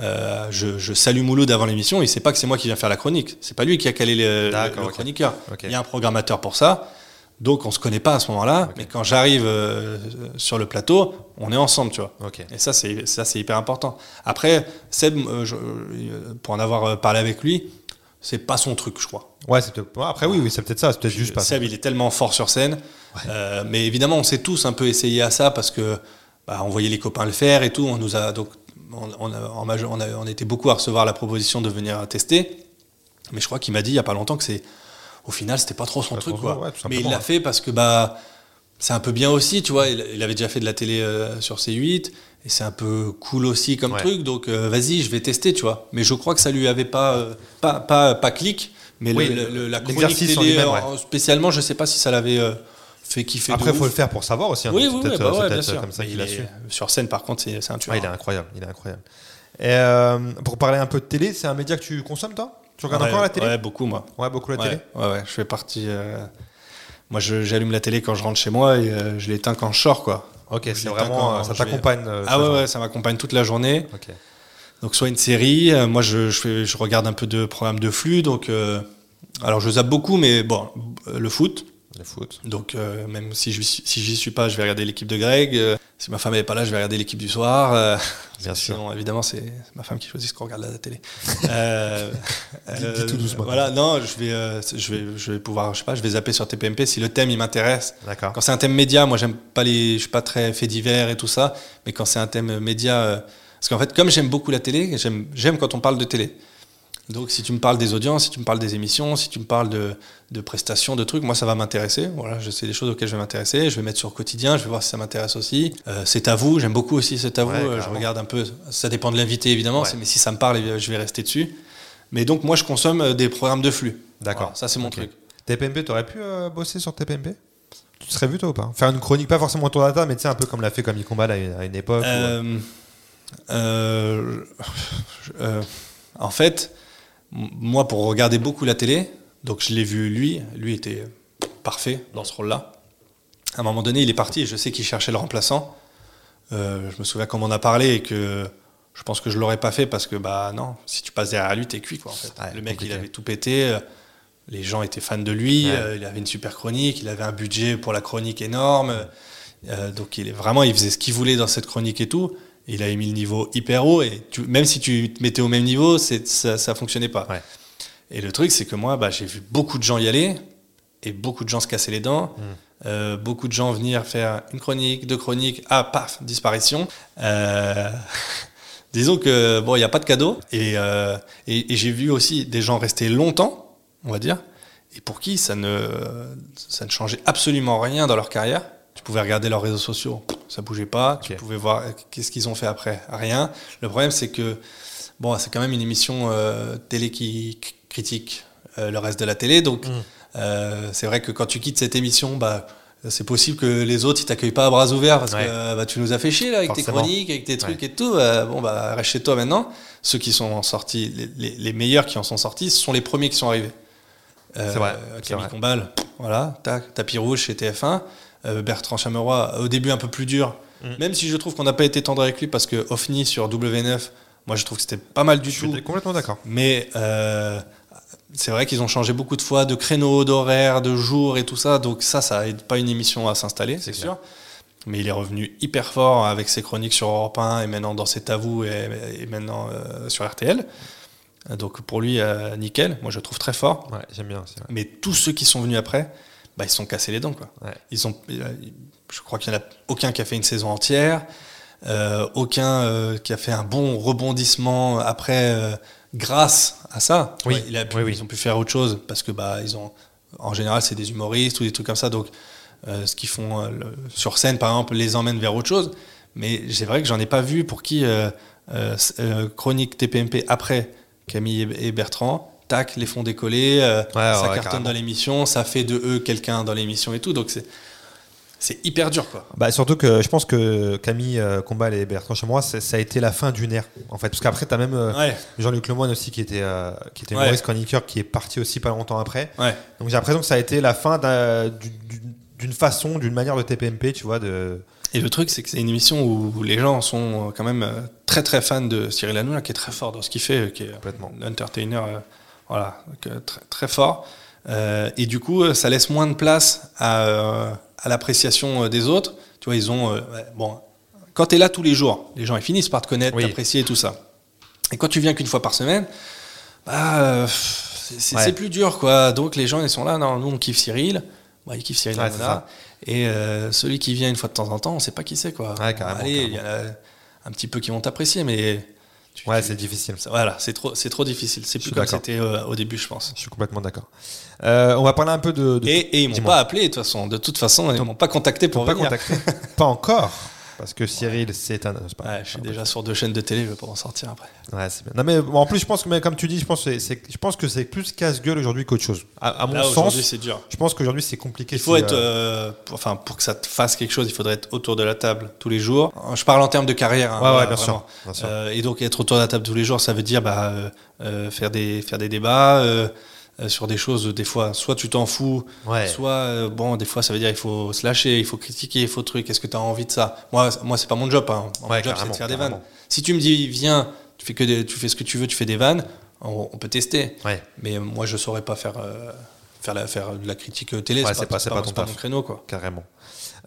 S2: euh, je, je salue Mouloud avant l'émission. Il sait pas que c'est moi qui viens faire la chronique. C'est pas lui qui a calé le,
S1: D'accord,
S2: le
S1: ok.
S2: chroniqueur.
S1: Ok.
S2: Il y a un programmateur pour ça. Donc, on se connaît pas à ce moment-là.
S1: Ok.
S2: Mais quand j'arrive euh, sur le plateau, on est ensemble, tu vois.
S1: Ok.
S2: Et ça, c'est ça, c'est hyper important. Après, Seb, euh, je- euh, pour en avoir euh, parlé avec lui, c'est pas son truc, je crois.
S1: Ouais, c'est peut-être- ouais, après, oui, oui, c'est peut-être ça, c'est peut-être juste pas.
S2: Seb, il est tellement fort sur scène. Euh, mais évidemment, on s'est tous un peu essayé à ça parce que bah, on voyait les copains le faire et tout. On nous a donc on, on a- en maje- on a- on était beaucoup à recevoir la proposition de venir tester. Mais je crois qu'il m'a dit il y a pas longtemps que c'est au final c'était pas trop son
S1: Pas
S2: truc
S1: trop
S2: quoi.
S1: son, ouais, tout
S2: mais
S1: simplement, hein.
S2: il l'a
S1: ouais.
S2: fait parce que bah c'est un peu bien aussi, tu vois. Il, il avait déjà fait de la télé euh, sur C8 et c'est un peu cool aussi comme
S1: Ouais.
S2: truc. Donc euh, vas-y, je vais tester, tu vois. Mais je crois que ça lui avait pas euh, pas, pas pas clic, mais le-
S1: Oui,
S2: le- le- la chronique
S1: l'exercice en
S2: télé
S1: lui-même,
S2: en-
S1: ouais.
S2: en- spécialement, je sais pas si ça l'avait euh, fait kiffer. de
S1: Après,
S2: ouf.
S1: faut le faire pour savoir aussi. hein,
S2: Oui,
S1: donc
S2: oui,
S1: c'est
S2: oui,
S1: peut-être, euh,
S2: bah
S1: c'est
S2: ouais, bien
S1: peut-être, euh,
S2: sûr.
S1: comme ça
S2: Mais
S1: qu'il
S2: il
S1: a
S2: est-
S1: su.
S2: Sur scène, par contre, c'est c'est un tueur. hein.
S1: Ah, il est incroyable, il est incroyable. Et euh, pour parler un peu de télé, c'est un média que tu consommes, toi Tu regardes
S2: Ouais,
S1: encore la télé
S2: Ouais, beaucoup, moi.
S1: Ouais, beaucoup la
S2: ouais,
S1: télé.
S2: ouais, ouais, je fais partie. euh, Moi, je- j'allume la télé quand je rentre chez moi et euh, je l'éteins quand je sors, quoi.
S1: Ok,
S2: Je
S1: c'est
S2: l'ai
S1: vraiment.
S2: pas quand
S1: ça
S2: je vais-
S1: t'accompagne. euh,
S2: Ah
S1: ce
S2: ouais,
S1: genre.
S2: ouais, ça m'accompagne toute la journée.
S1: Ok.
S2: Donc soit une série, euh, moi je, je, fais- je regarde un peu de programmes de flux, donc euh, alors je zappe beaucoup, mais bon, euh, le foot,
S1: Le foot.
S2: donc euh, même si je suis- si j'y suis pas, je vais regarder l'équipe de Greg. euh, si ma femme n'est pas là, je vais regarder l'équipe du soir. euh,
S1: Bien sûr.
S2: Sinon, évidemment, c'est c'est ma femme qui choisit ce qu'on regarde à la télé. Euh,
S1: Dis- dis tout doucement.
S2: Voilà, non, je vais, euh, je vais, je vais pouvoir, je sais pas, je vais zapper sur TPMP si le thème il m'intéresse.
S1: D'accord.
S2: Quand c'est un thème média, moi j'aime pas les, je suis pas très fait divers et tout ça, mais quand c'est un thème média, euh, Parce qu'en fait, comme j'aime beaucoup la télé, j'aime j'aime quand on parle de télé. Donc si tu me parles des audiences, si tu me parles des émissions, si tu me parles de, de prestations, de trucs, moi ça va m'intéresser. Voilà, je sais des choses auxquelles je vais m'intéresser. Je vais mettre sur quotidien, je vais voir si ça m'intéresse aussi. Euh, c'est à vous, j'aime beaucoup aussi c'est à vous.
S5: Ouais,
S2: Euh, je
S5: clairement.
S2: regarde un peu. Ça dépend de l'invité évidemment,
S5: Ouais.
S2: c'est- mais si ça me parle, euh, je vais rester dessus. Mais donc moi je consomme euh, des programmes de flux.
S1: D'accord.
S2: Voilà, ça c'est mon
S1: Ok.
S2: truc.
S1: TPMP, t'aurais pu euh, bosser sur TPMP Tu te serais vu toi ou pas Faire une chronique, pas forcément autour de la table, mais tu sais, un peu comme l'a fait Comic Combat là, à une- à une époque. ou, euh,
S2: Euh, euh, je- euh, en fait, m- moi, pour regarder beaucoup la télé, donc je l'ai vu lui, lui était parfait dans ce rôle-là. À un moment donné, il est parti et je sais qu'il cherchait le remplaçant. Euh, je me souviens quand on en a parlé et que je pense que je l'aurais pas fait parce que, bah non, si tu passes derrière lui, t'es cuit quoi. en fait.
S1: Ouais,
S2: le mec,
S1: compliqué.
S2: il avait tout pété. euh, Les gens étaient fans de lui,
S1: Ouais.
S2: euh, il avait une super chronique, il avait un budget pour la chronique énorme. Euh, donc il est vraiment, il faisait ce qu'il voulait dans cette chronique et tout. Et Il a mis le niveau hyper haut et tu- même si tu te mettais au même niveau, c'est- ça, ça fonctionnait pas.
S1: Ouais.
S2: Et le truc, c'est que moi, bah, j'ai vu beaucoup de gens y aller et beaucoup de gens se casser les dents.
S1: Mm.
S2: Euh, beaucoup de gens venir faire une chronique, deux chroniques, ah paf, disparition. Euh, disons que bon, il n'y a pas de cadeau. Et, euh, et- et j'ai vu aussi des gens rester longtemps, on va dire, et pour qui ça ne, ça ne changeait absolument rien dans leur carrière. Tu pouvais regarder leurs réseaux sociaux, ça bougeait pas. Tu
S1: Ok.
S2: pouvais voir euh, qu'est-ce qu'ils ont fait après, rien. Le problème, c'est que bon, c'est quand même une émission euh, télé qui c- critique euh, le reste de la télé, donc
S1: Mm.
S2: euh, c'est vrai que quand tu quittes cette émission, bah c'est possible que les autres ils t'accueillent pas à bras ouverts parce
S1: Ouais.
S2: que euh, bah, tu nous as fait chier là avec
S1: Forcément.
S2: tes chroniques, avec tes trucs et tout. euh, bon bah reste chez toi maintenant. Ceux qui sont en sortis, les, les- les meilleurs qui en sont sortis, ce sont les premiers qui sont arrivés. Euh,
S1: C'est vrai, c'est
S2: Camille
S1: vrai.
S2: Combal, voilà, tac, tapis rouge chez TF1. Euh, Bertrand Chameroy, au début un peu plus dur,
S1: Mm.
S2: même si je trouve qu'on n'a pas été tendre avec lui parce que Ofni sur W9, moi je trouve que c'était pas mal du
S1: je
S2: tout.
S1: suis complètement d'accord.
S2: Mais euh, c'est vrai qu'ils ont changé beaucoup de fois de créneaux, d'horaires, de jours et tout ça. Donc ça, ça aide pas une émission à s'installer, c'est sûr. Mais il est revenu hyper fort avec ses chroniques sur Europe 1 et maintenant dans C'est à vous et, et maintenant euh, sur RTL. Donc pour lui, euh, nickel. Moi, je le trouve très fort.
S1: Ouais, j'aime bien. c'est vrai.
S2: Mais tous ceux qui sont venus après, bah, ils se sont cassés les dents. Quoi.
S1: Ouais.
S2: Ils ont, euh, je crois qu'il n'y en a aucun qui a fait une saison entière, euh, aucun euh, qui a fait un bon rebondissement après euh, grâce à ça. Tu
S1: Oui,
S2: vois, il a pu-
S1: oui, oui.
S2: Ils ont pu faire autre chose parce que bah, ils ont, en général, c'est des humoristes ou des trucs comme ça. Donc, euh, ce qu'ils font euh, le- sur scène, par exemple, les emmène vers autre chose. Mais c'est vrai que j'en ai pas vu pour qui euh, euh, s- euh, chronique TPMP après Camille et- et Bertrand, tac, les font décoller. euh,
S1: Ouais,
S2: ça
S1: ouais,
S2: cartonne
S1: carrément.
S2: dans l'émission, ça fait de eux quelqu'un dans l'émission et tout. Donc c'est c'est hyper dur quoi.
S1: Bah, surtout que je pense que Camille euh, Combal et Bertrand chez moi, ça ça a été la fin d'une ère en fait. Parce qu'après, t'as même euh,
S2: Ouais,
S1: Jean-Luc Lemoyne aussi qui était, euh, qui était
S2: Ouais.
S1: humoriste chroniqueur qui est parti aussi pas longtemps après.
S2: ouais.
S1: Donc j'ai l'impression que ça a été la fin d'un- du- du- d'une façon, d'une manière de TPMP, tu vois. De...
S2: Et le truc c'est que c'est une émission où les gens sont euh, quand même euh, très très fans de Cyril Hanouna qui est très fort dans ce qu'il fait, euh, qui est
S1: Complètement.
S2: un entertainer, euh, voilà, donc, euh, très, très fort. Euh, et du coup, euh, ça laisse moins de place à, euh, à l'appréciation euh, des autres. Tu vois, ils ont euh, ouais, bon. Quand t'es là tous les jours, les gens ils finissent par te connaître,
S1: Oui.
S2: t'apprécier et tout ça. Et quand tu viens qu'une fois par semaine, bah, euh, pff, c'est
S1: Ouais.
S2: c'est plus dur, quoi. Donc les gens, ils sont là, non, nous, on kiffe Cyril. Bah, ils kiffent Cyril
S1: Ouais,
S2: Hanouna.
S1: c'est ça.
S2: Et euh, celui qui vient une fois de temps en temps, on sait pas qui c'est, quoi.
S1: Ouais, carrément,
S2: Allez, il y en a un petit peu qui vont t'apprécier, mais... tu-
S1: Ouais,
S2: tu-
S1: c'est difficile.
S2: ça- Voilà, c'est trop, c'est trop difficile. C'est
S1: suis
S2: plus comme
S1: d'accord.
S2: c'était euh, au début, je pense.
S1: Je suis complètement d'accord. Euh, on va parler un peu de. de-
S2: Et, et ils m'ont
S1: Dis-moi.
S2: pas appelé, de toute façon. De toute façon, ils m'ont pas contacté pour
S1: pas
S2: venir.
S1: contacté. pas encore. Parce que Cyril, c'est un. c'est pas-
S2: Ouais, je suis déjà sur deux chaînes de télé, je vais pas en sortir après.
S1: Ouais, c'est bien. Non, mais bon, en plus, je pense que, mais comme tu dis, je pense, que c'est- c'est, je pense que c'est plus casse-gueule aujourd'hui qu'autre chose. À, à mon
S2: Là, aujourd'hui,
S1: sens,
S2: c'est dur.
S1: je pense qu'aujourd'hui, c'est compliqué.
S2: Il faut
S1: c'est,
S2: être,
S1: euh,
S2: euh, pour- enfin, pour que ça te fasse quelque chose, il faudrait être autour de la table tous les jours. Euh, Je parle en termes de carrière. hein,
S1: ouais,
S2: voilà,
S1: ouais, bien
S2: vraiment.
S1: sûr. bien sûr.
S2: Euh, et donc être autour de la table tous les jours, ça veut dire bah, euh, euh, faire, des, faire des débats euh, euh, sur des choses, euh, des fois, soit tu t'en fous,
S1: ouais.
S2: soit, euh, bon, des fois ça veut dire il faut se lâcher, il faut critiquer, il faut truc, est-ce que tu as envie de ça Moi, c- moi c'est pas mon job, hein. mon
S1: Ouais,
S2: job c'est
S1: carrément,
S2: de faire des
S1: carrément.
S2: vannes. Si tu me dis viens, tu fais, que des- tu fais ce que tu veux, tu fais des vannes, on, on peut tester.
S1: Ouais.
S2: Mais moi je saurais pas faire... euh, faire, la, faire de la critique télé,
S1: Ouais,
S2: c'est pas, c'est pas,
S1: ton
S2: c'est pas
S1: taf.
S2: mon créneau quoi.
S1: Carrément.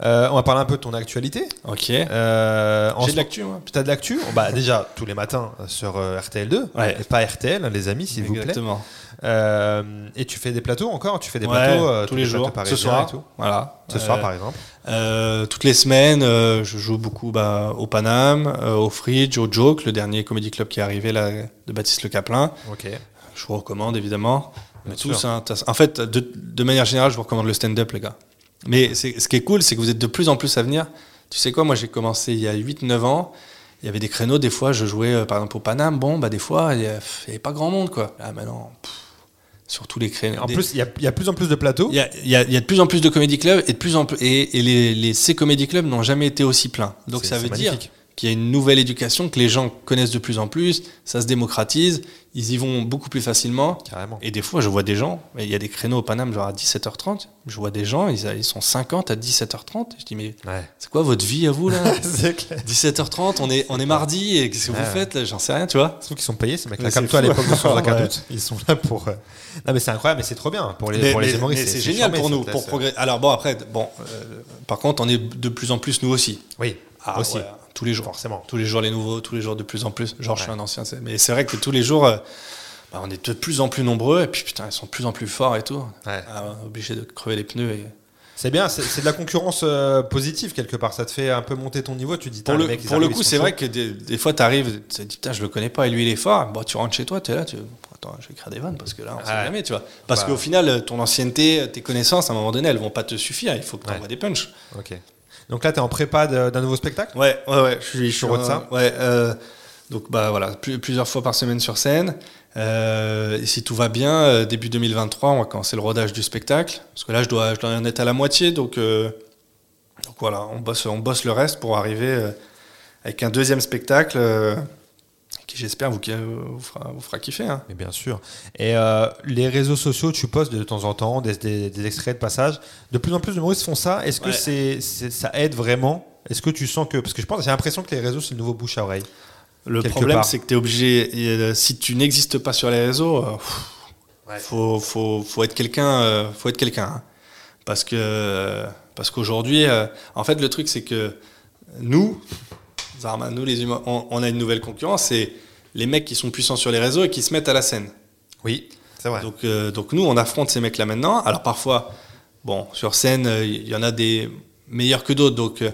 S1: Euh, on va parler un peu de ton actualité.
S2: Ok.
S1: Euh, en
S2: J'ai
S1: ce-
S2: de l'actu moi.
S1: T'as de l'actu Bah déjà tous les matins sur euh, RTL2,
S2: Ouais.
S1: et pas RTL, hein, les amis, s'il vous plaît.
S2: Exactement.
S1: Euh, et tu fais des plateaux encore Tu fais des
S2: Ouais,
S1: plateaux euh,
S2: tous les
S1: des
S2: jours.
S1: plateaux
S2: Ce
S1: parisiens
S2: soir,
S1: et tout.
S2: voilà.
S1: Ce soir
S2: Euh,
S1: par exemple.
S2: Euh, toutes les semaines, euh, je joue beaucoup bah, au Paname, euh, au Fridge, au Joke, le dernier comedy club qui est arrivé là, de Baptiste Le Caplin.
S1: Ok.
S2: Je vous recommande évidemment.
S1: Bien
S2: Mais tous,
S1: sûr.
S2: hein, t'as- en fait, de, de manière générale, je vous recommande le stand-up, les gars. Mais c'est- ce qui est cool, c'est que vous êtes de plus en plus à venir. Tu sais quoi, moi j'ai commencé il y a 8-9 ans. Il y avait des créneaux, des fois je jouais euh, par exemple au Paname. Bon, bah des fois, il n'y avait pas grand monde quoi. Là maintenant, pff, sur tous les créneaux.
S1: En
S2: des-
S1: plus, il y a- il y, a plus en plus de plateaux.
S2: il y, a, il y a- il y a de plus en plus de comédie clubs et de plus en plus et, et les, les- ces comédie clubs n'ont jamais été aussi pleins. Donc
S1: C'est-
S2: ça
S1: c'est
S2: veut dire
S1: magnifique.
S2: qu'il y a une nouvelle éducation que les gens connaissent de plus en plus, ça se démocratise, ils y vont beaucoup plus facilement.
S1: Carrément.
S2: Et des fois, je vois des gens, mais il y a des créneaux au Paname genre à 17h30, je vois des gens, ils, ils sont 50 à 17h30, je dis mais
S1: Ouais.
S2: c'est quoi votre vie à vous là
S1: c'est clair.
S2: 17h30, on est on est mardi et qu'est-ce que
S1: Ouais.
S2: vous faites là J'en sais rien, tu vois.
S1: Sauf qu'ils sont payés ces mecs-là.
S2: Mais
S1: Comme
S2: c'est
S1: toi à
S2: fou.
S1: l'époque de Sans aucun
S2: Ouais.
S1: doute. Ils sont là pour. euh, Non mais c'est incroyable, mais c'est trop bien pour les
S2: Mais-
S1: pour les
S2: mais-
S1: humoristes,
S2: mais c'est
S1: c'est
S2: génial
S1: formé,
S2: pour
S1: ça
S2: nous,
S1: te
S2: pour
S1: laisse,
S2: progresser. Alors bon, après, bon, euh, par contre, on est de plus en plus nous aussi.
S1: euh, Oui.
S2: Ah,
S1: aussi.
S2: ouais, tous les jours.
S1: Forcément.
S2: Tous les jours les nouveaux, tous les jours de plus en plus. Genre, je suis
S1: Ouais.
S2: un ancien, c'est- mais c'est vrai que tous les jours, euh, bah, on est de plus en plus nombreux et puis putain, ils sont de plus en plus forts et tout.
S1: Ouais.
S2: Ah, obligé de crever les pneus. et-
S1: C'est bien, c'est c'est de la concurrence euh, positive quelque part. Ça te fait un peu monter ton niveau. Tu te dis,
S2: Pour
S1: Tain,
S2: le,
S1: les mecs, ils
S2: pour le
S1: arrivent,
S2: coup,
S1: ils sont
S2: c'est vrai
S1: chauds.
S2: que des, des fois, t'arrives, tu te dis putain, je le connais pas et lui il est fort. Bon, tu rentres chez toi, t'es là, tu attends, je vais écrire des vannes parce que là, on
S1: Ouais.
S2: sait jamais, tu vois. Parce
S1: Bah.
S2: qu'au final, ton ancienneté, tes connaissances, à un moment donné, elles vont pas te suffire. Il faut que tu
S1: Ouais.
S2: des punchs.
S1: Ok. Donc là, t'es en prépa de- d'un nouveau spectacle.
S2: Ouais, ouais, ouais, je suis, je
S1: Tu rôdes ça
S2: Ouais, euh, donc bah voilà, plus- plusieurs fois par semaine sur scène. Euh, et si tout va bien, euh, début 2023, on va commencer le rodage du spectacle. Parce que là, je dois, je dois en être à la moitié, donc, euh, donc voilà, on bosse, on bosse le reste pour arriver euh, avec un deuxième spectacle euh, qui, j'espère, vous, vous, fera, vous fera kiffer. hein.
S1: Mais bien sûr. Et euh, les réseaux sociaux, tu postes de temps en temps des, des- des extraits de passage. De plus en plus de humoristes font ça. Est-ce que
S2: Ouais.
S1: c'est c'est- ça aide vraiment Est-ce que tu sens que parce que je pense j'ai l'impression que les réseaux c'est le nouveau bouche à oreille.
S2: Le
S1: Quelque
S2: problème,
S1: part.
S2: c'est que tu es obligé, et, euh, si tu n'existes pas sur les réseaux, euh, pff, faut, faut, faut être quelqu'un. euh, faut être quelqu'un hein. Parce que euh, parce qu'aujourd'hui, euh, en fait, le truc, c'est que nous, Zarma, nous les humains, on, on a une nouvelle concurrence, c'est les mecs qui sont puissants sur les réseaux et qui se mettent à la scène.
S1: Oui, c'est vrai.
S2: Donc, euh, donc nous, on affronte ces mecs-là maintenant. Alors parfois, bon, sur scène, euh, il y en a des meilleurs que d'autres. Donc euh,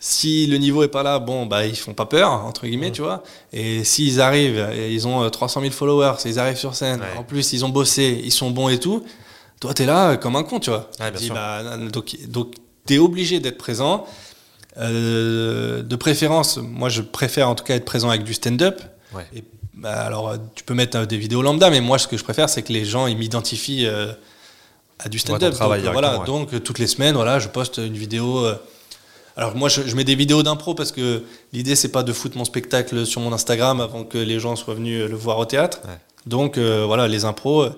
S2: si le niveau est pas là, bon, bah ils font pas peur entre guillemets,
S1: Mm.
S2: tu vois. Et s'ils arrivent, et ils ont euh, 300 000 followers, ils arrivent sur scène.
S1: Ouais.
S2: En plus, ils ont bossé, ils sont bons et tout. Toi, t'es là euh, comme un con, tu vois.
S1: Ouais, bien
S2: Dis,
S1: sûr.
S2: bah, donc, donc t'es obligé d'être présent. Euh, de préférence, moi je préfère en tout cas être présent avec du stand-up.
S1: Ouais.
S2: Et, bah, alors euh, tu peux mettre euh, des vidéos lambda, mais moi ce que je préfère c'est que les gens ils m'identifient euh, à du
S1: ton
S2: stand-up. Donc,
S1: travail
S2: euh, voilà,
S1: directement,
S2: donc euh, toutes les semaines, voilà, je poste une vidéo. euh, alors moi je, je mets des vidéos d'impro parce que l'idée c'est pas de foutre mon spectacle sur mon Instagram avant que les gens soient venus euh, le voir au théâtre.
S1: Ouais.
S2: Donc euh, voilà, les impros. euh,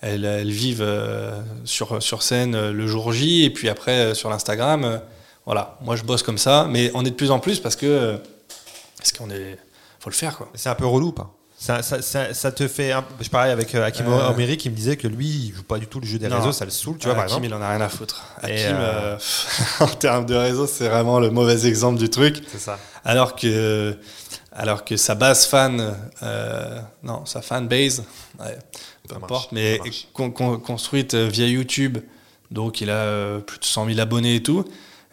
S2: Elles, elles vivent euh, sur, sur scène euh, le jour J et puis après euh, sur l'Instagram. euh, voilà, moi je bosse comme ça, mais on est de plus en plus parce que euh, parce qu'on est, faut le faire quoi.
S1: C'est un peu relou, ou pas ça, ça, ça, ça te fait. un- Je parlais avec euh, Hakim
S2: Euh.
S1: Omeri qui me disait que lui, il joue pas du tout le jeu des
S2: Non.
S1: réseaux, ça le saoule, tu vois,
S2: Ah,
S1: par
S2: Hakim,
S1: exemple.
S2: il en a rien à foutre.
S1: Et,
S2: Hakim,
S1: euh,
S2: euh, en termes de réseau, c'est vraiment le mauvais exemple du truc.
S1: C'est ça.
S2: Alors que, alors que sa base fan, euh, non, sa fan base, ouais, peu
S1: marche, ça
S2: importe, mais
S1: marche.
S2: con- con- construite euh, via YouTube, donc il a euh, plus de 100 000 abonnés et tout.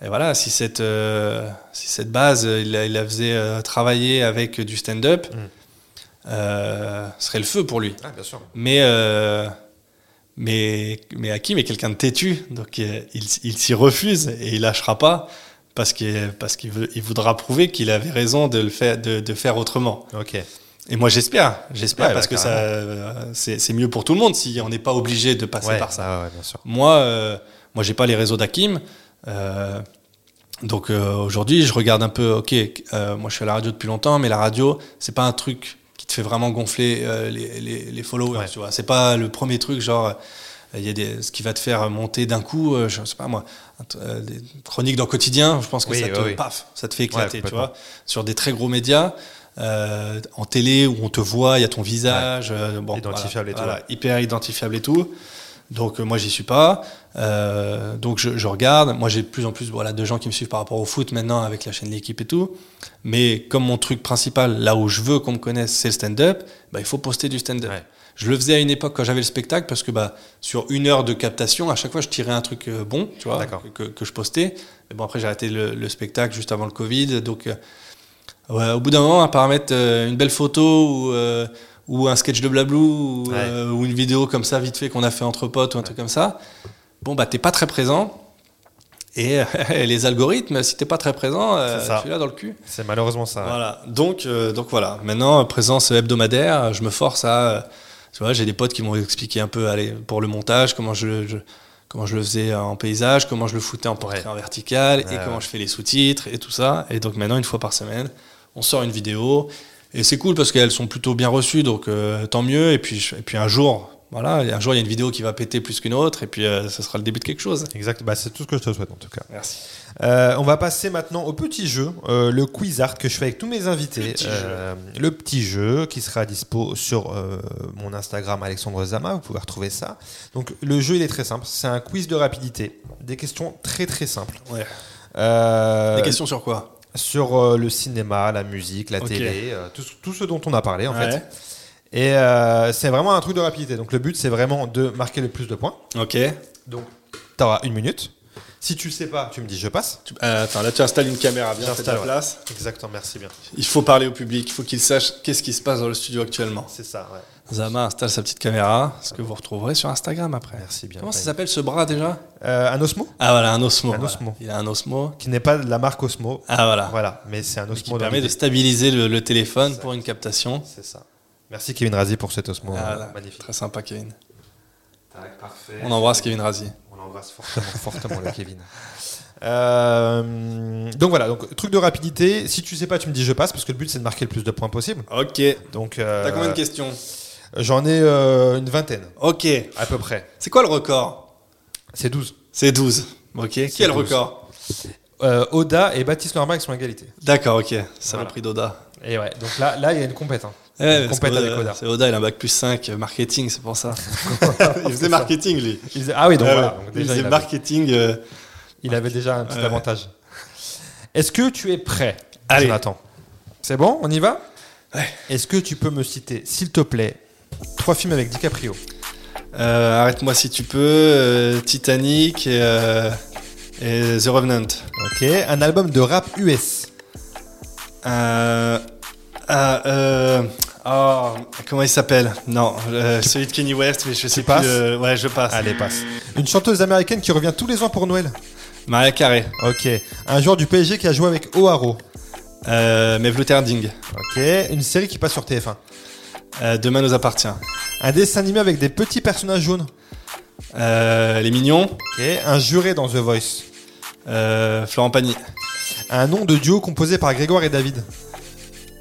S2: Et voilà, si cette, euh, si cette base, euh, il la, il la faisait euh, travailler avec du stand-up,
S1: Mm.
S2: euh, ce serait le feu pour lui.
S1: Ah, bien sûr.
S2: Mais, euh, mais, mais Hakim est quelqu'un de têtu, donc euh, il, il s'y refuse et il lâchera pas parce qu'il parce qu'il veut- il voudra prouver qu'il avait raison de le faire, de, de faire autrement.
S1: Ok.
S2: Et moi j'espère, j'espère
S1: Ouais,
S2: parce
S1: bah,
S2: que ça, euh, c'est c'est mieux pour tout le monde si on n'est pas obligé de passer
S1: Ouais,
S2: par ça.
S1: ah ouais, bien sûr.
S2: Moi, euh, moi j'ai pas les réseaux d'Hakim. euh, donc euh, aujourd'hui, je regarde un peu. Ok, euh, moi je suis à la radio depuis longtemps, mais la radio, c'est pas un truc qui te fait vraiment gonfler euh, les, les- les followers.
S1: Ouais.
S2: Tu vois, c'est pas le premier truc genre. euh, Il y a des, ce qui va te faire monter d'un coup, euh, je sais pas moi, un t- euh, des chroniques dans le quotidien, je pense que
S1: Oui,
S2: ça te,
S1: oui, oui.
S2: paf, ça te fait éclater,
S1: Ouais,
S2: tu vois. Sur des très gros médias, euh, en télé où on te voit, il y a ton visage, euh, bon,
S1: Identifiable et tout, ouais.
S2: hyper identifiable et tout. Donc euh, moi j'y suis pas. Euh, donc je, je regarde. Moi j'ai de plus en plus voilà, de gens qui me suivent par rapport au foot maintenant avec la chaîne L'équipe et tout. Mais comme mon truc principal, là où je veux qu'on me connaisse, c'est le stand-up, bah, il faut poster du stand-up.
S1: Ouais.
S2: Je le faisais à une époque quand j'avais le spectacle parce que bah, sur une heure de captation, à chaque fois je tirais un truc euh, bon, tu vois,
S1: D'accord.
S2: que, que je postais. Et bon après j'ai arrêté le, le spectacle juste avant le Covid. Donc euh, ouais, au bout d'un moment, à part mettre euh, une belle photo ou, euh, ou un sketch de Blablou ou,
S1: Ouais.
S2: euh, ou une vidéo comme ça vite fait qu'on a fait entre potes ou un truc comme ça, bon bah t'es pas très présent. Et les algorithmes, si t'es pas très présent, euh,
S1: C'est ça.
S2: tu l'as dans le cul.
S1: C'est malheureusement ça.
S2: Voilà. Donc, euh, donc voilà. Maintenant, euh, présence hebdomadaire, euh, je me force à. euh, tu vois, j'ai des potes qui m'ont expliqué un peu allez, pour le montage, comment je, je- comment je le faisais euh, en paysage, comment je le foutais en portrait
S1: Ouais.
S2: en vertical, et
S1: Ouais,
S2: comment
S1: ouais.
S2: je fais les sous-titres, et tout ça. Et donc maintenant, une fois par semaine, on sort une vidéo. Et c'est cool parce qu'elles sont plutôt bien reçues, donc euh, tant mieux. Et puis, je- et puis un jour, voilà, un jour, il y a une vidéo qui va péter plus qu'une autre, et puis euh, ça sera le début de quelque chose.
S1: Exact, bah, c'est tout ce que je te souhaite en tout cas.
S2: Merci.
S1: Euh, on va passer maintenant au petit jeu, euh, le quiz art que je fais avec tous mes invités.
S2: Le petit
S1: Euh, le petit jeu qui sera dispo sur euh, mon Instagram Alexandre Zama, vous pouvez retrouver ça. Donc le jeu il est très simple, c'est un quiz de rapidité, des questions très très simples.
S2: Ouais.
S1: Euh,
S2: Des questions sur quoi
S1: sur euh, le cinéma, la musique, la
S2: Ok.
S1: télé, euh, tout, ce- tout ce dont on a parlé en
S2: Ouais.
S1: fait. Et euh, c'est vraiment un truc de rapidité. Donc le but c'est vraiment de marquer le plus de points.
S2: Ok.
S1: Donc t'auras une minute. Si tu le sais pas, tu me dis je passe.
S2: Tu- euh, attends, là, tu installes une caméra bien à
S1: J'installe,
S2: ta
S1: ouais.
S2: place.
S1: Exactement, merci bien.
S2: Il faut parler au public, il faut qu'il sache qu'est-ce qui se passe dans le studio actuellement.
S1: C'est ça, ouais.
S2: Zama installe sa petite caméra, ce que vous retrouverez sur Instagram après.
S1: Merci bien.
S2: Comment ça s'appelle ce bras déjà
S1: Euh, Un Osmo
S2: Ah voilà, un Osmo.
S1: Un
S2: voilà.
S1: Osmo.
S2: Il a un Osmo.
S1: qui n'est pas de la marque Osmo.
S2: Ah voilà.
S1: Voilà, mais c'est un
S2: Qui
S1: Osmo.
S2: permet de
S1: d'invité.
S2: stabiliser le, le téléphone pour une captation.
S1: C'est ça. Merci Kevin Razi pour cet Osmo.
S2: Ah,
S1: euh,
S2: voilà.
S1: Magnifique.
S2: Très sympa Kevin.
S1: Tac, parfait.
S2: On embrasse Kevin Razi.
S1: On l'embrasse fortement, fortement le Kevin. Euh, donc voilà, donc truc de rapidité. Si tu sais pas, tu me dis je passe parce que le but c'est de marquer le plus de points possible.
S2: Ok.
S1: Donc euh,
S2: T'as combien de questions
S1: J'en ai euh, une vingtaine
S2: Ok.
S1: à peu près.
S2: C'est quoi le record
S1: C'est 12.
S2: C'est 12. Ok. Quel
S1: 12.
S2: record
S1: Euh, Oda et Baptiste Norma qui sont à égalité.
S2: D'accord, ok. Ça m'a
S1: Voilà.
S2: pris d'Oda.
S1: Et ouais, donc là, là il y a une compétence.
S2: Ouais,
S1: Compète
S2: parce que,
S1: avec
S2: euh,
S1: Oda.
S2: C'est Oda, il a un bac plus 5, euh, marketing, c'est pour ça. il faisait marketing, lui.
S1: Ah oui, donc
S2: Euh,
S1: voilà. donc
S2: il
S1: déjà,
S2: faisait
S1: il avait-
S2: marketing. euh,
S1: Il avait déjà un petit
S2: Ouais.
S1: avantage. Est-ce que tu es prêt
S2: Allez.
S1: Jonathan C'est bon, on y va
S2: Ouais.
S1: Est-ce que tu peux me citer, s'il te plaît, trois films avec DiCaprio
S2: euh, Arrête-moi si tu peux. euh, Titanic et, euh, et The Revenant.
S1: Ok. Un album de rap US.
S2: Euh, ah, euh, oh, comment il s'appelle Non, euh, celui de Kenny West, mais je sais
S1: passes
S2: plus. euh, ouais, je passe.
S1: Allez, passe. Une chanteuse américaine qui revient tous les ans pour Noël.
S2: Maria Carré.
S1: Ok. Un joueur du PSG qui a joué avec O'Haro.
S2: Euh, Mevlut Erding.
S1: Ok. Une série qui passe sur TF1.
S2: Euh, Demain nous appartient.
S1: Un dessin animé avec des petits personnages jaunes.
S2: Euh, Les Mignons.
S1: Ok. Un juré dans The Voice.
S2: Euh, Florent Pagny.
S1: Un nom de duo composé par Grégoire et David.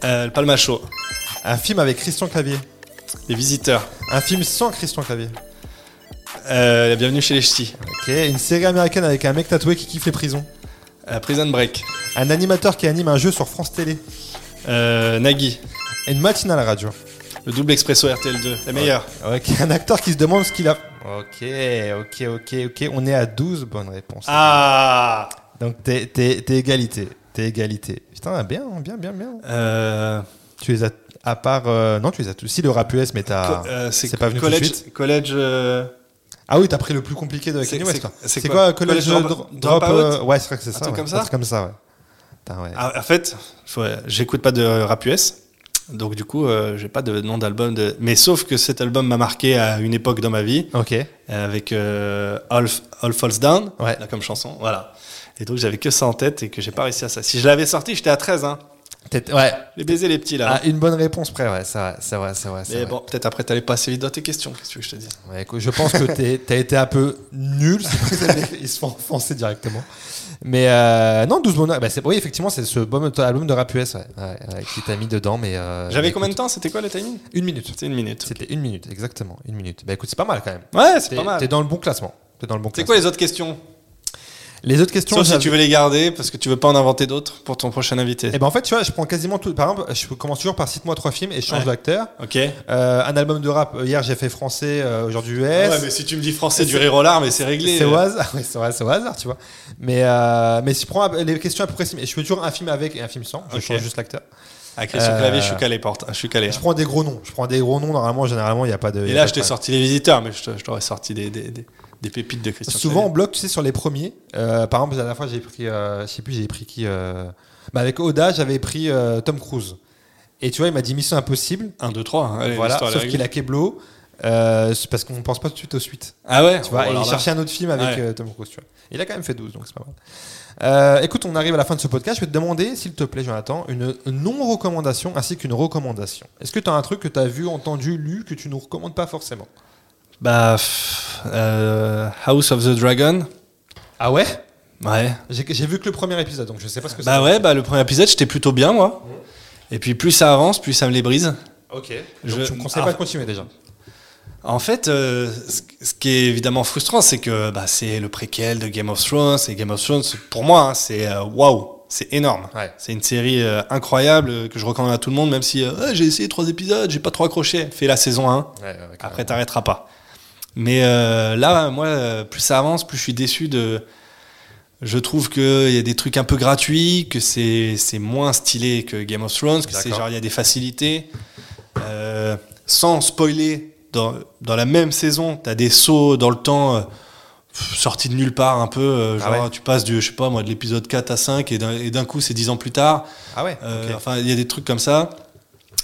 S2: Euh, le Palmacho.
S1: Un film avec Christian Clavier.
S2: Les Visiteurs.
S1: Un film sans Christian Clavier.
S2: Euh, bienvenue chez les Ch'tis.
S1: Ok, une série américaine avec un mec tatoué qui kiffe les prisons.
S2: Euh, Prison Break.
S1: Un animateur qui anime un jeu sur France Télé.
S2: Euh, Nagui.
S1: Et une matinale à la radio.
S2: Le double expresso RTL2. La meilleure.
S1: Ok, un acteur qui se demande ce qu'il a. Ok, ok, ok, ok. On est à 12 bonnes réponses.
S2: Ah
S1: Donc t'es, t'es- t'es égalité. T'es égalité. Putain, bien, bien, bien, bien.
S2: Euh,
S1: Tu les as. À part. euh, non, tu les as tous. Si le rap US, mais t'as.
S2: co- euh,
S1: c'est pas venu tout de
S2: collège,
S1: suite
S2: Collège. euh,
S1: Ah oui, t'as pris le plus compliqué de
S2: C'est-
S1: Kanye
S2: c'est-
S1: West, quoi.
S2: c'est
S1: C'est
S2: quoi
S1: quoi, Collège
S2: College
S1: Drop,
S2: Drop- Dropout
S1: euh, Ouais, c'est vrai que c'est
S2: Un
S1: ça.
S2: truc
S1: ouais.
S2: comme ça
S1: Un truc comme ça, ouais. Putain, ouais.
S2: ah, en fait, faut- j'écoute pas de rap US. Donc, du coup, euh, j'ai pas de nom d'album. De... Mais sauf que cet album m'a marqué à une époque dans ma vie.
S1: Ok.
S2: euh, Avec euh, All, F- All Falls Down.
S1: Ouais.
S2: Là, comme chanson. Voilà. Et donc, j'avais que ça en tête et que j'ai pas réussi à ça. Si je l'avais sorti, j'étais à 13. Hein.
S1: T'es- ouais.
S2: J'ai baisé les petits là.
S1: Ah, une bonne réponse près, ouais, c'est vrai, c'est vrai, c'est vrai. c'est
S2: Mais
S1: vrai. Ah,
S2: bon, peut-être après, t'allais pas assez vite dans tes questions. Qu'est-ce que tu veux que je te dise
S1: Ouais, écoute, je pense que t'es- t'as été un peu nul, c'est pour ça que ils se font enfoncer directement. Mais euh, non, 12 bonheurs, bah c'est- oui, effectivement, c'est ce bon album de rap US ouais, ouais, ouais, qui t'a mis dedans. mais euh,
S2: J'avais
S1: écoute,
S2: combien de temps C'était quoi le timing
S1: Une minute.
S2: C'était une minute.
S1: C'était une minute, exactement, une minute. Bah écoute, c'est pas mal quand même.
S2: Ouais, c'est
S1: T'es
S2: pas mal.
S1: t'es dans le bon classement. T'es dans le bon
S2: C'est
S1: classement.
S2: quoi les autres questions
S1: Les autres questions.
S2: Sauf si
S1: j'avais-
S2: tu veux les garder parce que tu veux pas en inventer d'autres pour ton prochain invité.
S1: Eh ben en fait, tu vois, je prends quasiment tout. Par exemple, je commence toujours par cite-moi trois films et je change
S2: ah Ouais.
S1: d'acteur.
S2: Ok.
S1: Euh, un album de rap. Hier, j'ai fait français. euh, Aujourd'hui, US.
S2: Ah ouais, mais si tu me dis français du rire au larmes, mais c'est réglé.
S1: C'est au hasard, ouais, c'est au c'est au hasard, tu vois. Mais, euh, mais si je prends les questions à peu près similaires, je fais toujours un film avec et un film sans, je
S2: Ok.
S1: change juste l'acteur.
S2: Ah, Christian
S1: Euh,
S2: Clavier, je suis calé, porte. Je suis calé.
S1: Je prends des gros noms, je prends des gros noms, normalement, généralement, il n'y a pas de. il
S2: Et
S1: y a
S2: là,
S1: pas
S2: je
S1: de
S2: t'ai
S1: problème.
S2: sorti les visiteurs, mais je te- je t'aurais sorti des, des, des- des pépites de Christian
S1: Souvent, on
S2: Clavier.
S1: bloque, tu sais, sur les premiers. Euh, par exemple, la dernière fois, j'ai pris, euh, je sais plus, j'ai pris qui. euh, bah, avec Oda, j'avais pris euh, Tom Cruise. Et tu vois, il m'a dit Mission Impossible.
S2: 1, 2, 3.
S1: voilà, sauf qu'il a Keblo. euh, c'est parce qu'on pense pas tout de suite aux suites.
S2: Ah ouais
S1: Tu vois,
S2: Oh,
S1: et
S2: alors
S1: il
S2: là.
S1: cherchait un autre film avec
S2: Ouais.
S1: euh, Tom Cruise. Tu vois. Il a quand même fait 12, donc c'est pas mal. Euh, écoute, on arrive à la fin de ce podcast. Je vais te demander, s'il te plaît, Jonathan, une non-recommandation ainsi qu'une recommandation. Est-ce que tu as un truc que tu as vu, entendu, lu, que tu nous recommandes pas forcément
S2: Bah, pff, euh, House of the Dragon.
S1: Ah ouais
S2: Ouais.
S1: J'ai j'ai vu que le premier épisode, donc je sais pas ce que c'est.
S2: Bah ouais, bah, le premier épisode, j'étais plutôt bien, moi. Et puis, plus ça avance, plus ça me les brise.
S1: Ok. Donc
S2: Je-
S1: tu me conseilles
S2: Ah.
S1: pas de continuer déjà.
S2: En fait, euh, ce ce qui est évidemment frustrant, c'est que bah, c'est le préquel de Game of Thrones. Et Game of Thrones, pour moi, hein, c'est euh, waouh, c'est énorme.
S1: Ouais.
S2: C'est une série euh, incroyable euh, que je recommande à tout le monde, même si euh, Ah, j'ai essayé trois épisodes, j'ai pas trop accroché. Fais la saison 1, après t'arrêteras pas. Mais euh, là, moi, euh, plus ça avance, plus je suis déçu de. Je trouve qu'il y a des trucs un peu gratuits, que c'est c'est moins stylé que Game of Thrones, que c'est
S1: D'accord.
S2: genre il y a des facilités. Euh, sans spoiler, dans, dans la même saison, t'as des sauts dans le temps euh, pff, sortis de nulle part un peu. euh,
S1: Ah
S2: genre, tu passes du, je sais pas moi, de l'épisode 4 à 5 et d'un- et d'un coup, c'est 10 ans plus tard.
S1: Ah ouais
S2: Euh,
S1: ok.
S2: Enfin, il y a des trucs comme ça.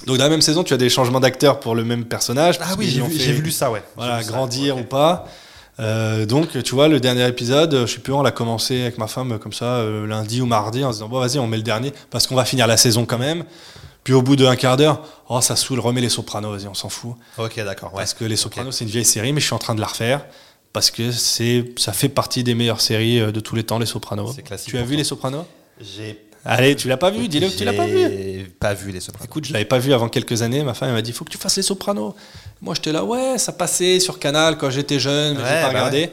S2: Donc, dans la même saison, tu as des changements d'acteurs pour le même personnage.
S1: Ah
S2: parce
S1: oui,
S2: qu'ils
S1: j'ai
S2: ont
S1: vu,
S2: fait-
S1: j'ai vu ça, ouais. J'ai
S2: voilà,
S1: vu ça,
S2: grandir
S1: ok.
S2: ou pas. Euh, donc, tu vois, le dernier épisode, euh, je sais plus, on l'a commencé avec ma femme euh, comme ça, euh, lundi ou mardi, en se disant, bon, vas-y, on met le dernier, parce qu'on va finir la saison quand même. Puis au bout d'un quart d'heure, oh, ça saoule, remets les sopranos, vas-y, on s'en fout.
S1: Ok, d'accord. Ouais.
S2: Parce que les sopranos, c'est une vieille série, mais je suis en train de la refaire, parce que c'est, ça fait partie des meilleures séries euh, de tous les temps, les sopranos.
S1: C'est classique
S2: Tu as
S1: pour
S2: vu
S1: toi.
S2: les sopranos
S1: J'ai
S2: Allez, tu l'as pas vu, dis-le que tu l'as pas vu.
S1: J'ai pas vu les Sopranos.
S2: Écoute, je l'avais pas vu avant quelques années. Ma femme elle m'a dit, faut que tu fasses Les Sopranos. Moi, j'étais là, ouais, ça passait sur Canal quand j'étais jeune, mais j'ai
S1: Ouais,
S2: pas
S1: bah
S2: regardé.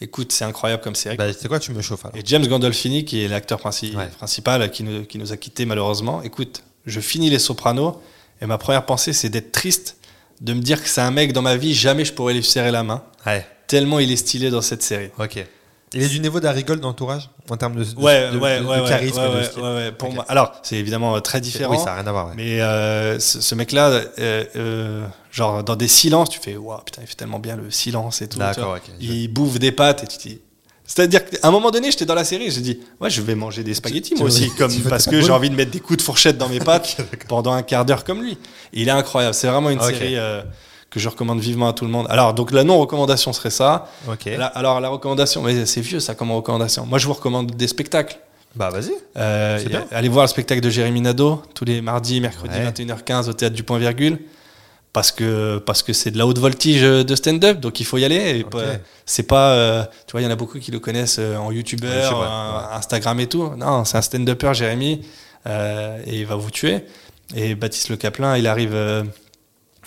S2: Écoute, c'est incroyable comme série.
S1: Bah, tu sais quoi, tu me chauffes alors.
S2: Et James Gandolfini, qui est l'acteur princi-
S1: Ouais.
S2: principal, qui nous, qui nous a quittés malheureusement. Écoute, je finis Les Sopranos et ma première pensée, c'est d'être triste, de me dire que c'est un mec dans ma vie, jamais je pourrais lui serrer la main.
S1: Ouais,
S2: Tellement il est stylé dans cette série.
S1: ok. Il est du niveau d'Arigol d'entourage en termes de, de-
S2: Ouais,
S1: de-
S2: ouais,
S1: de- de
S2: ouais, ouais,
S1: charisme
S2: ouais,
S1: et de
S2: ouais,
S1: style.
S2: ouais, ouais. Pour
S1: Ok.
S2: moi- alors, c'est évidemment euh, très
S1: C'est-
S2: différent.
S1: Oui, ça n'a rien à voir. ouais.
S2: Mais euh, ce, ce mec-là, euh, euh, genre dans des silences, tu fais waouh putain, il fait tellement bien le silence et tout. tu vois.
S1: D'accord, ok. Je-
S2: euh, Il bouffe des pâtes et tu te dis. C'est-à-dire qu'à un moment donné, j'étais dans la série, j'ai dit ouais, je vais manger des
S1: tu
S2: spaghettis moi
S1: veux-
S2: aussi,
S1: tu
S2: comme
S1: veux des
S2: parce que j'ai
S1: tambours
S2: envie de mettre des coups de fourchette dans mes pâtes pendant un quart d'heure comme lui. Et il est incroyable. C'est vraiment une
S1: Ok.
S2: série. euh, que je recommande vivement à tout le monde. Alors, donc la non-recommandation serait ça.
S1: Ok.
S2: La- alors, la recommandation, mais c'est vieux ça comme recommandation. Moi, je vous recommande des spectacles.
S1: Bah, vas-y.
S2: Euh,
S1: C'est
S2: y a-
S1: bien.
S2: allez voir le spectacle de Jérémy Nadeau tous les mardis, mercredis,
S1: Ouais.
S2: 21h15 au théâtre du Point Virgule. Parce que parce que c'est de la haute voltige euh, de stand-up, donc il faut y aller. et
S1: Ok.
S2: pas- C'est pas, euh, tu vois, il y en a beaucoup qui le connaissent euh, en youtubeur,
S1: YouTube, ouais,
S2: en Instagram et tout. Non, c'est un stand-upper, Jérémy, euh, et il va vous tuer. Et Baptiste Le Caplin, il arrive euh,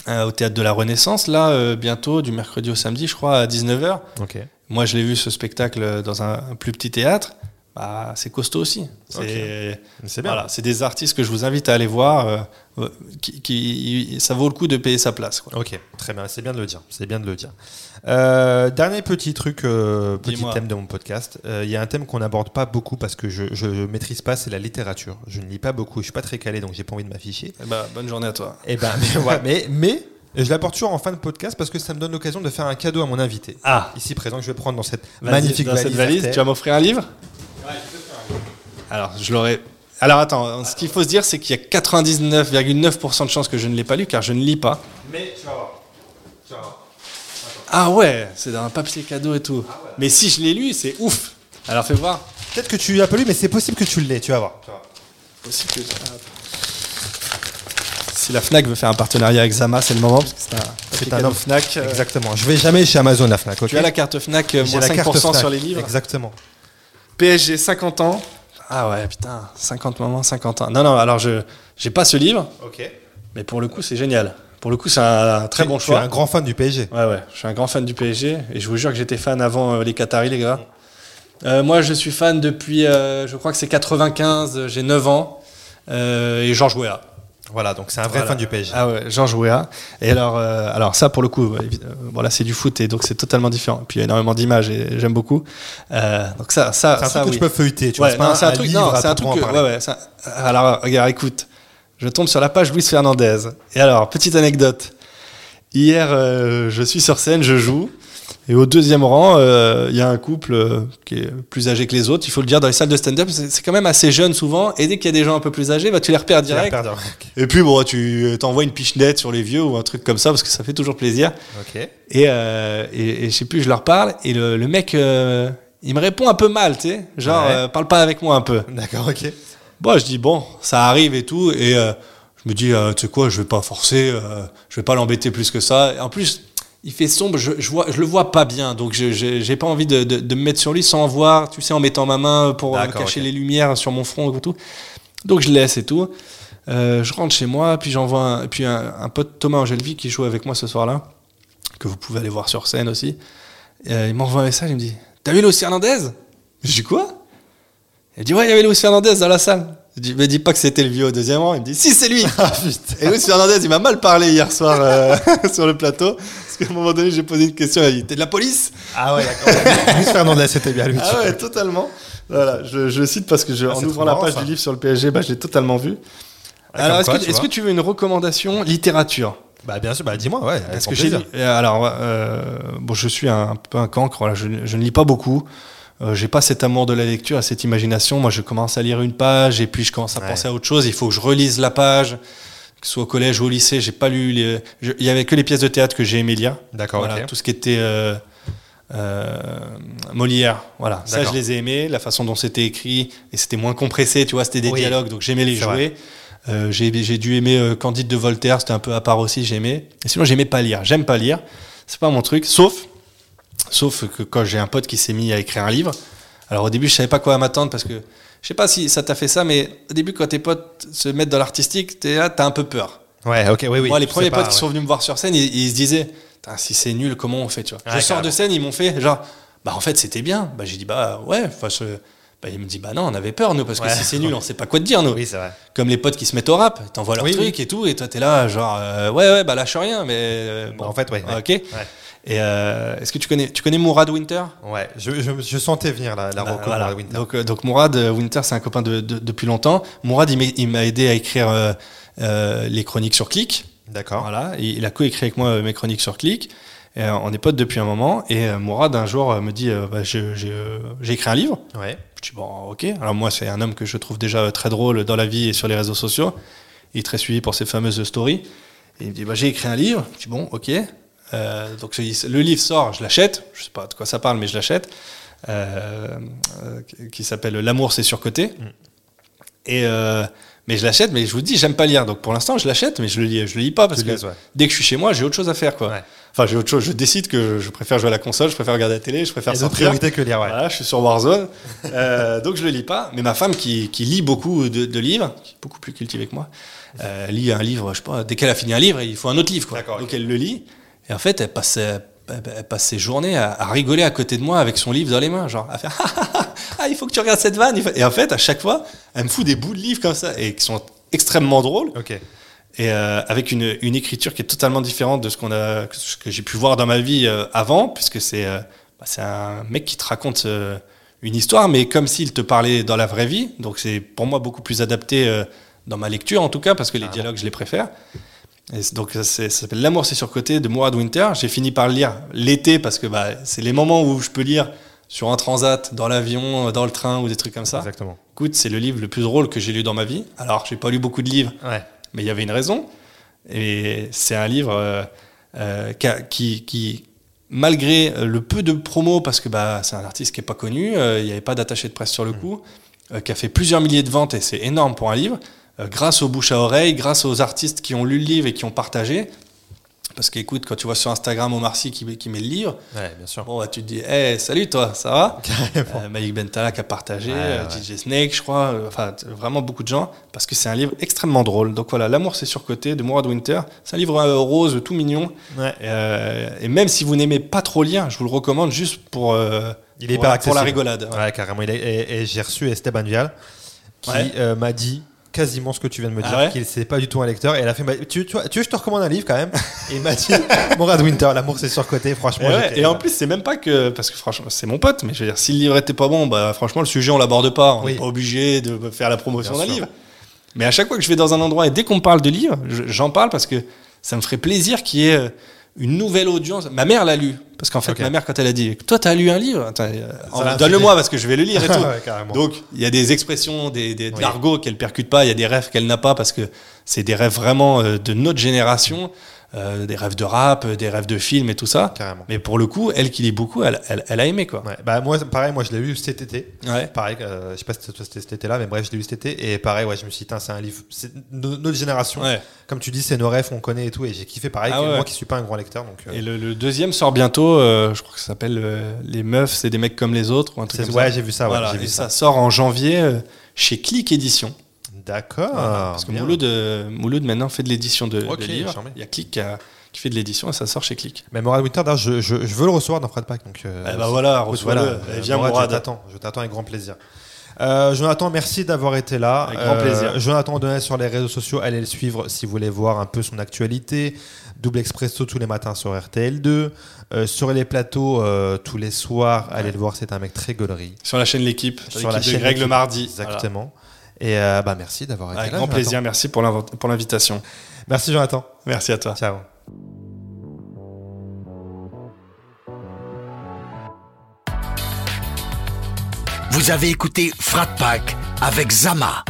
S2: euh, au théâtre de la Renaissance là euh, bientôt, du mercredi au samedi, je crois, à 19h.
S1: Ok.
S2: Moi, je l'ai vu ce spectacle euh, dans un, un plus petit théâtre. Bah, c'est costaud aussi. C'est
S1: C'est bien.
S2: voilà, c'est des artistes que je vous invite à aller voir. euh, euh, qui, qui- ça vaut le coup de payer sa place. quoi.
S1: Ok, très bien, c'est bien de le dire. C'est bien de le dire. Euh, dernier petit truc, euh, petit
S2: Dis-moi.
S1: thème de mon podcast. Euh, Il y a un thème qu'on n'aborde pas beaucoup parce que je ne maîtrise pas, c'est la littérature. Je ne lis pas beaucoup, je suis pas très calé, donc j'ai pas envie de m'afficher.
S2: Eh ben, bonne journée à toi.
S1: Et ben, mais, ouais, mais, mais je l'apporte toujours en fin de podcast parce que ça me donne l'occasion de faire un cadeau à mon invité.
S2: Ah,
S1: Ici présent, que je vais prendre dans cette magnifique
S2: dans
S1: valise.
S2: cette valise,
S1: RTL.
S2: tu vas m'offrir un livre Alors, je l'aurais. Alors, attends, ce qu'il faut se dire, c'est qu'il y a 99,9% de chances que je ne l'ai pas lu, car je ne lis pas.
S1: Mais tu vas voir. Tu vas voir.
S2: Ah ouais, c'est dans un papier cadeau et tout.
S1: Ah
S2: Mais si je l'ai lu, c'est ouf. Alors, fais voir.
S1: Peut-être que tu l'as pas lu, mais c'est possible que tu l'aies, tu vas voir.
S2: Aussi que- Ah, Si la Fnac veut faire un partenariat avec Zama, c'est le moment. parce que c'est un-
S1: C'est
S2: cadeau
S1: un homme
S2: Fnac. euh,
S1: Exactement. Je vais jamais chez Amazon la Fnac. ok
S2: Tu as la carte Fnac euh,
S1: J'ai
S2: moins
S1: la carte
S2: 5% sur
S1: Fnac,
S2: les livres.
S1: Exactement.
S2: PSG 50 ans. Ah ouais, putain, 50 moments, 50 ans. Non, non, alors je j'ai pas ce livre,
S1: Ok.
S2: mais pour le coup, c'est génial. Pour le coup, c'est un, très bon
S1: Je
S2: choix.
S1: suis un grand fan du PSG.
S2: Ouais, ouais, je suis un grand fan du PSG et je vous jure que j'étais fan avant euh, les Qataris, les gars. Euh, moi, je suis fan depuis, euh, je crois que c'est 95, j'ai 9 ans. Euh, et Georges Weah.
S1: Voilà, donc c'est un vrai
S2: Voilà.
S1: fan du PSG.
S2: Ah ouais, Georges Weah. Et alors, euh, alors ça pour le coup, euh, évi- euh, voilà, c'est du foot et donc c'est totalement différent. Et puis il y a énormément d'images et j'aime beaucoup. Euh, donc ça, ça,
S1: c'est un
S2: ça,
S1: truc que
S2: oui.
S1: tu peux feuilleter, tu vois.
S2: Ouais,
S1: pas
S2: non, c'est un truc.
S1: livre
S2: Non,
S1: à
S2: c'est un truc.
S1: proprement
S2: que-
S1: parler.
S2: ouais, ouais, c'est un- alors, regarde, écoute, je tombe sur la page Luis Fernandez. Et alors, petite anecdote. Hier, euh, je suis sur scène, je joue. Et au deuxième rang, euh, il y a un couple euh, qui est plus âgé que les autres. Il faut le dire, dans les salles de stand-up, c'est c'est quand même assez jeune souvent. Et dès qu'il y a des gens un peu plus âgés, bah, tu les repères
S1: Tu vas
S2: direct.
S1: perdre.
S2: Et puis, bon, tu euh, t'envoies une pichenette sur les vieux ou un truc comme ça, parce que ça fait toujours plaisir.
S1: Ok.
S2: Et, euh, et, et je sais plus, je leur parle, et le, le mec, euh, il me répond un peu mal, tu sais. Genre,
S1: Ouais.
S2: euh, parle pas avec moi un peu.
S1: D'accord, ok.
S2: Bon, Bah, je dis, bon, ça arrive et tout, et euh, je me dis, euh, tu sais quoi, je vais pas forcer, euh, je vais pas l'embêter plus que ça. Et en plus, il fait sombre, je, je, vois, je le vois pas bien, donc je- je- j'ai pas envie de, de, de me mettre sur lui sans voir, tu sais, en mettant ma main pour euh,
S1: D'accord,
S2: cacher
S1: ok.
S2: les lumières sur mon front et tout. Donc je laisse et tout. Euh, je rentre chez moi, puis j'envoie un, et puis un, un pote Thomas Angelvi qui joue avec moi ce soir-là, que vous pouvez aller voir sur scène aussi. Euh, il m'envoie un message, il me dit T'as vu Luis Hernandez Je dis Quoi Il dit Ouais, il y avait Luis Hernandez dans la salle. Je dis Me dis pas que c'était le vieux au deuxième rang. Il me dit Si, c'est lui
S1: Ah,
S2: Et Luis Hernandez, il m'a mal parlé hier soir euh, sur le plateau, parce qu'à un moment donné, j'ai posé une question, il a dit T'es de la police
S1: Ah ouais, d'accord. Luis Fernandez, c'était bien lui. tu
S2: Ah
S1: vois.
S2: ouais, totalement. Voilà, je, je le cite parce que je,
S1: Ah,
S2: en
S1: c'est
S2: ouvrant
S1: trop
S2: la
S1: marrant,
S2: page
S1: ça.
S2: du livre sur le PSG, bah, je l'ai totalement vu.
S1: Ah,
S2: Alors,
S1: comme
S2: est-ce
S1: quoi,
S2: que,
S1: tu
S2: est-ce que
S1: vois.
S2: tu veux une recommandation littérature
S1: Bah bien sûr, bah dis-moi, ouais. avec
S2: Parce
S1: grand
S2: que j'ai
S1: plaisir.
S2: lu- euh, alors euh, bon, je suis un, peu un cancre. voilà, je, je ne lis pas beaucoup. Euh, j'ai pas cet amour de la lecture, cette imagination. Moi, je commence à lire une page et puis je commence à
S1: Ouais.
S2: penser à autre chose. Il faut que je relise la page, que ce soit au collège ou au lycée. J'ai pas lu. les- je- Il y avait que les pièces de théâtre que j'ai aimé lire.
S1: D'accord,
S2: Voilà,
S1: ok.
S2: tout ce qui était euh, euh, Molière. Voilà, ça je
S1: D'accord.
S2: les ai aimés. La façon dont c'était écrit et c'était moins compressé, tu vois, c'était des
S1: Oui.
S2: dialogues, donc j'aimais les
S1: C'est vrai.
S2: jouer. Euh, j'ai j'ai dû aimer euh, Candide de Voltaire, c'était un peu à part aussi, j'aimais. Et sinon, j'aimais pas lire. J'aime pas lire, c'est pas mon truc. Sauf, sauf que quand j'ai un pote qui s'est mis à écrire un livre. Alors au début, je savais pas quoi m'attendre parce que je sais pas si ça t'a fait ça, mais au début, quand tes potes se mettent dans l'artistique, t'es là, t'as un peu peur.
S1: Ouais, ok, oui, oui.
S2: Moi, les
S1: je
S2: premiers
S1: sais pas,
S2: potes qui
S1: ouais.
S2: sont venus me voir sur scène, ils, ils se disaient Putain, si c'est nul, comment on fait tu vois
S1: Ouais,
S2: Je sors de
S1: carrément.
S2: scène, ils m'ont fait genre Bah, en fait, c'était bien. Bah, j'ai dit Bah, ouais. Enfin, je- Bah, il me dit Bah, non, on avait peur, nous, parce que
S1: Ouais.
S2: si c'est nul, on sait pas quoi te dire, nous.
S1: Oui, c'est vrai.
S2: Comme les potes qui se mettent au rap, ils t'envoient leur
S1: Oui,
S2: truc et tout, et toi, t'es là, genre euh, Ouais, ouais, bah, lâche rien, mais. euh,
S1: Bah, en fait, ouais, ouais.
S2: Ok. Et euh, est-ce que tu connais, tu connais Mourad Winter
S1: Ouais, je, je, je sentais venir la, la
S2: Bah,
S1: reco
S2: voilà.
S1: de Winter.
S2: Donc, euh, donc Mourad euh, Winter, c'est un copain de- de- depuis longtemps. Mourad, il m'a- il m'a aidé à écrire euh, euh, les chroniques sur Click.
S1: D'accord.
S2: Voilà, et il a coécrit avec moi euh, mes chroniques sur Click. Et, euh, on est potes depuis un moment. Et euh, Mourad, un jour, euh, me dit euh, Bah, je- je- euh, J'ai écrit un livre.
S1: Ouais.
S2: Je dis Bon, ok. Alors, moi, c'est un homme que je trouve déjà euh, très drôle dans la vie et sur les réseaux sociaux. Il est très suivi pour ses fameuses stories. Et il me dit bah, J'ai écrit un livre. Je dis Bon, ok. Euh, donc, ce- le livre sort, je l'achète. Je sais pas de quoi ça parle, mais je l'achète. Euh, euh, qui s'appelle L'amour, c'est surcoté.
S1: Mm.
S2: Et. euh, mais je l'achète, mais je vous dis, j'aime pas lire. Donc pour l'instant, je l'achète, mais je le lis, je le lis pas parce
S1: Tu
S2: que
S1: laisses, ouais.
S2: dès que je suis chez moi, j'ai autre chose à faire, quoi.
S1: Ouais.
S2: Enfin, j'ai autre chose. Je décide que je préfère jouer à la console, je préfère regarder la télé, je préfère
S1: Faire d'autres
S2: sortir.
S1: priorités que lire, ouais.
S2: Voilà, je suis sur Warzone, Euh, donc je le lis pas. Mais ma femme, qui, qui lit beaucoup de, de livres, qui est beaucoup plus cultivée que moi, euh, lit un livre, je sais pas. Dès qu'elle a fini un livre, il faut un autre livre, quoi.
S1: D'accord,
S2: Donc
S1: ok.
S2: elle le lit. Et en fait, elle passe, elle elle passe ses journées à, à rigoler à côté de moi avec son livre dans les mains, genre à faire ah il faut que tu regardes cette vanne. il faut- Et en fait, à chaque fois, elle me fout des bouts de livres comme ça et qui sont extrêmement drôles
S1: Ok.
S2: et euh, avec une, une écriture qui est totalement différente de ce qu'on a que ce que j'ai pu voir dans ma vie euh, avant puisque c'est euh, bah, c'est un mec qui te raconte euh, une histoire mais comme s'il te parlait dans la vraie vie donc c'est pour moi beaucoup plus adapté euh, dans ma lecture en tout cas parce que les dialogues je les préfère et c'est- donc c'est- ça s'appelle l'amour c'est surcoté de Mourad Winter j'ai fini par le lire l'été parce que bah, c'est les moments où je peux lire sur un transat dans l'avion euh, dans le train ou des trucs comme ça
S1: Exactement.
S2: écoute c'est le livre le plus drôle que j'ai lu dans ma vie alors j'ai pas lu beaucoup de livres
S1: Ouais.
S2: mais il y avait une raison. Et c'est un livre euh, euh, qui, a- qui, qui, malgré le peu de promos, parce que bah, c'est un artiste qui n'est pas connu, euh, il n'y avait pas d'attaché de presse sur le coup, euh, qui a fait plusieurs milliers de ventes, et c'est énorme pour un livre, euh, grâce aux bouches à oreille, grâce aux artistes qui ont lu le livre et qui ont partagé. Parce qu'écoute, quand tu vois sur Instagram Omar Sy qui, qui met le livre,
S1: Ouais, bien sûr.
S2: bon, bah, tu te dis hey, salut toi, ça va euh, Malik Bentala qui a partagé,
S1: Ouais,
S2: euh,
S1: ouais.
S2: DJ Snake, je crois, euh, enfin t- vraiment beaucoup de gens, parce que c'est un livre extrêmement drôle. Donc voilà, L'amour c'est surcoté de Mourad Winter. C'est un livre euh, rose, tout mignon.
S1: Ouais.
S2: Euh, et même si vous n'aimez pas trop lire, je vous le recommande juste pour euh,
S1: Il est
S2: Pour
S1: hyper
S2: la- Pour la
S1: accessible.
S2: rigolade.
S1: Ouais, carrément. il est- et, et j'ai reçu Esteban Vial qui
S2: Ouais.
S1: euh, m'a dit quasiment ce que tu viens de me dire,
S2: Ah ouais
S1: qu'il c'est pas du tout un lecteur. Et elle a fait, bah, tu, tu vois- tu veux que je te recommande un livre quand même Et il m'a dit, Morad Winter, l'amour c'est surcoté, franchement.
S2: Et, ouais,
S1: j'étais-
S2: et en plus, c'est même pas que. Parce que franchement, c'est mon pote, mais je veux dire, si le livre était pas bon, bah, franchement, le sujet, on l'aborde pas. On n'est
S1: Oui.
S2: pas obligé de faire la promotion
S1: Bien
S2: d'un
S1: sûr.
S2: livre. Mais à chaque fois que je vais dans un endroit et dès qu'on me parle de livre, je- j'en parle parce que ça me ferait plaisir qu'il y ait euh, une nouvelle audience. Ma mère l'a lu. Parce qu'en fait,
S1: Ok.
S2: ma mère, quand elle a dit Toi, t'as lu un livre Attends, euh,
S1: l'a
S2: Donne-le-moi parce que je vais le lire et tout.
S1: Ouais, carrément.
S2: Donc, il y a des expressions, des, des, de
S1: Oui.
S2: l'argot qu'elle percute pas, il y a des rêves qu'elle n'a pas parce que c'est des rêves vraiment euh, de notre génération, euh, des rêves de rap, euh, des rêves de films et tout ça.
S1: carrément.
S2: Mais pour le coup, elle qui lit beaucoup, elle, elle, elle a aimé quoi.
S1: Ouais, bah moi, pareil, moi je l'ai lu cet été.
S2: Ouais.
S1: Pareil, euh, je sais pas si c'était c'était cet été-là, mais bref, je l'ai lu cet été. Et pareil, ouais, je me suis dit, Tain, c'est un livre, c'est no- notre génération.
S2: Ouais.
S1: Comme tu dis, c'est nos rêves, on connaît et tout. Et j'ai kiffé pareil,
S2: Ah
S1: que
S2: ouais.
S1: moi qui suis pas un grand lecteur. Donc, euh,
S2: Et le, le deuxième sort bientôt, euh, je crois que ça s'appelle euh, Les meufs, c'est des mecs comme les autres ou un truc
S1: c'est-
S2: comme
S1: ouais,
S2: ça.
S1: j'ai vu ça. ouais,
S2: Voilà,
S1: j'ai vu
S2: et
S1: ça.
S2: ça. sort en janvier euh, chez Click Édition.
S1: D'accord.
S2: Voilà, parce que
S1: Ah, bien.
S2: Mouloud, euh, Mouloud, maintenant fait de l'édition de, de
S1: Ok,
S2: livres.
S1: charmé.
S2: Il y a Click qui, a- qui fait de l'édition et ça sort chez Click.
S1: Mais Morad Winter, d'ailleurs, je, je- je veux le recevoir dans Fred Pack. Donc, euh,
S2: Eh ben voilà,
S1: voilà,
S2: reçois-le. Eh,
S1: euh,
S2: viens,
S1: Morad,
S2: Mourad.
S1: Je t'attends, je t'attends avec grand plaisir. Euh, Jonathan, merci d'avoir été là. Euh,
S2: Avec grand plaisir.
S1: Jonathan Donnet sur les réseaux sociaux, allez le suivre si vous voulez voir un peu son actualité. Double Expresso tous les matins sur RTL2. Euh, sur les plateaux euh, tous les soirs, allez le voir, c'est un mec très gaulerie.
S2: Sur la chaîne L'équipe,
S1: Sur
S2: sur
S1: la
S2: la
S1: chaîne
S2: de Greg le
S1: L'Équipe.
S2: mardi.
S1: Exactement. Et euh, bah, merci d'avoir été
S2: Voilà. Avec
S1: là.
S2: grand
S1: Jonathan.
S2: plaisir, merci pour l'invent- pour l'invitation.
S1: Merci Jonathan.
S2: Merci à toi.
S1: Ciao.
S3: Vous avez écouté Frat Pack avec Zama,